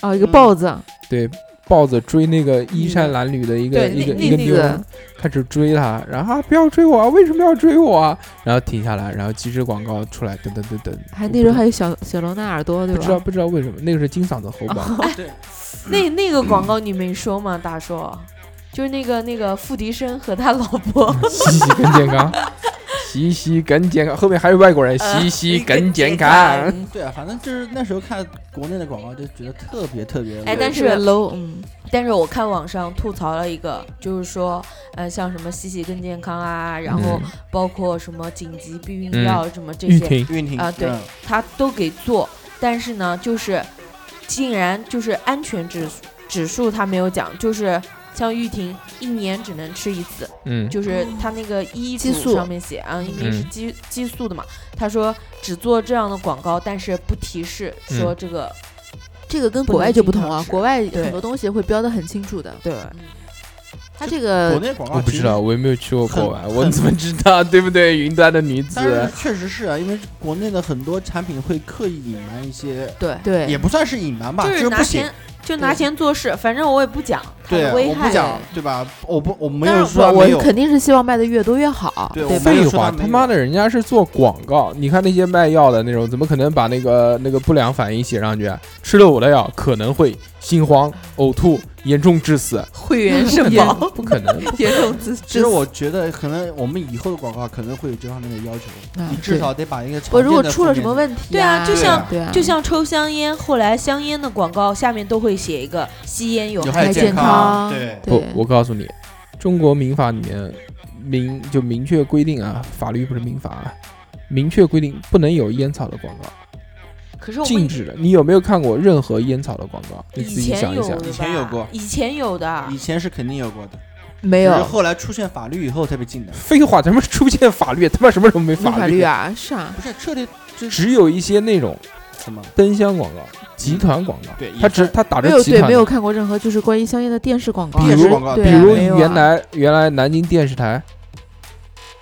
哦，
嗯
一个豹子，
对，豹子追那个衣衫褴褛的一个
对
一个
那
一个
那
妞
个
儿，开始追他，然后啊不要追我啊，为什么要追我啊？然后停下来，然后极致广告出来，等等等等，
还
我
那时候
不
还有小小罗纳耳朵，对
不知道
吧？
不知道为什么，那个是金嗓子喉 宝，
那那个广告你没说吗，大硕？就是那个那个付笛声和他老婆，
洗洗更健康，洗洗更健康，后面还有外国人
呃
嗯 洗洗更健康。
嗯对啊，反正就是那时候看国内的广告就觉得特别特别。
哎但是
特别 low，嗯，
但是我看网上吐槽了一个，就是说，呃，像什么洗洗更健康啊，然后
嗯
包括什么紧急避孕药什么这
玉
些，
婷，
运婷
啊对
嗯
他都给做，但是呢，就是竟然就是安全指指数他没有讲，就是像玉婷一年只能吃一次，
嗯，
就是他那个医
激
嘱
素
上面写啊，因为
嗯
是激激素的嘛，他说只做这样的广告，但是不提示说这个
这个跟
不
国
能
外就
经
不同
常
啊，
吃
国外很
对
多东西会标的很清楚的。
对，
它这个
国内广告
我不
其
知
实
道，我也没有去过国
很
外，我怎么知道？对不对？云端的女
但是
子，
确实是啊，因为国内的很多产品会刻意隐瞒一些，
对
对
也不算是隐瞒吧，
就是
是
拿
不行
钱。就拿钱做事，反正我也不讲它
对，
的危
我不
害。哎
讲，对吧？我不，我没
当
有
然
说
我
没
我
有，
肯定是希望卖的越多越好，
对
对
我
吧？
没
废
有说
话，
他没
他
有
妈的，人家是做广告。你看那些卖药的那种，怎么可能把那个那个不良反应写上去啊？吃了我的药可能会心慌、呕吐，严重致死。
会 员
不可
社
能
保，
不可能。
严重自
其实我觉得可能我们以后的广告可能会有这方面的要求，
啊
你至少得把一个常
我如果
见的
出了
负
什么
面
问题，
对啊
啊，
就
像
对啊，
就像抽香烟，后来香烟的广告下面都会写一个吸烟有
有
害
害
健
康，
康
对，
对
不，我告诉你，中国民法里面明就明确规定啊，法律不是民法啊，明确规定不能有烟草的广告，
可是我
禁
们
止的。你有没有看过任何烟草的广告？你自
以
己
前
想一
有
想
的。吧
以前有过
以前有的
以，前是肯定有过的，
没
没
有
后来出现法律以后才被禁的，
废话，他妈出现法律，他妈什么时候没
没法
法
律？啊，是啊，
不是彻底
只有一些那种
什么？
灯箱广告、集团广告，
对，
他
也
只
是
他打
没
着
有
集
对
团的，
没有看过任何就是关于香烟的电视广告，
电
视
就是
广告
对
比
啊，
如
没有啊
原来原来南京电视台。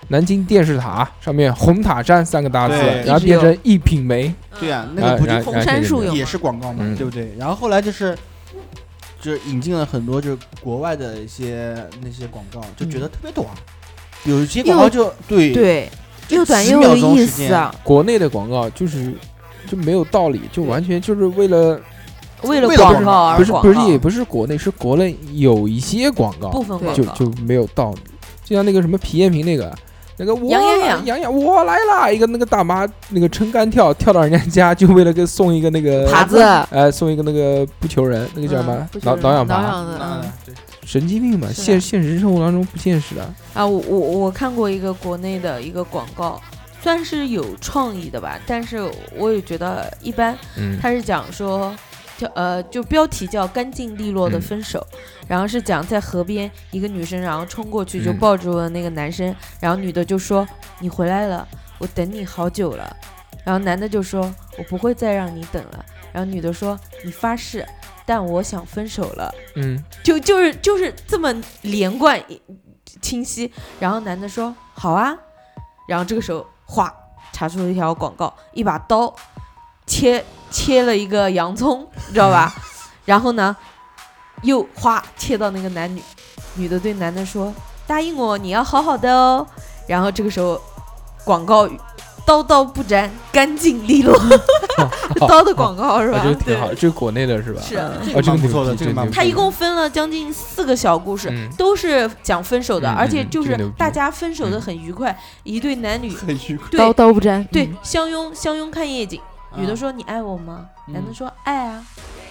南京电视塔上面“红塔山”三个大字
对，
然后变成一品梅，
对啊，那
啊
个不
然
就
后
封
然后
山树有
也
吗？
是广告嘛，
嗯
对不对？然后后来就是，就是引进了很多就是国外的一些那些广告，就觉得特别短，有一些广告
又
就对
对，
就
又短
10
又有
秒钟
意
时
思
间
啊，
国内的广告就是就没有道理，就完全就是为了
为了
为了
广
广
告
告
而
不是
广
不是
告
也不是国内，是国内有一些广
部
告
分
对
广
就
告，
就没有道理，就像那个什么皮炎平那个。那个我
杨洋
来
洋
杨洋我来啦！一个那个大妈那个撑杆跳跳到人家家，就为了给送一个那个
耙子，
呃送一个那个不求人，那个叫什么
嗯不是
挠挠痒
挠
耙，
痒的
那
嗯
啊对
神经病嘛！
是的
现现实生活当中不现实的，
啊，我我我看过一个国内的一个广告，算是有创意的吧，但是我也觉得一般。
嗯
它是讲说，叫呃，就标题叫“干净利
嗯
落的分手”，然后是讲在河边一个女生，然后冲过去就
嗯
抱住了那个男生，然后女的就说：“你回来了，我等你好久了。”然后男的就说：“我不会再让你等了。”然后女的说：“你发誓，但我想分手了。”
嗯，
就就是就是这么连贯清晰。然后男的说：“好啊。”然后这个时候，哗，查出了一条广告，一把刀切切了一个洋葱，你知道吧？ 然后呢，又哗切到那个男女，女的对男的说：“答应我，你要好好的哦。”然后这个时候，广告语刀刀不沾，干净利 落，刀的广告是吧？
啊这个挺好，
对，
这个国内的是吧？
是。啊
这
哦
个
这个
蛮不错的，
牛逼
这个蛮
这个
不
他
错
一
的。
共分了将近四个小故事，
嗯
都是讲分手的，
嗯
而且
嗯
就
这个
是
牛逼嗯
大家分手的很愉快，一对男女
很虚伪
刀
对
刀不沾，
对
嗯
相拥相拥看夜景。
嗯
女的，
啊
说：“你爱我吗？”
嗯
男的说：“爱啊。”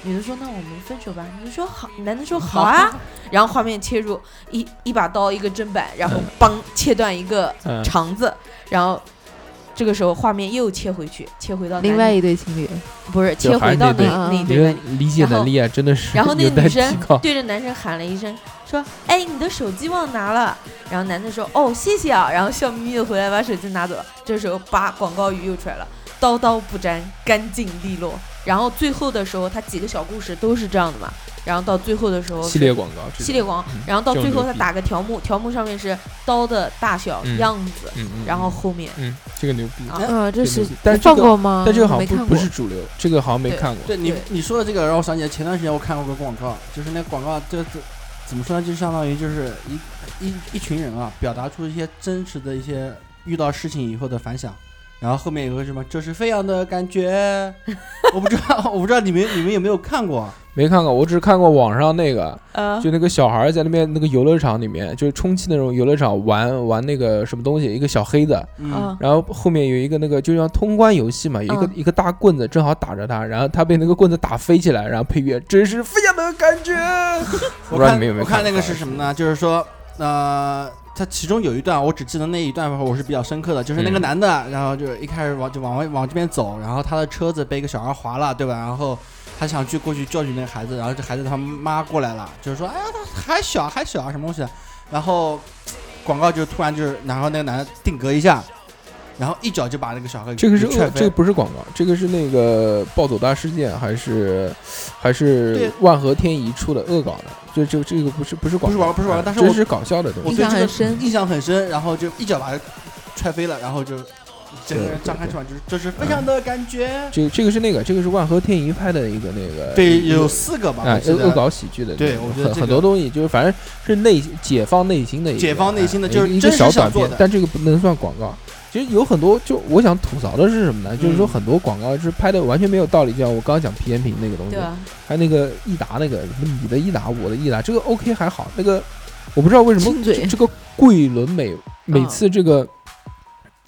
女的说：“那我们分手吧。”女的说：“好。”男的说：“好啊。”然后画面切入一一把刀，一个砧板，然后帮切断一个
嗯，
肠子，然后这个时候画面又切回去，切回到
另
男
外
女
一对情侣，
不是
就
切
还
回
是
到
那对
那那一
你
对男
的
女。
理解能力啊，真的 是
然后那
有
个
待
女
提
生
高。
对着男生喊了一声，说：“哎，你的手机忘拿了。”然后男的说：“哦，谢谢啊。”然后笑眯眯的回来把手机拿走了。这时候，叭，广告语又出来了：“刀刀不沾，干净利落。”然后最后的时候，他几个小故事都是这样的嘛。然后到最后的时候，
系列广告，这种
系列广告
嗯，
然后到
这
最
种
后
牛
他
逼
打个条目，条目上面是刀的大小、
嗯
样子，
嗯嗯，
然后后面
嗯，这个牛逼，
啊
嗯，这
对
是
对但
你
这
放
个
过
嗯
吗？
但这个好
没
像不
看
不
过
是主流，这个好像没
对
看过。
对你
对
你说的这个让我想起来，前段时间我看过个广告，就是那广告这这怎么说呢？就相当于就是一一一群人啊，表达出一些真实的一些遇到事情以后的反响。然后后面有个什么，这是飞扬的感觉，我不知道，我不知道你们你们有没有看过？啊
没看过，我只看过网上那个，
呃，
就那个小孩儿在那边那个游乐场里面，就是充气那种游乐场玩玩那个什么东西，一个小黑子，
嗯，
然后后面有一个那个就像通关游戏嘛，有一个、
嗯
一个大棍子正好打着他，然后他被那个棍子打飞起来，然后配乐真是飞扬的感 觉。我
我
不知道
看
你们有没有
我看那
过
个是什么呢？就是说，呃，它其中有一段我只记得那一段，我是比较深刻的，就是那个
嗯
男的，然后就是一开始往就往外往这边走，然后他的车子被一个小孩划了，对吧？然后他想去过去教训那个孩子，然后这孩子他妈过来了，就是说，哎呀，他还小还小啊，什么东西？然后广告就突然就是，然后那个男的定格一下，然后一脚就把那个小孩给
这个是
踹
恶这
飞
个。不是广告，这个是那个暴走大事件，还是还是
对啊
万和天宜出的恶搞的？这这这个不是不是广告，
不是广告不是广告
哎
但是
这
我
是搞笑的东
我
西。
印
对
象
这个
很深
印象很深，然后就一脚把他踹飞了，然后就整个
对
人
对
张开
对
翅膀，就是这是非常的感觉。
这这个是那个，这个是万和天宜拍的一个那个，
对，
一个
有四个吧，
啊
我记
恶恶
得
搞喜剧的那种，
对我觉得
很
这
很
个
多东西就是反正是内解放内心的一个，
解放内心的
哎
就是
一个
真实
小
想
短
做
片
的，
但这个不能算广告。其实有很多，就我想吐槽的是什么呢？就是说
嗯
很多广告是拍的完全没有道理，就像我刚刚讲皮炎平那个东西
啊
对，吧？
还有那个益达那个什么你的益达，我的益达，这个 OK 还好。那个我不知道为什么
亲嘴嗯
这个桂纶镁每次这个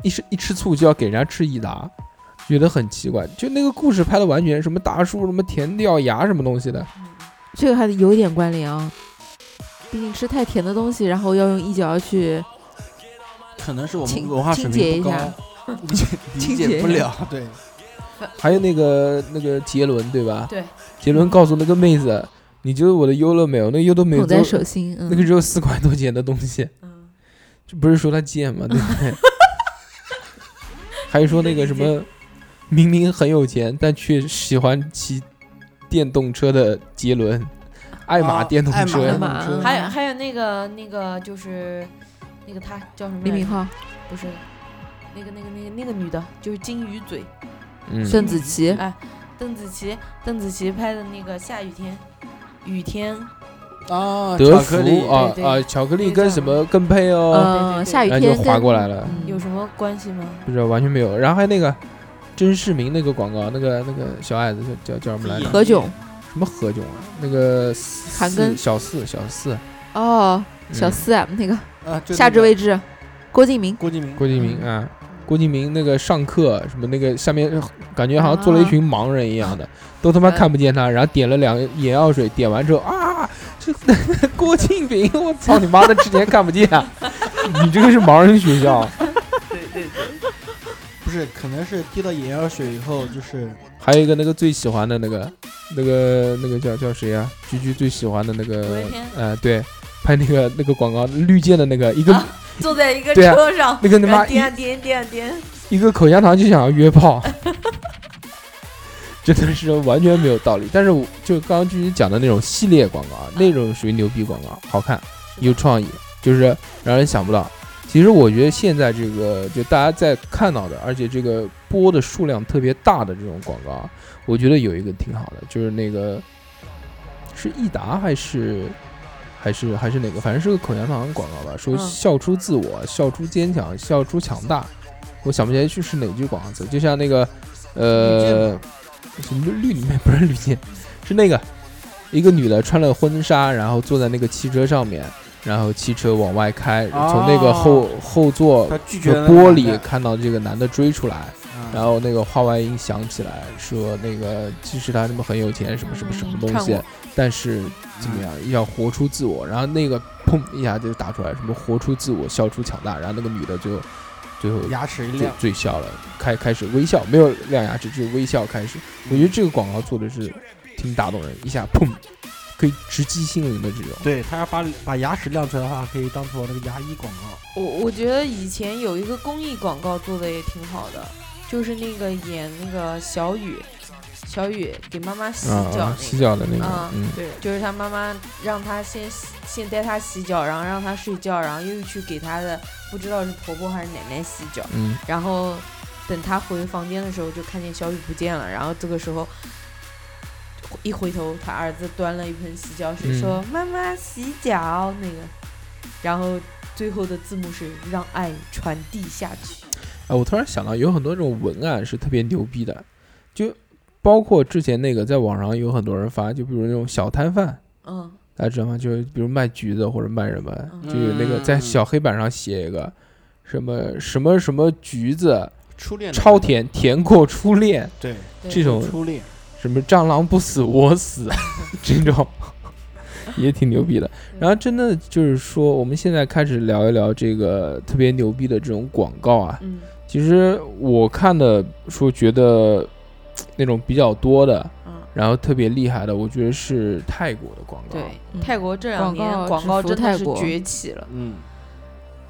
一吃一吃醋就要给人家吃益达，觉得很奇怪。就那个故事拍的完全什么大叔什么甜掉牙什么东西的，
这个还有一点关联啊。毕竟吃太甜的东西，然后要用一脚去
可能是我
清
们文化水
清洁
平
一
不
下
高， 理解理
清洁
解不
一下
了。对，
还有那个那个杰伦对吧？
对，
杰伦告诉那个妹子，你就是我的优乐美，我那优乐美
捧
只
在
有
手心，嗯，
那个只有四块多钱的东西，
嗯，
这不是说他贱吗？对不对？还有说那个什么，明明很有钱，但却喜欢骑电动车的杰伦，爱玛
啊
电动
爱玛
车
电
干
动
嘛？
车
嗯
还有还有那个那个就是那个他叫什么来
李
着？
敏镐、
不是那个那个那个那个女的，就是金鱼嘴，
嗯，
邓紫棋，
哎，邓紫棋，邓紫棋拍的那个下雨天，雨天，
啊，
德
巧克力
芙啊
对对
啊，巧克力跟什么跟配哦，
对对
嗯，
对
下雨
然后
天
就划
跟
过来了，
嗯
有什么关系吗？
不知道完全没有。然后还有那个甄世明那个广告，那个那个小矮子叫叫叫什么来着？
何炅
什么何炅啊？那个
韩
四
庚
小四小四
哦，
嗯
小四啊，那个
啊，就
夏
那
至
个
未至，郭敬明，
郭敬明，
郭敬明啊，郭敬明那个上课什么那个下面 感觉好像做了一群盲人一样的，都他妈看不见他，然后点了两个眼药水，点完之后啊，这郭敬明，我操你妈的，之前看不见，啊 你这个是盲人学校，
不是，可能是滴到眼药水以后，就是
还有一个那个最喜欢的那个那个那个叫叫谁啊？居居最喜欢的那个
昨天
呃对，拍那个那个广告绿箭的那个一个、
啊坐在一个
对啊
车上，
那个他
然后
妈一
颠啊颠颠啊颠，
一个口香糖就想要约炮，真的是完全没有道理。但是我就刚刚就是讲的那种系列广告，啊，那种属于牛逼广告，好看有创意，就是让人想不到。其实我觉得现在这个就大家在看到的，而且这个播的数量特别大的这种广告啊，我觉得有一个挺好的，就是那个是益达还是还是还是哪个，反正是个口香糖广告吧，说
嗯
笑出自我，笑出坚强，笑出强大。我想不起来去是哪句广告词，就像那个呃，是绿绿里面不是绿箭，是那个一个女的穿了婚纱，然后坐在那个汽车上面，然后汽车往外开，从那个
哦
后后座
他拒绝
的
了
玻
那
璃
个
看到这个男的追出来，
男的，
然
啊
后那个话外音响起来，说那个其实他什么很有钱，什么什么什么东
看
西
过，
但是怎么样要活出自我，然后那个砰一下就打出来，什么活出自我，笑出强大，然后那个女的最后最后
牙齿一
最
亮，
最笑了，开开始微笑，没有亮牙齿，只有微笑开始。我觉得这个广告做的是挺打动人，一下砰，可以直击心灵的这种。
对他要把把牙齿亮出来的话，可以当做那个牙医广告。
我我觉得以前有一个公益广告做的也挺好的，就是那个演那个小雨，小雨给妈妈洗
啊
脚
啊，
那
洗
个，
脚的那个
啊，
嗯，
对，就是他妈妈让他先洗先带他洗脚，然后让他睡觉，然后又去给他的不知道是婆婆还是奶奶洗脚，
嗯，
然后等他回房间的时候就看见小雨不见了，然后这个时候。一回头，他儿子端了一盆洗脚水，
嗯
说：“妈妈洗脚。”那个，然后最后的字幕是“让爱传递下去
哎，我突然想到，有很多这种文案是特别牛逼的，就包括之前那个在网上有很多人发，就比如那种小摊贩，”
嗯。
大家知道吗？就是比如卖橘子或者卖什么，
嗯
就有那个在
嗯
小黑板上写一个什么什么什么橘子
初恋的
超甜，甜过初恋
嗯对，
对
这种
初恋，
什么蟑螂不死我死这种，也挺牛逼的。然后真的就是说，我们现在开始聊一聊这个特别牛逼的这种广告啊。
嗯
其实我看的说觉得那种比较多的，
嗯，
然后特别厉害的，我觉得是泰国的广告。
对，
嗯
泰国这
广
两年
告
广
制
告
服
真
泰
的是
国
崛起了，
嗯，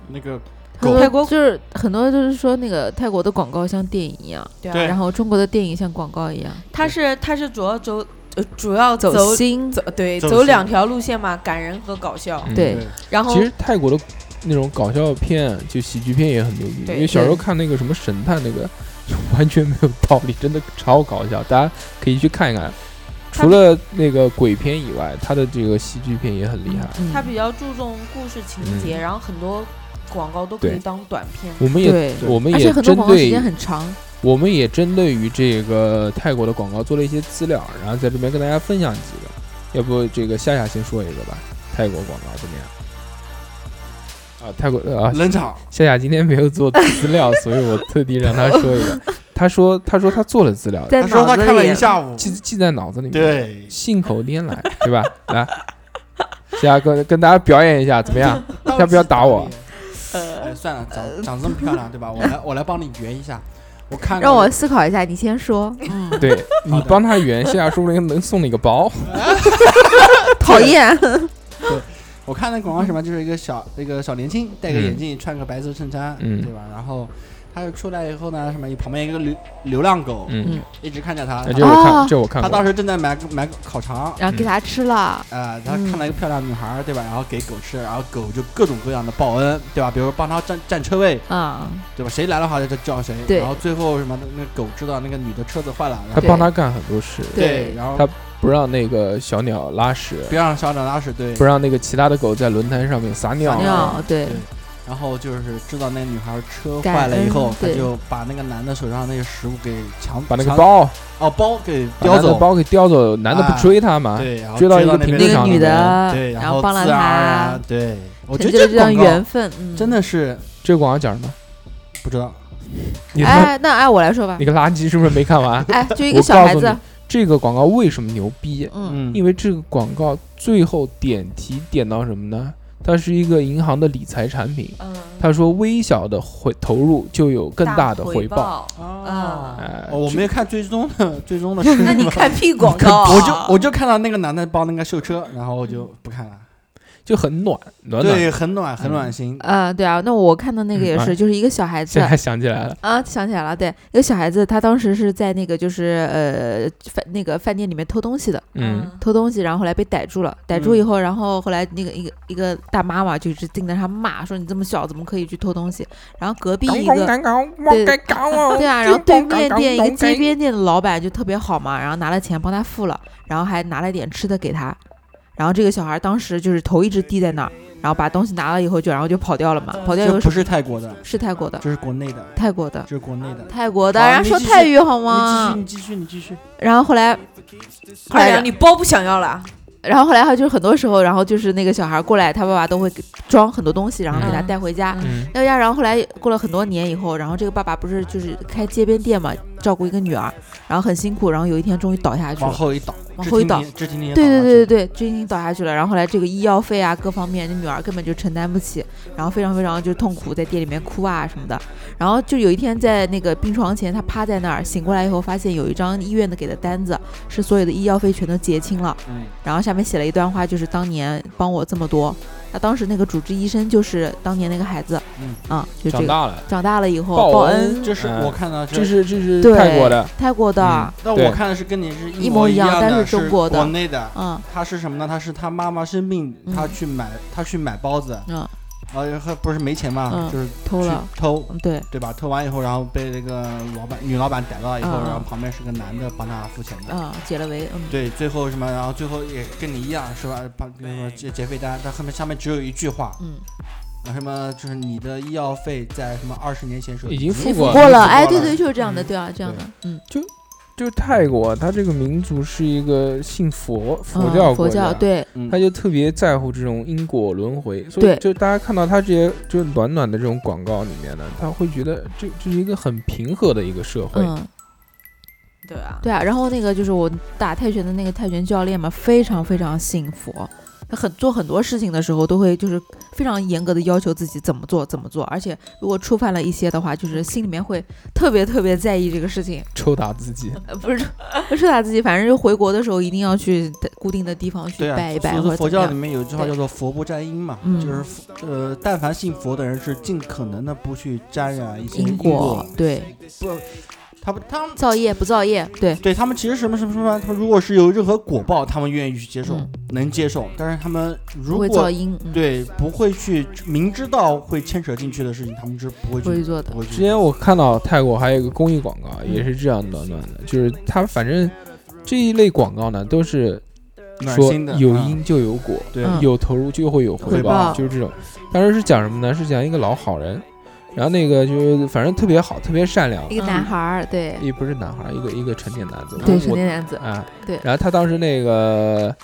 那个
很
泰
多
国
就是很多就是说那个泰国的广告像电影一样，
对啊
对
然后中国的电影像广告一样，
它是它是主要走呃主要走
心，
走对
走
走
心
两条路线嘛，感人和搞笑。
嗯
对，
然后
其实泰国的那种搞笑片，就喜剧片也很牛逼。
对
因为小时候看那个什么神探，那个 就完全没有道理，真的超搞笑，大家可以去看一看。
它
除了那个鬼片以外，他的这个喜剧片也很厉害。
嗯
它比较注重故事情节，然后很多广告都可以
嗯对
当短片。
我们也，
对，
我们
而
也
且很多
针
广告时
对
间很长，
我们也针对于这个泰国的广告做了一些资料，然后在这边跟大家分享几个。要不这个夏夏先说一个吧，泰国广告怎么样？啊，泰国呃啊，
冷场，
夏夏今天没有做资料，所以我特地让他说一个。他说他说他做了资料，
在
他说
脑
他
子
看了
里
一下午，
记记在脑子里面，，
对，
信口拈来，对吧？ 来，夏夏跟跟大家表演一下，怎么样？要不要打我？
呃
哎，算了，长长这么漂亮，对吧？我来，我来帮你圆一下。我看
让
过
我思考一下，你先说，
对你帮他圆，夏夏说不定能送你个包。
讨厌，
我看那广告什么，就是一个小那个小年轻，戴个眼镜，穿个白色衬衫，
嗯
对吧？然后他出来以后呢，什么旁边一个流流浪狗，
嗯，
一直看着他
那，这我
哦
看，这我看
他
过。
当时正在买买烤肠。
然后给他吃了，
啊、他看到一个漂亮女孩儿，对吧？然后给狗吃，然后狗就各种各样的报恩，对吧？比如说帮他占占车位，
啊，
对吧？谁来的话就叫谁。
对
然后最后什么的，那狗知道那个女的车子坏了，然
他
后
帮他干很多事，
对
然后
他不让那个小鸟拉屎，
不让小鸟拉屎，对
不。让那个其他的狗在轮胎上面撒尿
撒，
尿，对，
然后就是知道那女孩车
感
坏了以后
恩，
他
对
就把那个男的手上那个食物给抢，
把那个
抢
包
哦包给
把
叼
男的
走，
包给叼走，男的不
哎
追他嘛？
对，然后
追到一个
那
平
边
那个
正常
女
的
的，
对，
然
后
帮了
自然而
他
然，，对，我觉
成
得
就了
这
这样
广告
缘分，嗯，
真的是
这个广告讲什么？
不知道，
你他妈
哎，那按我来说吧？
你，个垃圾是不是没看完
哎，就 一
我
个小
告
孩
诉
子
你，这个广告为什么牛逼？
嗯
嗯，
因为这个广告最后点题点到什么呢？它是一个银行的理财产品。
嗯，
他说，微小的回投入就有更大的
回
回报。。
啊
哎，
哦我没有看最终的 最终的视频
那你看屁广告啊，
我就我就看到那个男的帮那个秀车，然后我就不看了。
就很暖暖暖。
对，很暖，很暖心。
啊，对啊，那我看到那个
嗯
也
哎
是，就是一个小孩子
现，在想起来了，
啊，想起来了，对，一个小孩子，他当时是在那个就是呃饭那个饭店里面偷东西的，
嗯，
偷东西，然后后来被逮住了，逮住以
嗯
后，然后后来那个一个一个大妈嘛，就一直盯着他骂，说你这么小怎么可以去偷东西？然后隔壁一个。对对啊，然后对面店一个街边店的老板就特别好嘛，然后拿了钱帮他付了，然后还拿了点吃的给他，然后这个小孩当时就是头一直低在那儿，然后把东西拿了以后就然后嗯就跑掉了嘛，跑掉以后
这
是
不是泰国的，
是泰国的，
这是国内的，
泰国的，
这是国内的。
泰国的，
好
然后
你
说
继
泰
续
语好吗？
你继续，你继续，你继续。
然后后来，后
快
来
点，你包不想要了？
然后后来他就是很多时候，然后就是那个小孩过来，他爸爸都会给装很多东西，然后给他
嗯
带回家。
嗯
带回哎家，然后后来过了很多年以后，然后这个爸爸不是就是开街边店嘛，照顾一个女儿，然后很辛苦，然后有一天终于倒下去
往
了。
后一倒，
往后一倒
直挺挺。
对对对对对，就已经倒下去了。然后后来这个医药费啊，各方面，这女儿根本就承担不起，然后非常非常就痛苦，在店里面哭啊什么的。然后就有一天在那个病床前，她趴在那儿，醒过来以后，发现有一张医院的给的单子，是所有的医药费全都结清了。
嗯
然后下面写了一段话，就是当年帮我这么多。那当时那个主治医生就是当年那个孩子，
嗯
啊，就这
长
个
大了，
长大了以后
报
哦报
恩
恩，
这是
嗯
我看到，
这是这是
对
泰国的，
泰国的，
那
对
我看的是跟你是
一模
模
一样
样的，
但是
是
中国的
国内的。
嗯
他是什么呢？他是他妈妈生病，
嗯
他去买他去买包子，
嗯，
呃，他不是没钱嘛
嗯，
就是
偷
去
了，
偷，
嗯对，
对吧？偷完以后，然后被那个老板女老板逮到以后，
嗯嗯
然后旁边是个男的帮他付钱的。
嗯，解了围，嗯，
对，最后什么，然后最后也跟你一样是吧？把那个劫劫匪单，但后面下面只有一句话，
嗯，
什么就是你的医药费在什么二十年前时候
已经付
过
过
了
了，哎，对对，就是这样的，
嗯
对啊，这样的，嗯，
就是泰国，它这个民族是一个信佛佛教
嗯佛
国家
教，对，
嗯
他就特别在乎这种因果轮回，所以
对
就大家看到他这些就是暖暖的这种广告里面呢，他会觉得这这是一个很平和的一个社会，
嗯，
对啊，
对啊。然后那个就是我打泰拳的那个泰拳教练嘛，非常非常信佛，他很做很多事情的时候都会就是非常严格的要求自己怎么做怎么做，而且如果触犯了一些的话，就是心里面会特别特别在意这个事情。
抽打自己，
呃，不是不是他自己，反正就回国的时候一定要去固定的地方去
对
拜一
啊，
拜
所以
或
说
者怎
佛
么
教里
样。
面有一句话
对
叫做“佛不沾阴”嘛，
嗯
就是佛呃，但凡信佛的人是尽可能的不去沾染一些
因果
果。
对，
他不，他们
造业不造业，对，
对他们其实什么什么什么，他们如果是有任何果报，他们愿意去接受，
嗯
能接受。但是他们如
不会造
果
因，嗯，
对不会去明知道会牵扯进去的事情，他们是不会
不会
去
做的
不。会去
之前我看到泰国还有一个公益广告，也是这样暖暖的，就是它反正这一类广告呢，都是
暖
说
心的
有
嗯
因就有果，
对
嗯
有投入就会有
回
回
报
报，就是这种。当时是讲什么呢？是讲一个老好人，然后那个就是反正特别好，特别善良，
一个男孩儿，对，
也不是男孩儿，一个一个成年男子，
嗯对，
我
成年男子，
啊，
对
然后他当时那个，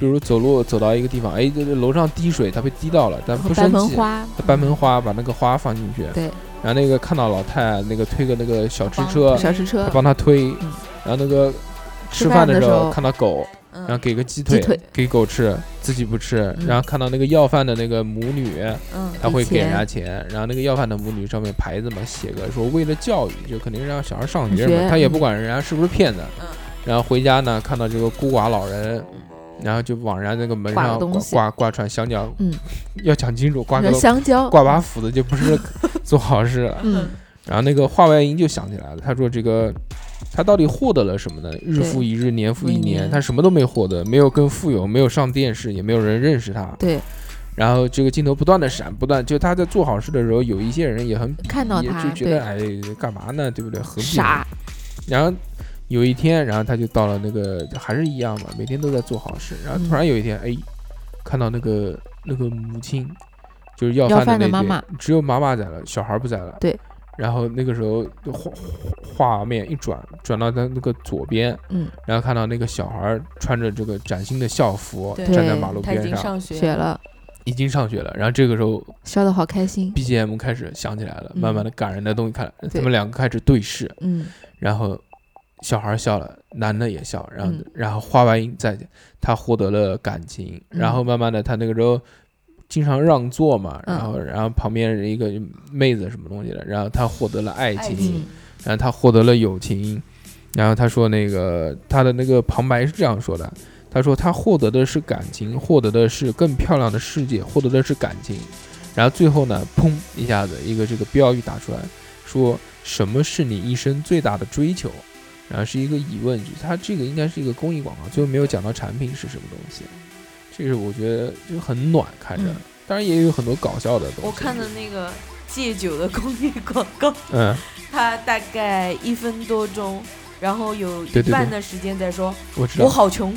比如走路走到一个地方，哎，这这楼上滴水，他被滴到了，但不
白
生
盆
气，
花，
他搬盆花把那个花放进去，
对，
然后那个看到老太那个推个那个小吃
帮
车，
小吃
他
车，
帮他推，然后那个
吃
吃
饭
饭
的
的时
时
候
候
看到
嗯
狗，然后给个鸡
鸡
腿
腿
给狗吃，自己不吃，
嗯
然后看到那个要饭的那个母女，
嗯，
他会给人家
钱
钱，然后那个要饭的母女上面牌子嘛，写个说为了教育，就肯定是让小孩上学
学
嘛，他也
嗯
不管人家是不是骗子
嗯。
然后回家呢，看到这个孤寡老人，然后就往人家那个门
挂
上
个东
挂
西
挂挂串香蕉，
嗯，
要讲清楚，挂
你
个
说香蕉，
挂把斧子就不是 做好事了。
嗯，
然后那个话外音就想起来了，他说这个他到底获得了什么呢？日复一日，年复一
一
年，
年
他什么都没获得，没有更富有，没有上电视，也没有人认识他。
对，
然后这个镜头不断的闪，不断就他在做好事的时候，有一些人也很鄙
看到
夷
他，
就觉得
对，
哎干嘛呢，对不对？何必呢？
傻，
然后有一天，然后他就到了那个还是一样嘛，每天都在做好事。然后突
嗯
然有一天，哎，看到那个那个母亲，就是要
要
饭
饭的
那
妈
边
妈
只有妈妈在了，小孩不在了。
对。
然后那个时候画画面一转，转到他那个左边，
嗯，
然后看到那个小孩穿着这个崭新的校服
对
站在马路
他已
边
经
上，
上学
学了，
已经上学了。然后这个时候
笑得好开心，
BGM 开始响起来了，
嗯
慢慢的感人的东西看，
对
他们两个开始对视，
嗯，
然后小孩笑了，男的也笑，然后、
嗯
然后花完音再他获得了感情，
嗯
然后慢慢的他那个时候经常让座嘛，
嗯
然后然后旁边一个妹子什么东西的，然后他获得了爱情，
爱
嗯
情，
然后他获得了友情，然后他说那个他的那个旁白是这样说的。他说：“他获得的是感情，获得的是更漂亮的世界，获得的是感情。然后最后呢，砰一下子，一个这个标语打出来，说什么是你一生最大的追求？然后是一个疑问句，它这个应该是一个公益广告，最后没有讲到产品是什么东西，这是我觉得就很暖看着
嗯。
当然也有很多搞笑的东西。
我看的那个戒酒的公益广 告，
嗯，
它大概一分多钟，然后有一
对对对
半的时间在说
我知
我
道，
好 穷，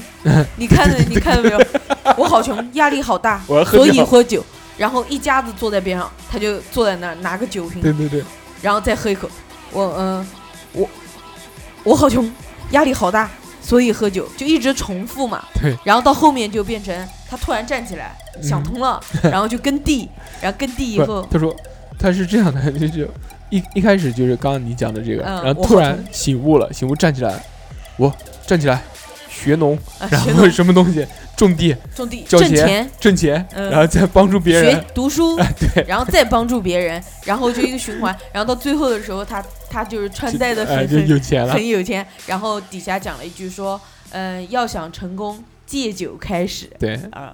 你看了你看了没有？我好穷，压力好大，
我要
所以喝酒。然后一家子坐在边上，他就坐在那儿拿个酒瓶，
对对对，
然后再喝一口。我嗯、我我好穷，压力好大，所以喝酒就一直重复嘛。
对。嗯
然后到后面就变成他突然站起来，想通了，然后就耕地，然后耕地以
不
后
是，，他说他是这样的， 就是一一开始就是刚刚你讲的这个，
嗯
然后
我
突
好
然醒悟了，醒悟站起来，我站起来学农，
啊，
然
学
后
农
什么东西种地
种地
交
挣
钱
钱，
挣钱，
嗯
然后再帮助别人啊
学。读 书，
对，
然后再帮助别人，然后就一个循环。然后到最后的时候，他他就是穿戴的
哎
很
就
很
有钱了。
很有钱。然后底下讲了一句说，嗯、要想成功，戒酒开始
对，
啊，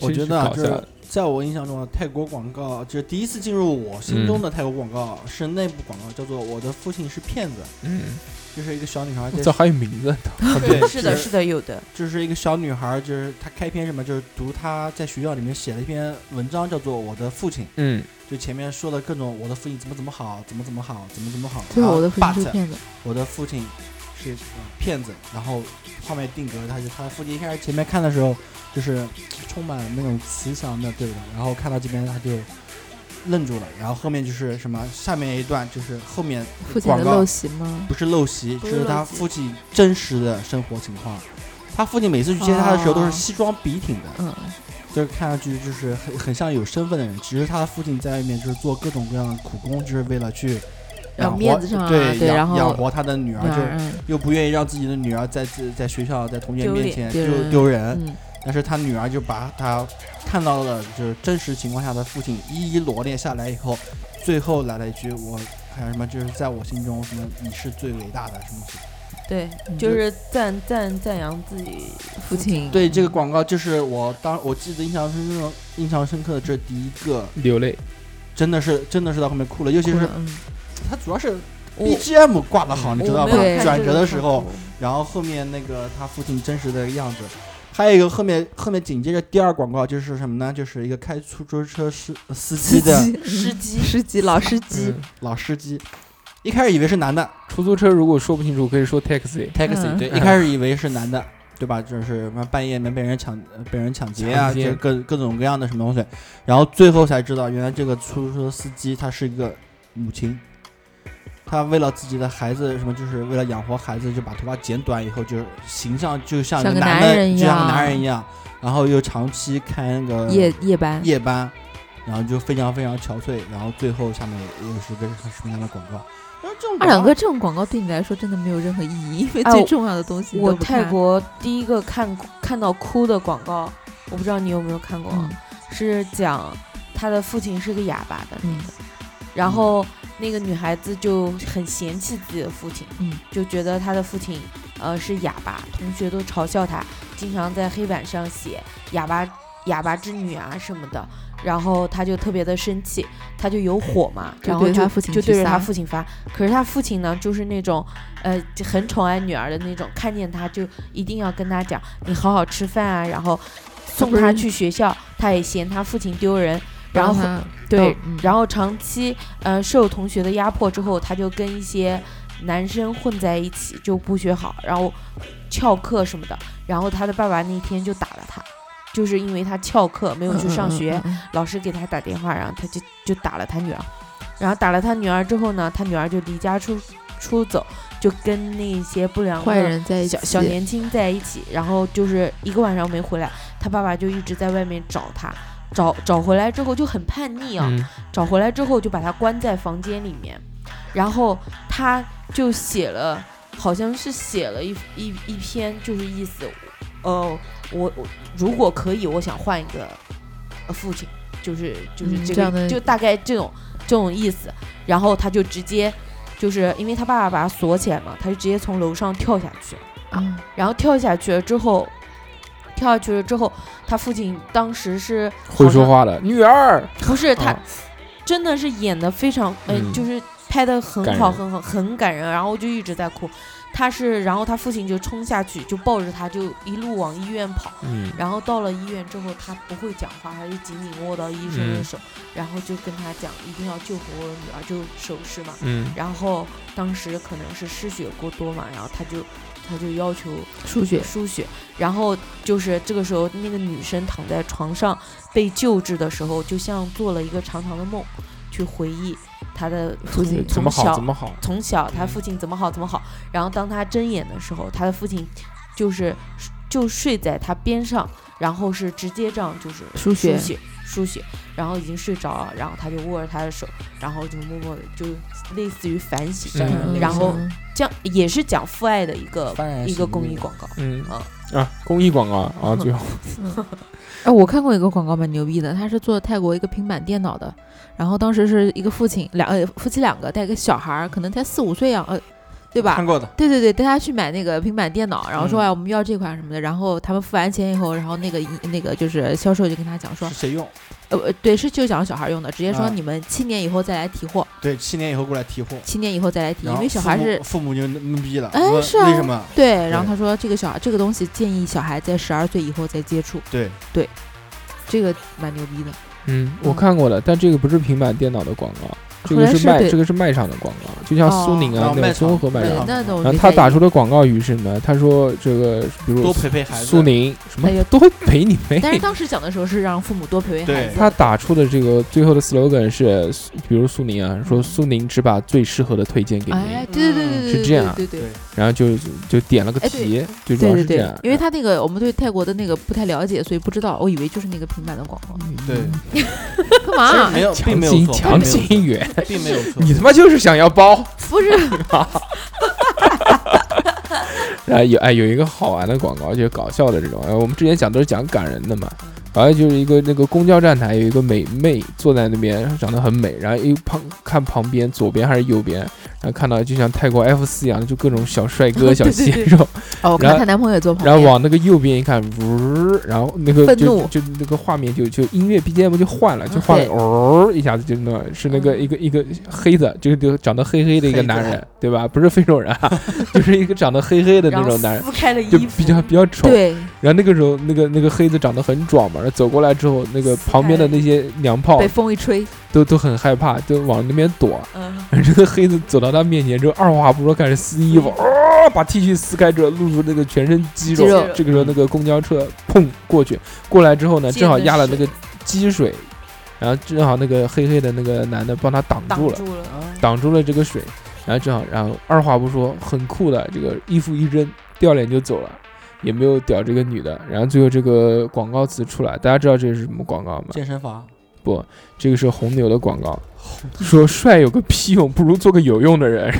我
真
觉
是
得啊
搞
就
笑
是在我印象中啊，泰国广告就是第一次进入我心中的泰国广告、是那部广告，叫做《我的父亲是骗子
嗯，》，
就是一个小女孩
这
在，
还有名字，
对
是的，是的，有的，
就是一个小女孩，就是她开篇什么，就是读她在学校里面写了一篇文章，叫做《我的父亲
嗯，》，
就前面说的各种我的父亲怎么怎么好，怎么怎么好，怎么怎么好，
最后我的父亲是
but
骗子，
我的父亲是呃骗子，然后画面定格，他就他的父亲一开始前面看的时候，就是充满那种慈祥的，对不对？然后看到这边他就愣住了，然后后面就是什么，下面一段就是后面
父亲
广
的
告
陋习吗？
不是陋习，
不
就是是他
陋习
父亲真实的生活情况。他父亲每次去接他的时候都
哦
是西装笔挺的，
嗯，
就是看上去就是很很像有身份的人。其实他的父亲在外面就是做各种各样的苦工，就是为了去
然
养活
后面子上啊
对
对
养
然后
养活他的女儿，就是
嗯
又不愿意让自己的女儿在自在学校在同学
丢
面
脸
前
丢
丢
人
丢人，
嗯，
但是他女儿就把他看到了就是真实情况下的父亲一一罗列下来以后，最后来了一句我还有什么就是在我心中什么你是最伟大的什么什么。
对，
嗯
就是赞赞赞扬自己
父亲
对这个广告，就是我当我记得印象深刻、印象深刻的这第一个，
流泪。
真的是真的是到后面哭了，尤其
哭
是
了嗯
它主要是
我嗯
BGM 挂的好，你知道
我
吧
没有？看
转
这
折
个
的时
看
候
过，
然后后面那个他父亲真实的样子，还有一个后面后面紧接着第二广告就是什么呢？就是一个开出租车司司 机的
司机
司机老司机，
嗯，
老司机，一开始以为是男的
出租车如果说不清楚，可以说 taxi。
哎
taxi，
嗯
对，一开始以为是男的。对吧？就是什么半夜没被人抢，呃被人抢劫啊，
抢劫
就是各各种各样的什么东西，然后最后才知道，原来这个出租车司机他是一个母亲，她为了自己的孩子，什么就是为了养活孩子，就把头发剪短以后，就是形象就像
像
一个
个
男
男
的，
人一
就像
样
个男人一样，然后又长期开那个
夜夜班，
夜班，然后就非常非常憔悴，然后最后下面又是个什么样的广告？然后这种
二
广
两
告
哥，这种广告对你来说真的没有任何意义，因为
哎
最
我
重要的东西你
我
都不
泰
看，
国第一个看看到哭的广告，我不知道你有没有看过，
嗯
是讲他的父亲是个哑巴的，
嗯
然后那个女孩子就很嫌弃自己的父亲，
嗯
就觉得他的父亲呃是哑巴，同学都嘲笑他，经常在黑板上写哑巴哑巴之女啊什么的，然后他就特别的生气，他就有火嘛，
就
然后
对
就
他父亲
就
去
对着
撒
他父亲发，可是他父亲呢就是那种呃就很宠爱女儿的那种，看见他就一定要跟他讲你好好吃饭啊，然后送
不是
他去学校，他也嫌他父亲丢人，然后
他
对，
嗯
然后长期呃受同学的压迫之后，他就跟一些男生混在一起，就不学好，然后翘课什么的。然后他的爸爸那天就打了他，就是因为他翘课没有去上学，，
嗯嗯嗯嗯嗯
老师给他打电话，然后他就就打了他女儿。然后打了他女儿之后呢，他女儿就离家出出走，就跟那些不
嗯
良的
坏人在一起
小小年轻在一起，然后就是一个晚上没回来，他爸爸就一直在外面找他，找找回来之后就很叛逆啊，
嗯，
找回来之后就把他关在房间里面，然后他就写了，好像是写了一一一篇，就是意思，呃，我我如果可以，我想换一个呃父亲，就是就是
嗯这
这个、
样的
就大概这种这种意思，然后他就直接就是因为他爸爸把他锁起来嘛，他就直接从楼上跳下去了。
嗯
然后跳下去了之后，跳下去了之后，他父亲当时是
会说
好像，
话了，女儿。
不是他
啊，
真的是演的非常，呃、
嗯
就是拍的很
感
好，
人
很好，很感人。然后就一直在哭，他是，然后他父亲就冲下去，就抱着他，就一路往医院跑。
嗯，
然后到了医院之后，他不会讲话，他就紧紧握到医生的
嗯
手，然后就跟他讲，一定要救活我的女儿，就手势嘛。
嗯，
然后当时可能是失血过多嘛，然后他就他就要求
数学
输血，然后就是这个时候，那个女生躺在床上被救治的时候，就像做了一个长长的梦，去回忆她的
父亲
从
怎么好
从
怎
小
么好。
从小她
嗯
父亲怎么好怎么好，然后当她睁眼的时候，她的父亲就是就睡在她边上，然后是直接这样就是
输
输
血
血输血，然后已经睡着了，然后她就握着他的手，然后就默默的就类似于反省这样的，
嗯
然后
嗯
这样也是讲父爱的一个
幡然
一个
醒
公
悟
益广告。
嗯
啊
啊，公益广告啊，最后
哎，我看过一个广告蛮牛逼的，他是做泰国一个平板电脑的，然后当时是一个父亲两呃夫妻两个带个小孩儿，可能才四五岁样，呃，对吧
看？过的，
对对对，带他去买那个平板电脑，然后说
嗯
哎我们要这款什么的，然后他们付完钱以后，然后那个那个就是销售就跟他讲说
是，谁用？
呃呃对，是就讲小孩儿用的，直接说
啊
你们七年以后再来提货，
对，七年以后过来提货，
七年以后再来提，
然
因
后
为小孩
父母
是
父母就懵逼了，
哎
问
是啊
为什么？
对，然后
对
他说这个小孩这个东西建议小孩在十二岁以后再接触，
对，
这个蛮牛逼的。
嗯，我看过了，但这个不是平板电脑的广告，这
后
个
来
是卖
对哦
这个是卖场的广告，就像苏宁
然
啊
后
那
卖
种
场
综合卖
卖
对，
场
场。
那种
然后
没
他
在
打
意
出的广告语是什么？他说这个，比如
多
说
陪陪孩子。
苏宁什么
哎呀
都会陪你妹。
但是当时讲的时候是让父母多陪陪孩
对
子，
哎 他打出的这个最后的 slogan 是，比如苏宁啊，说苏宁只把最适合的推荐给
哎
您，，
对对对对对，
嗯是这样啊
对对对
然后就就点了个
哎对
题，最主
对
要
对
是这
对
样，。
因为他那个我们对泰国的那个不太了解，所以不知道，我以为就是那个平板的广 告，
对，
干
其实
嘛
没？有，并
强
没有
行
错，
啊强行圆，
并 没有错，并没有错
你他妈就是想要包，
不是，
然后有哎有一个好玩的广告，就是搞笑的这种。哎我们之前讲都是讲感人的嘛，好像就是一个那个公交站台有一个美妹坐在那边，长得很美，然后一旁看旁边左边还是右边，然后看到就像泰国 F 四一样的，就各种小帅哥、
对
小
对
鲜
对
肉，
哦，我
然
看
后
她男朋友也坐旁
然后
边
往那个右边一看，呜，然后那个
愤
就
怒
就那个画面就就音乐 BGM 就换了，就
嗯
换
对
了，哦一下子就那是那个一个一个黑子，就就长得黑黑的一个
黑子
男人，对吧？不是非洲人啊， 就是一个长得黑黑的那
然后
种男人，
撕开了
就
衣服，
比较比较丑。
对，
然后那个时候，那个那个黑子长得很壮嘛，然后走过来之后，那个旁边的那些娘炮
被风一吹，
都都很害怕，都往那边躲。
嗯，
然后这个黑子走到他面前之后，二话不说开始撕衣服，
嗯
哦，把 T 恤撕开之后，露出那个全身肌肉。
肌肉
这个时候，那个公交车砰过去，过来之后呢，
溅
正好
嗯的
压了那
水
个积水，然后正好那个黑黑的那个男的帮他挡
挡
住了，
住了，
挡住了这个水，然后正好，然后二话不说，很酷的这个衣服一扔，掉脸就走了，也没有屌这个女的。然后最后这个广告词出来，大家知道这是什么广告吗？
健身房，
这个是红牛的广告，说帅有个屁用，不如做个有用的人。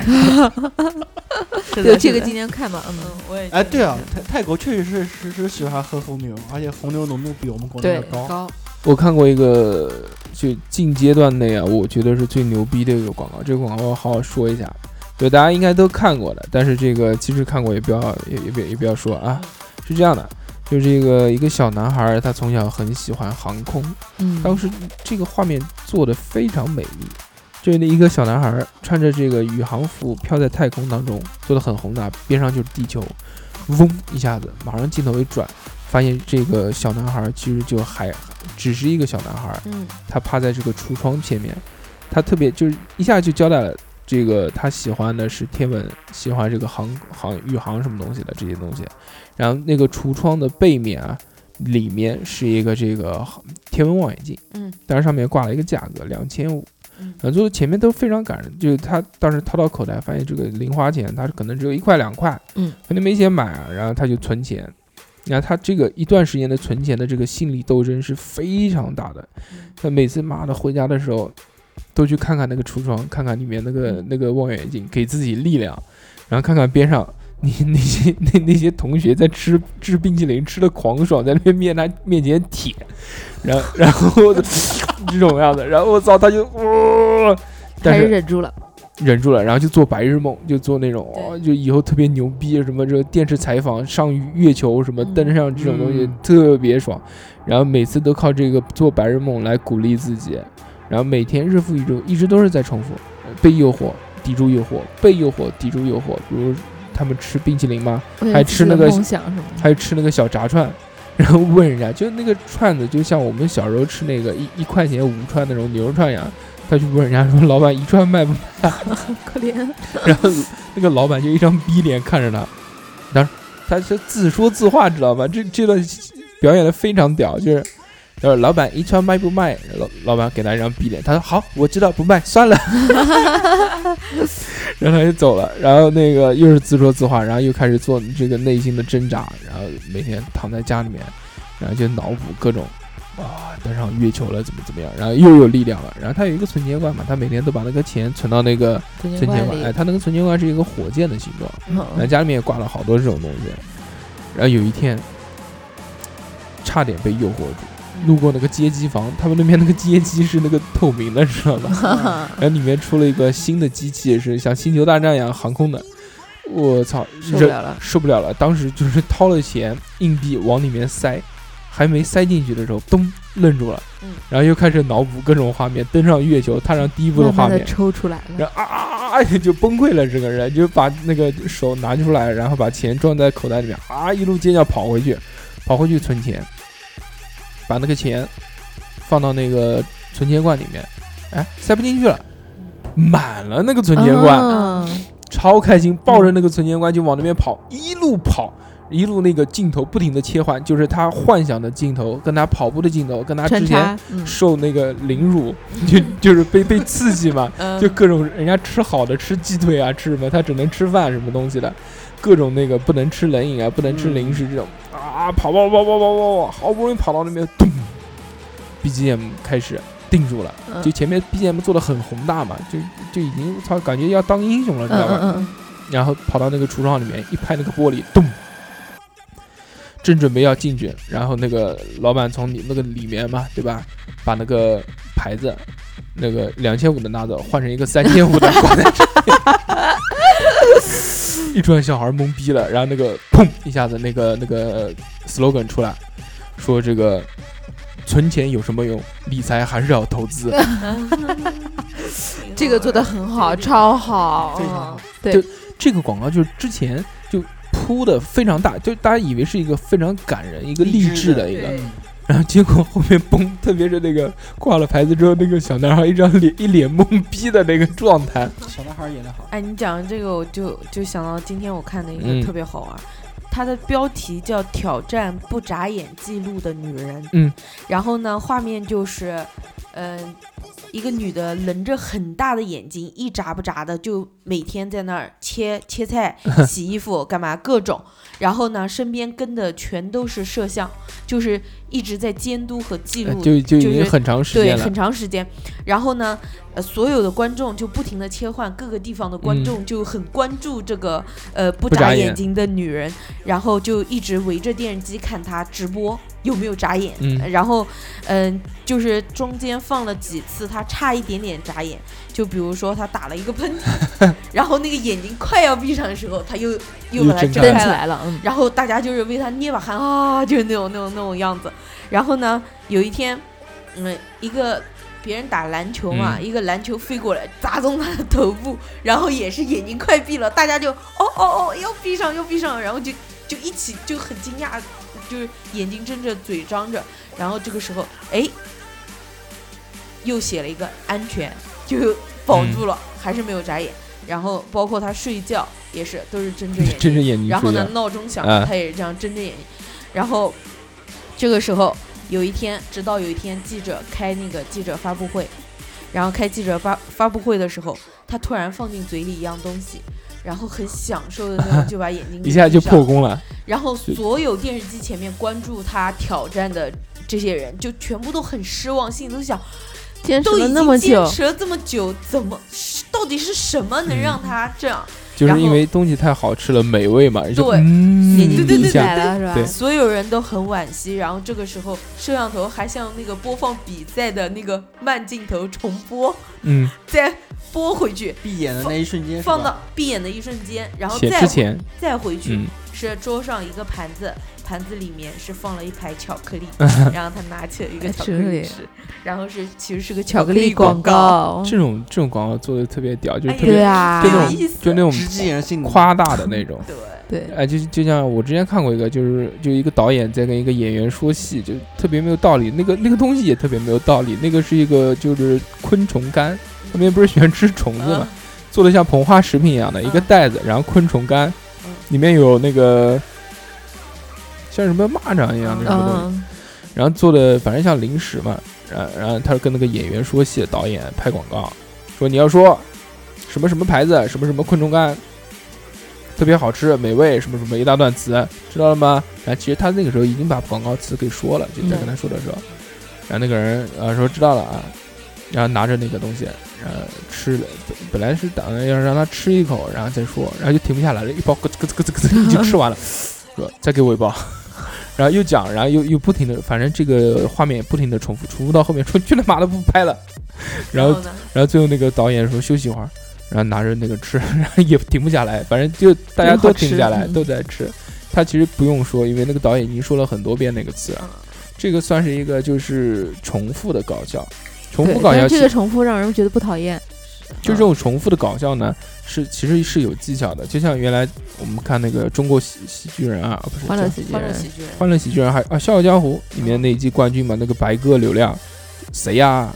对这个今天看嘛，嗯，
嗯，我也
哎，对啊，泰泰国确实是是是喜欢喝红牛，而且红牛浓度比我们国内
对
要，高。
高，
我看过一个，就近阶段内啊，我觉得是最牛逼的一个广告。这个广告我好好说一下，就大家应该都看过的，但是这个其实看过也不要也也别也不要说啊。是这样的，就是这个一个小男孩儿，他从小很喜欢航空，
嗯，
当时这个画面做的非常美丽，就是那一个小男孩儿穿着这个宇航服飘在太空当中，做的很宏大，边上就是地球，嗡一下子，马上镜头一转，发现这个小男孩儿其实就还只是一个小男孩儿，
嗯，
他趴在这个橱窗前面，他特别就是一下就交代了。这个他喜欢的是天文，喜欢这个航航宇航什么东西的这些东西，然后那个橱窗的背面啊，里面是一个这个天文望远镜，
嗯，
但是上面挂了一个价格两千五，
嗯
然后就是前面都非常感人，就是他当时掏到口袋，发现这个零花钱他可能只有一块两块，
嗯，
可能没钱买啊，然后他就存钱，然后他这个一段时间的存钱的这个心理斗争是非常大的，他每次妈的回家的时候，都去看看那个橱窗，看看里面那个
嗯
那个望远镜，给自己力量，然后看看边上。你 那些那那些同学在吃吃冰淇淋，吃的狂爽，在那边面他面前舔，然后 然后这种样子，然后我操，他就， 哦、但
还是
是
忍住了，
忍住了，然后就做白日梦，就做那种哦，就以后特别牛逼，什么这个电视采访上月球，什么
嗯
登上这种东西、
嗯
特别爽，然后每次都靠这个做白日梦来鼓励自己，然后每天日复一日，一直都是在重复，呃被诱惑，抵住诱惑，被诱惑，抵住诱惑，比如他们吃冰淇淋吗？
为了
还
自己
吃那
的
个
梦想什么的，
还有吃那个小炸串，然后问人家，就那个串子，就像我们小时候吃那个一一块钱五串那种牛肉串一样。他去问人家说：“老板，一串卖不卖
可怜，？”
然后那个老板就一张逼脸看着他，当时他是自说自话，知道吧？这这段表演的非常屌，就是。就是老板一串卖不卖？老老板给他一张逼脸，他说好，我知道不卖，算了。然后他就走了，然后那个又是自说自话，然后又开始做这个内心的挣扎，然后每天躺在家里面，然后就脑补各种啊登上月球了怎么怎么样，然后又有力量了。然后他有一个存钱罐嘛，他每天都把那个钱存到那个
存
存钱
罐
罐，哎，
里，
他那个存钱罐是一个火箭的形状，然后
嗯
家里面也挂了好多这种东西。然后有一天，差点被诱惑住，路过那个街机房，他们那边那个街机是那个透明的，知道吧？然后里面出了一个新的机器，是像星球大战一样航空的。我操，
受不
忍
了了，
受不了了！当时就是掏了钱硬币往里面塞，还没塞进去的时候，咚，愣住了。
嗯
然后又开始脑补各种画面，登上月球，踏上第一步的
慢
画
慢的
面，
抽出来了，
然后啊啊啊啊就崩溃了，整个人就把那个手拿出来，然后把钱装在口袋里面，啊一路尖叫跑回去，跑回去存钱，把那个钱放到那个存钱罐里面，哎塞不进去了，满了那个存钱罐，
啊
超开心，抱着那个存钱罐就往那边跑，一路跑。一路那个镜头不停的切换，就是他幻想的镜头，跟他跑步的镜头，跟他之
穿
前
插，嗯，
受那个凌辱，就就是被被刺激嘛，
嗯
就各种人家吃好的，吃鸡腿啊，吃什么，他只能吃饭什么东西的，各种那个不能吃冷饮啊，不能吃零食这种啊，跑跑跑跑跑跑跑，好不容易跑到那边，咚，BGM 开始定住了，
嗯
就前面 BGM 做的很宏大嘛，就就已经操，感觉要当英雄了，知道吧？
嗯嗯
然后跑到那个橱窗里面一拍那个玻璃，咚，正准备要进去，然后那个老板从你那个里面嘛，对吧，把那个牌子。那个两千五的拿走，换成一个三千五的挂在上 面，一出来小孩懵逼了，然后那个砰一下子那个那个 slogan 出来，说这个存钱有什么用？理财还是要投资。
这个做的很好，超好，
非常好
嗯对，
这个广告就是之前就铺的非常大，就大家以为是一个非常感人、一个励志的一个，
对
然后结果后面崩，特别是那个挂了牌子之后，那个小男孩一张脸一脸懵逼的那个状态，
小男孩演的好，
哎，你讲这个，我就就想到今天我看的一
嗯
个特别好玩，它的标题叫《挑战不眨眼记录的女人》。
嗯，
然后呢，画面就是，嗯、一个女的棱着很大的眼睛，一眨不眨的，就每天在那儿切切 菜、洗衣服、干嘛各种。然后呢，身边跟的全都是摄像，就是一直在监督和记
呃
录
就就已
就是
经很长时
对，
间了
很。长时间。然后呢，呃，所有的观众就不停的切换，各个地方的观众就很关注这个、呃不
嗯不眨
眨
眼
眼睛的女人，然后就一直围着电视机看她直播有没有眨眼。
嗯
然后，嗯、就是中间放了几次她差一点点眨眼，就比如说她打了一个喷嚏， 然后那个眼睛快要闭上的时候，她又又
又
把它
睁
睁
开
蹬
开
起
了。
来了，嗯，
然后大家就是为他捏把汗啊，就是那种那种那种样子。然后呢，有一天，嗯，一个别人打篮球嘛，
嗯
一个篮球飞过来砸中他的头部，然后也是眼睛快闭了，大家就哦哦哦，要闭上要闭上，然后就就一起就很惊讶，就是眼睛睁着嘴张着，然后这个时候哎，又写了一个安全，就保住了，还是没有眨眼。然后包括他睡觉也是都是 睁着眼睛，
睁着眼睛
然后
睡觉
呢，，闹钟响，
啊
他也是这样睁着眼睛。然后这个时候有一天，直到有一天记者开那个记者发布会，然后开记者发发布会的时候，他突然放进嘴里一样东西，然后很享受的那种，就把眼睛
一下就
闭上
破功了。
然后所有电视机前面关注他挑战的这些人，就全部都很失望，心里都想，
坚持
都
了
已
那么
经
久
坚，持了这么久，怎么是到底是什么能让他这样？
就是
然
因
后
为东西太好吃了，美味嘛，就
对
嗯
眼睛闭
一
起
下
来
来了是吧？
对
所有人都很惋惜，然后这个时候摄像头还像那个播放比赛的那个慢镜头重播，
嗯，
再播回去，
闭眼的那一瞬间是吧
放到闭眼的一瞬间，然后
写
再
之前，
再回去、
嗯，
是桌上一个盘子，盘子里面是放了一排巧克 力，然后他拿起了一个巧克力吃，然后是其实是个
巧克力
广
广，告，
这种这种广告做的特别屌，就
嗯哎
是
呀
特别
对啊
就
有
那
意
种
思
就那种
直击人性的
夸大的那种。
对，
对，
哎，就就像我之前看过一个，就是就一个导演在跟一个演员说戏，就特别没有道理。那个那个东西也特别没有道理。那个是一个就是昆虫干，他们不是喜欢吃虫子嘛
嗯，
做的像膨化食品一样的一个
嗯
袋子，然后昆虫干
嗯，
里面有那个像什么蚂蚱一样
嗯
的什么东西。
嗯，
然后做的反正像零食嘛，然然后他跟那个演员说戏，导演拍广告，说你要说什么什么牌子，什么什么昆虫干，特别好吃，美味，什么什么一大段词，知道了吗？然后其实他那个时候已经把广告词给说了，就在跟他说的时候，然后那个人啊说知道了啊，然后拿着那个东西，然后吃了，本本来是打算要让他吃一口，然后再说，然后就停不下来了，一包咯吱咯吱咯吱咯吱就吃完了，说再给我一包。然后又讲，然后又又不停的，反正这个画面也不停的重复，重复到后面说去他妈的不拍了，
然
然后
呢，
然后最后那个导演说休息一会儿，然后拿着那个吃， 然后也停不下来，反正就大家都停不下来，
真好吃嗯
都在吃。他其实不用说，因为那个导演已经说了很多遍那个词了
嗯。
这个算是一个就是重复的搞笑，重复
对，
搞
但
笑
是
其
这
实
个重复让人觉得不讨厌，
就这种重复的搞笑呢，是其实是有技巧的。就像原来我们看那个中国喜喜剧人啊，不是
欢乐
叫
喜剧
欢乐
人，
喜剧人，
欢乐喜剧人还啊《笑傲江湖》里面那一季冠军嘛，那个白鸽流量，谁呀、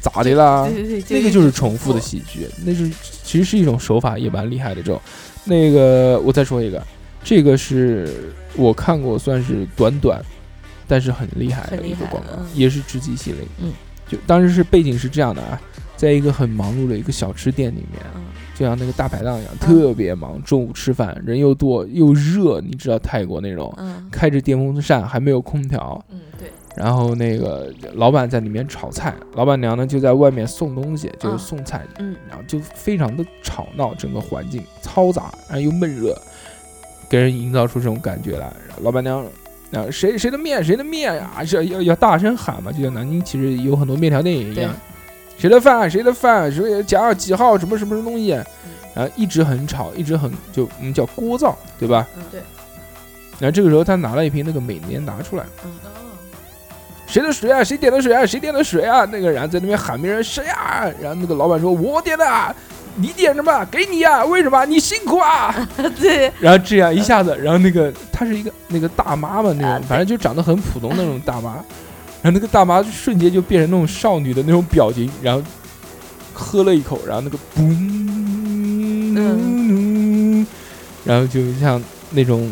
咋的啦？
对对对，
那个就是
一直
重复的喜剧，那是其实是一种手法，也蛮厉害的这种。那个我再说一个，这个是我看过算是短短，但是很厉害的
很
一
厉
个
害
广告，
嗯
也是直击心灵。
嗯，
就当时是背景是这样的啊，在一个很忙碌的一个小吃店里面，
嗯
就像那个大排档一样，特别忙，中午吃饭人又多又热，你知道泰国那种。
嗯
开着电风扇，还没有空调，
嗯对，
然后那个老板在里面炒菜，老板娘呢就在外面送东西，就
嗯
是送菜，
嗯，
然后就非常的吵闹，整个环境嘈杂，然后又闷热，给人营造出这种感觉来。然后老板娘。啊，谁谁的面谁的面啊，是要要要大声喊嘛，就像南京其实有很多面条店也一样
对，
谁的饭谁的饭，谁的几号几号什么什么什么东西，
嗯
然后一直很吵，一直很就我们叫聒噪，对吧？
嗯 对，
然后这个时候他拿了一瓶那个美年达出来，
哦，
谁的水啊？谁点的水啊？谁点的水啊？那个人在那边喊别人谁啊？然后那个老板说：“我点的，啊，你点什么？给你啊？为什么？你辛苦啊
对，！”
然后这样一下子，然后那个她是一个那个大妈嘛，那种反正就长得很普通那种大妈，啊然后那个大妈瞬间就变成那种少女的那种表情，然后喝了一口，然后那个嘣，然后就像那种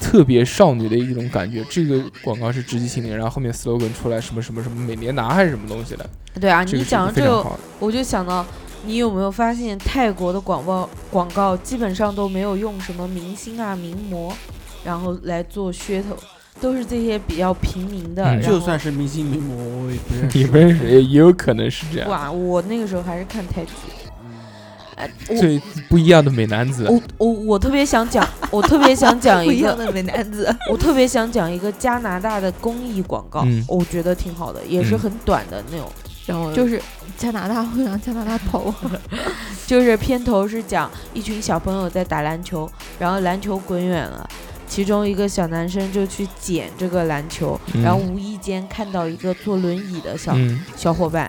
特别少女的一种感觉。这个广告是直击心灵，然后后面 slogan 出来什么什么什么美年达还是什么东西的，
对啊，
这
你
个
讲到
是非
这
常
个，
好的。
我就想到，你有没有发现泰国的广告广告基本上都没有用什么明星啊、名模，然后来做噱头，都是这些比较平民的。
嗯
然后
就算是明星名模，我也不认识。
你不认识也也有可能是这样，
哇，我那个时候还是看泰剧。哎，我
最不一样的美男子。
我我我特别想讲，我特别想讲一个，
的美男子，
我特别想讲一个加拿大的公益广告，
嗯
我觉得挺好的，也是
嗯
很短的那种。呃
然后
就是
加拿大会让加拿大跑啊，
就是片头是讲一群小朋友在打篮球，然后篮球滚远了，其中一个小男生就去捡这个篮球，
嗯
然后无意间看到一个坐轮椅的小、
嗯
小伙伴，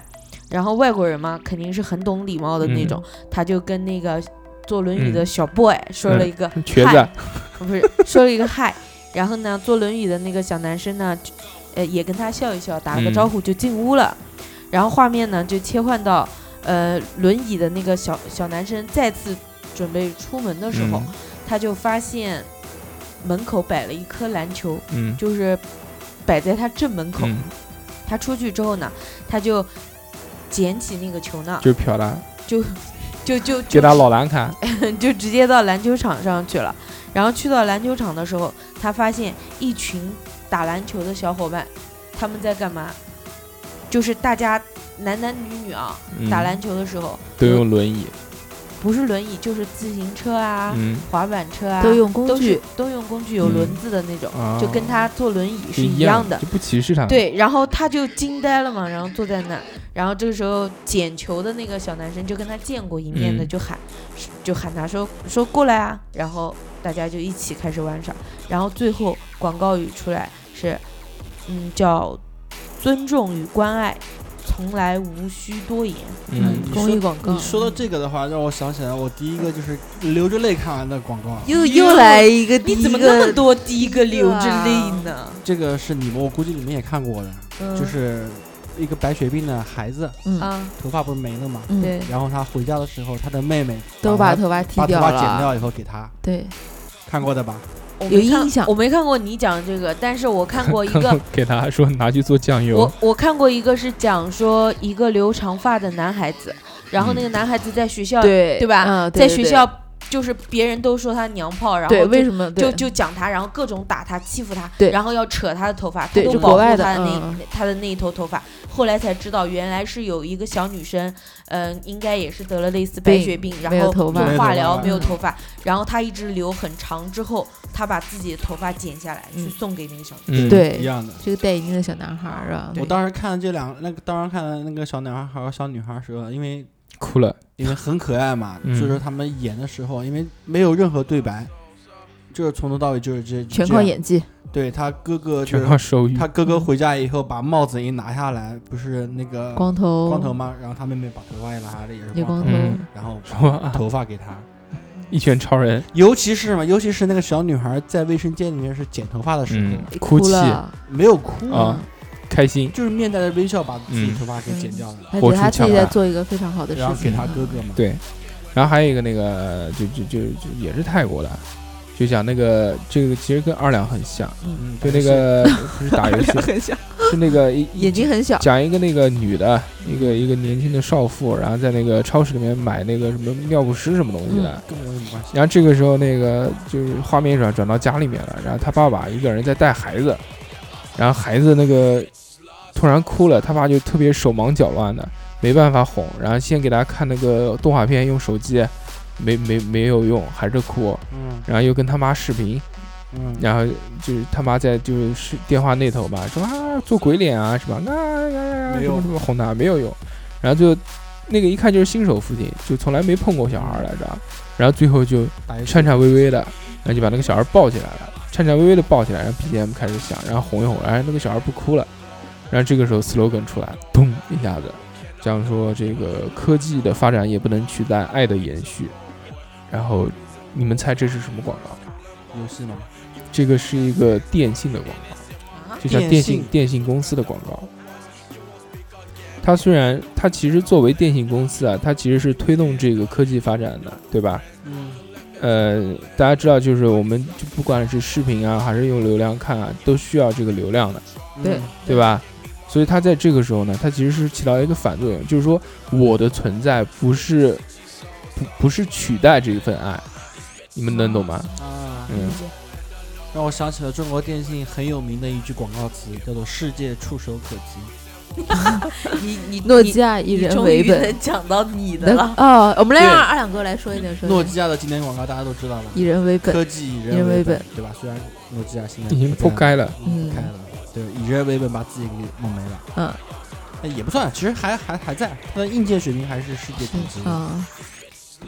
然后外国人嘛肯定是很懂礼貌的那种，
嗯
他就跟那个坐轮椅的小 boy 说了一个、
嗯瘸
嗨
子，啊
不是说了一个嗨，然后呢，坐轮椅的那个小男生呢，就呃，也跟他笑一笑，打了个
嗯
招呼就进屋了。然后画面呢就切换到呃轮椅的那个小小男生再次准备出门的时候，
嗯
他就发现门口摆了一颗篮球，
嗯
就是摆在他正门口。
嗯，
他出去之后呢，他就捡起那个球呢，
就是瞟他，
就就
给
就哎
他老蓝看，
就直接到篮球场上去了。然后去到篮球场的时候，他发现一群打篮球的小伙伴，他们在干嘛？就是大家男男女女啊，
嗯
打嗯篮球的时候
都用轮椅，
不是轮椅就是自行车啊、
嗯，
滑板车 啊，
都用工
都
具
是都用工具有轮子的那种，
啊
就跟他坐轮椅是
一
一样的。
就不歧
啊
视他。，
对，然后他就惊呆了嘛，然后坐在那儿，然后这个时候捡球的那个小男生就跟他见过一面的，
嗯
就喊，就喊他说说过来啊，然后大家就一起开始玩耍，然后最后广告语出来是，嗯，叫尊重与关爱，从来无需多言，
嗯，
哎 你
公
说
益广告
你。说
嗯
到这个的话，让我想起来我第一个就是流着泪看完的广告，啊
又
又
又来一个，
你怎么
第一个
那么多第一个流着
啊
泪呢？
这个是你们，我估计你们也看过的，
嗯
就是一个白血病的孩子，
嗯，
啊，
头发不是没了吗？
嗯
对，
然后他回家的时候，他的妹妹
都把
把
头发
他
剃
把头
掉
发剪
了，
掉以后给他，
对，
看过的吧？
我
有
没看
印象
我没看过你讲这个，但是我看过一 个
给他说拿去做酱油
我，我看过一个是讲说一个留长发的男孩子，然后那个男孩子在学校，
对
对吧
嗯，
在
对
学，校就是别人都说他娘炮，然后
对对，
就
为什么
就
对
就讲他，然后各种打他、欺负他，
对
然后要扯他的头发，他
对
都
就
保
国
护
外
他
的
的那
嗯嗯
他的那一头头发。后来才知道，原来是有一个小女生，嗯，应该也是得了类似白血病，然
没有
后
头发
做化疗
没
没有
有头
头发，然后她一直留很长，之后她把自己的头发剪下来去送给那个小女生。
嗯，
一
对
样的。
这个戴眼镜的小男孩儿啊，
我当时看这两那个，当时看那个小男孩和小女孩的时候，因为
哭了，
因为很可爱嘛，
嗯
所以说他们演的时候，因为没有任何对白，就是从头到尾就是这
全靠。演技，
这样对他哥哥就
全
是
靠手语。
他哥哥回家以后把帽子一拿下来，不是那个
光头，
光头吗？然后他妹妹把头发也拿下来，也是
有光
光
头，
嗯
然后
说啊
把头发给他。
一拳超人，
尤其是什么？尤其是那个小女孩在卫生间里面是剪头发的时候
嗯，，哭泣
了，
没有哭
啊，
嗯
开心，
就是面带着微笑把自己
嗯
头发给剪掉了，
而
活
且
出
他自
强
己在
大
做一个非常好的事
然后
情，
给他哥 哥嘛。
嗯对，然后还有一个那个就就就就也是泰国的，就讲那个这个其实跟二两很像，
嗯，
就那个不是打游戏，
很小，
是那个一
眼睛。很小，
讲一个那个女的，一个一个年轻的少妇，然后在那个超市里面买那个什么尿不湿什么东西的，
跟我有什么关系？
然后这个时候，那个就是画面一转转到家里面了，然后他爸爸一个人在带孩子，然后孩子那个突然哭了，他爸就特别手忙脚乱的，没办法哄，然后先给他看那个动画片，用手机，没没没有用，还是哭，
嗯
然后又跟他妈视频，
嗯，
然后就是他妈在就是电话那头吧，说啊做鬼脸啊是吧？啊呀呀呀，
没
什
用
么什么哄他没有用，然后就那个一看就是新手父亲，就从来没碰过小孩来着，然后最后就
打一
颤颤巍巍的，然后就把那个小孩抱起来了，颤颤巍巍的抱起来，然后 BGM 开始响，然后哄一哄，然后那个小孩不哭了，然后这个时候 slogan 出来了，咚一下子，讲说这个科技的发展也不能取代爱的延续，然后你们猜这是什么广告？
游戏嘛，
这个是一个电信的广告，这家电
电
信
信
电信公司的广告。它虽然它其实作为电信公司啊，它其实是推动这个科技发展的，对吧？
嗯，
呃，大家知道，就是我们就不管是视频啊，还是用流量看啊，都需要这个流量的，
对
嗯
对吧？所以它在这个时候呢，它其实是起到一个反作用，就是说我的存在不是不不是取代这一份爱，你们能懂吗？
啊，
嗯，
让我想起了中国电信很有名的一句广告词，叫做“世界触手可及
你你
诺
你
基亚以
你
人
终
为
于
本
能。 讲到你的
能
了，
哦，我们来
对
让二两哥来说一点，”。说一点
诺基亚的经典广告大家都知道了，
以人为本，
科技以
以人
人
为
为
本
本，对吧？虽然诺基亚现在
已经
不
铺
在
开了。
嗯
开了，对，以人为本把自己给弄没了。
嗯
哎，也不算，其实还还还在，它的硬件水平还是世界顶级的。
啊，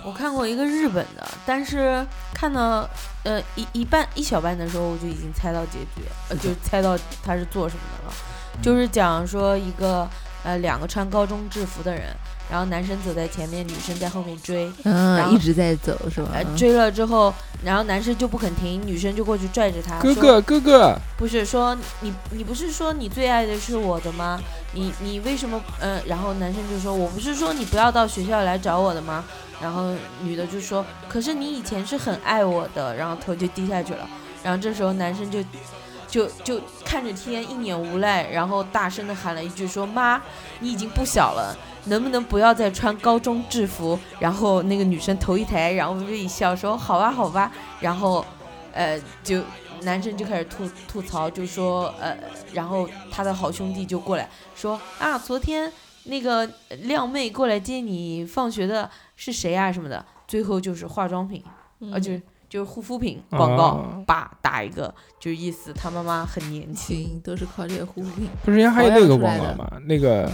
我看过一个日本的，但是看到呃一一半一小半的时候，我就已经猜到结局，呃，就猜到他是做什么的了。
嗯
就是讲说一个呃两个穿高中制服的人，然后男生走在前面，女生在后面追，然
嗯，
后
一直在走是吧
呃？追了之后，然后男生就不肯停，女生就过去拽着他，
哥
说
哥，哥哥，
不是说你你不是说你最爱的是我的吗？你你为什么嗯、然后男生就说我不是说你不要到学校来找我的吗？然后女的就说可是你以前是很爱我的，然后头就低下去了。然后这时候男生就就就看着天一脸无奈，然后大声的喊了一句说妈，你已经不小了。能不能不要再穿高中制服？然后那个女生头一抬，然后微一笑说：“好吧，好吧。”然后，呃，就男生就开始吐吐槽，就说呃，然后他的好兄弟就过来说啊，昨天那个靓妹过来接你放学的是谁啊什么的，最后就是化妆品，啊就是就是护肤品广告
哦，
叭、打一个，就意思他妈妈很年轻。
行，都是靠这个护肤品。
不是人家还有那个广告吗？那个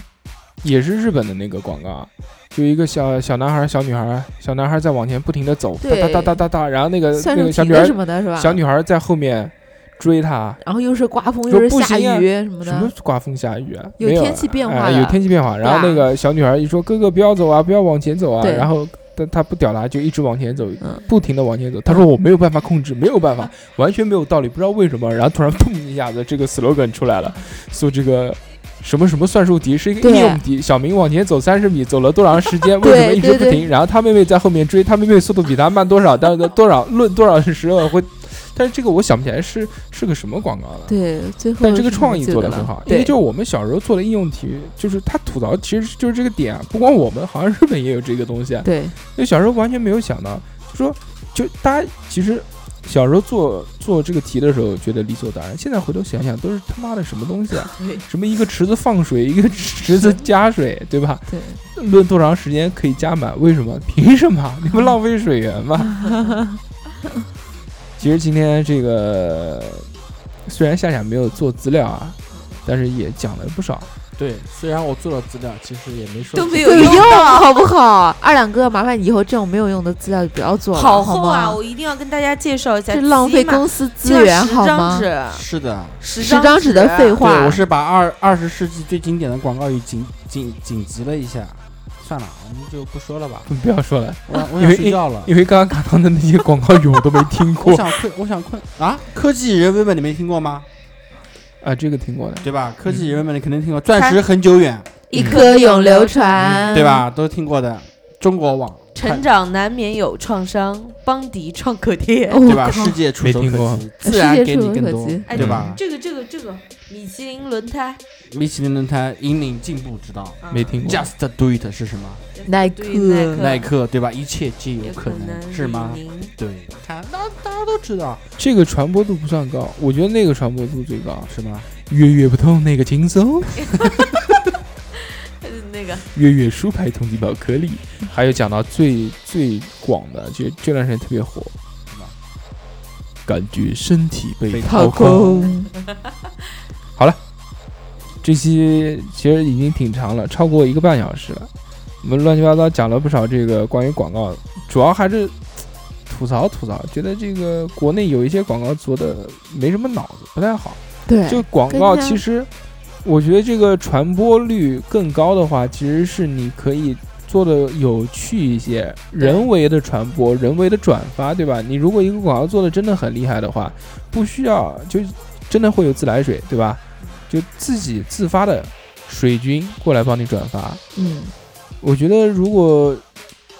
也是日本的那个广告，就一个小小男孩、小女孩，小男孩在往前不停的走，哒
对
哒哒哒哒哒，然后那个
算
呃
术
那个小
题
女
的
孩
什，么的是吧？
小女孩在后面追他，
然后又是刮风，
说
又是
不
下
行啊
雨什么
什么
的，
刮风下雨啊？
有
没啊
天气变化
哎
的啊
有天气变化。然后那个小女孩一说：“哥哥，不要走啊，不要往前走啊。”
对
然后他他不屌他，就一直往前走
嗯，
不停的往前走。他说：“我没有办法控制，没有办法，完全没有道理，不知道为什么。”然后突然砰一下子，这个 slogan 出来了，说这个。什么什么算术题是一个
对
应用题，小明往前走三十米，走了多长 时间？为
对
什么一直不
对
停？然后他妹妹在后面追，他妹妹速度比他慢多少？但是多少论多少时候会？但是这个我想不起来是是个什么广告了。
对，最后
但这个
是
创意
这
做
个
得很
了
好，因为
对，
就是我们小时候做的应用题，就是他吐槽，其实就是这个点啊。不光我们，好像日本也有这个东西啊。
对，
就小时候完全没有想到，就说就大家其实小时候做做这个题的时候觉得理所当然，现在回头想想都是他妈的什么东西啊？
对
什么一个池子放水，一个池子加水，对吧？
对，
论多长时间可以加满？为什么？凭什么？你们浪费水源吗？ 其实今天这个虽然夏夏没有做资料啊，但是也讲了不少。
对，虽然我做了资料，其实也没说
都没有
有
用
用
到
好不好？二两哥，麻烦你以后这种没有用的资料就不要做了，好
厚
吗
啊！我一定要跟大家介绍一下，
这浪费公司资源好吗？
吗？
是的，
十
十
张
张纸的废
对，
话
我，是把二二十世纪最经典的广告语紧紧紧急了一下。算了，我们就不说了吧。
不要说了，
我 我
因
想
为
睡觉了，
因为刚刚看到的那些广告语我都没 听
我
过
想困，我想困啊！科技人为本你没听过吗？
啊，这个听过的。
对吧？科技人为本你肯定听过，钻石很久远，
一颗
歌
永
咏
流
流
传。
传，
对？吧？都听过的。中国网，
成长难免有创伤，邦迪创可贴。
哦
对吧？
靠
世界触手
没听过
可及，自然给你更
世界触手
多
可及，
哎
对吧？
这个这个这个米其林轮胎，
米其林轮胎引领进步之道
啊
没听过，
，Just do it 是什么？
耐克
对耐克，
耐克对吧？一切皆有
有
可能
能嗯
是吗？
李宁
对，看大大家都知道
这个传播度不算高，我觉得那个传播度最高，
是吗？
月月不同那个轻松，
那个
月月书牌通缉宝颗粒，还有讲到最最广的，就这段时间特别火，感觉身体被掏空。
空，
这期其实已经挺长了，超过一个半小时了。我们乱七八糟讲了不少这个关于广告，主要还是吐槽吐槽，觉得这个国内有一些广告做的没什么脑子，不太好。
对，
就广
跟
告
它
其实，我觉得这个传播率更高的话，其实是你可以做的有趣一些，人为的传播，人为的转发，对吧？你如果一个广告做的真的很厉害的话，不需要就真的会有自来水，对吧？就自己自发的水军过来帮你转发。
嗯，
我觉得如果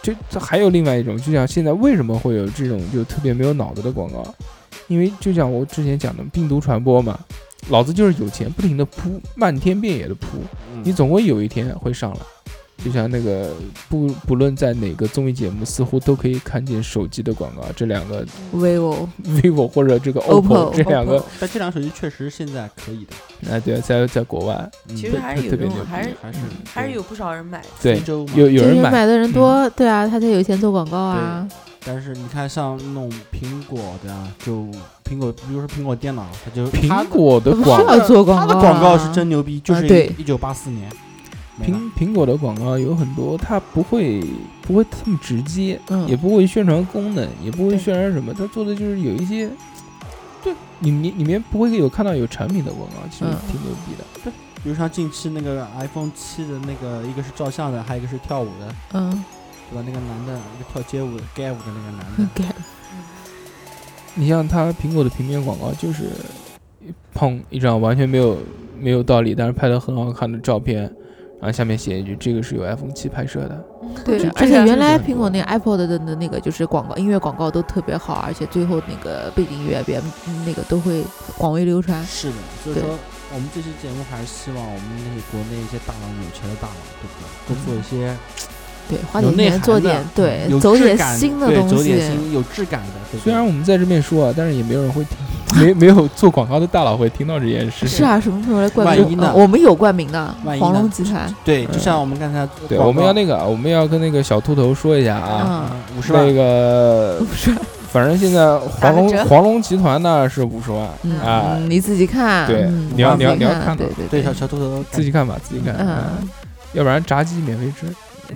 就这还有另外一种，就像现在为什么会有这种就特别没有脑子的广告？因为就像我之前讲的病毒传播嘛，老子就是有钱，不停的铺，漫天遍野的铺，
嗯
你总会有一天会上来。就像那个不不论在哪个综艺节目，似乎都可以看见手机的广告，这两个
vivo
vivo 或者这个
OPPO
OPPO 这两个，
但这辆手机确实现在可以的，
哎对，在在国外，
嗯
其
特
实还是
特
有
别
用
牛
的，还
还
是嗯
是还是
还是有不少人买。
对
非洲嘛
有有
就是
人买，
买的
嗯
人多，对啊，他才有钱做广告啊。
但是你看，像那种苹果的啊，就苹果，比如说苹果电脑，它就它
苹
的
果的
它不需
广
要做广
它的
告啊
广告是真牛逼，就
啊
是
对
一九八四年，没了
苹苹果的广告有很多，它不会不会这么直接，
嗯
也不会宣传功能，也不会
对
宣传什么，它做的就是有一些，对里面里面不会有看到有产品的广告，其实
嗯
挺牛逼的。
比如像近期那个 iPhone 七的那个，一个是照相的，还有一个是跳舞的，
嗯，
对吧？那个男的，一个跳街舞的 gay 舞的那个男的，
给
你像它苹果的平面广告就是，砰一张完全没有没有道理，但是拍的很好看的照片，然后下面写一句这个是由 iPhone 七拍摄的，
对
这，
而
这
且
个
原来
是很
苹
多
果那个 Apple 的的那个就是广告音乐广告都特别好，而且最后那个背景音乐别那个都会广为流传。
是的，所以
对
说我们这期节目还是希望我们那些国内一些大佬有钱的大佬，对不对？多做一些
对，嗯花
有
点
内
钱
涵
做
的嗯
点对
有，
走
质
点
感
新的
对
东
走
西
点。新有质感的。对不
虽
对
然我们在这边说啊，但是也没有人会听， 没没有做广告的大佬会听到这件事情。
是啊，什么时候来冠
万一
名？
呢
呃我们有冠名的
万，一
黄
呢
龙集 团。
对，就
嗯
像我们刚才
对，我们要
那
那个，我们要跟那个小秃头说一下啊，
嗯，
五十万
那个，反正现在黄
打个
龙
折
黄龙集团呢是五十万
嗯
啊，
嗯你自己看，
对
嗯
你要
自己
你要你要
看，
看
对
的
对
对小小秃头
自己看吧，自己看，啊
嗯，
要不然炸鸡免费吃，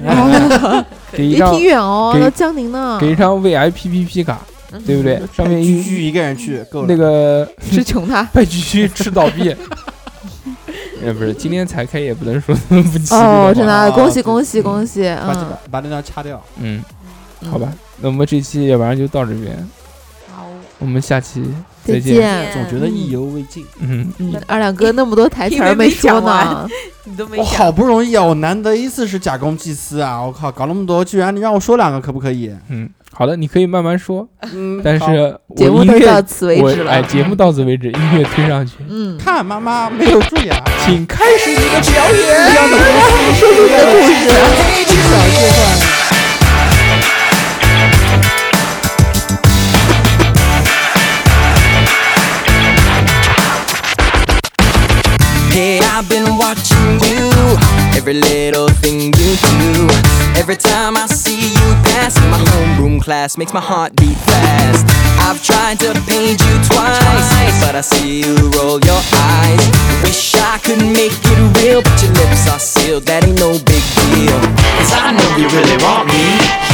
嗯
哦，
给一
离
张
挺远哦，
给
到江宁呢，
给一张 VIPPP 卡，
嗯
对不对？上面
居
一
居一个人去够了。
那个。
只穷他
被继续吃倒闭， 哎不是，今天才开也不能说不吉利
哦，
话
真的，
哦
恭喜
对
恭喜
嗯
恭喜！
把这
嗯，
把那张掐掉。
嗯，好吧，那我们这期要不然就到这边，
好，
我们下期
嗯再
见，
见。
总觉得意犹未尽。
嗯，
嗯，二两哥那么多台词儿没说呢，
你都没
我
讲。
好不容易啊，我难得一次是假公济私啊！我靠，搞那么多，居然你让我说两个，可不可以？
嗯，好的，你可以慢慢说，
嗯，
但
好
是我
节目
音
都
乐
到此为
我
止了。
哎，节目到此为止，音乐推上去，
嗯，
看妈妈没有蛀牙，
请开始你的表演。
这样的故事，这样的故事，小阶段。
Hey, I've been watching you. Every little thing you do. Every time I see you pass in my homeroom class makes my heart beat fast. I've tried to paint you twice, but I see you roll your eyes. Wish I could make it real, but your lips are sealed. That ain't no big deal. Cause I know you really want me.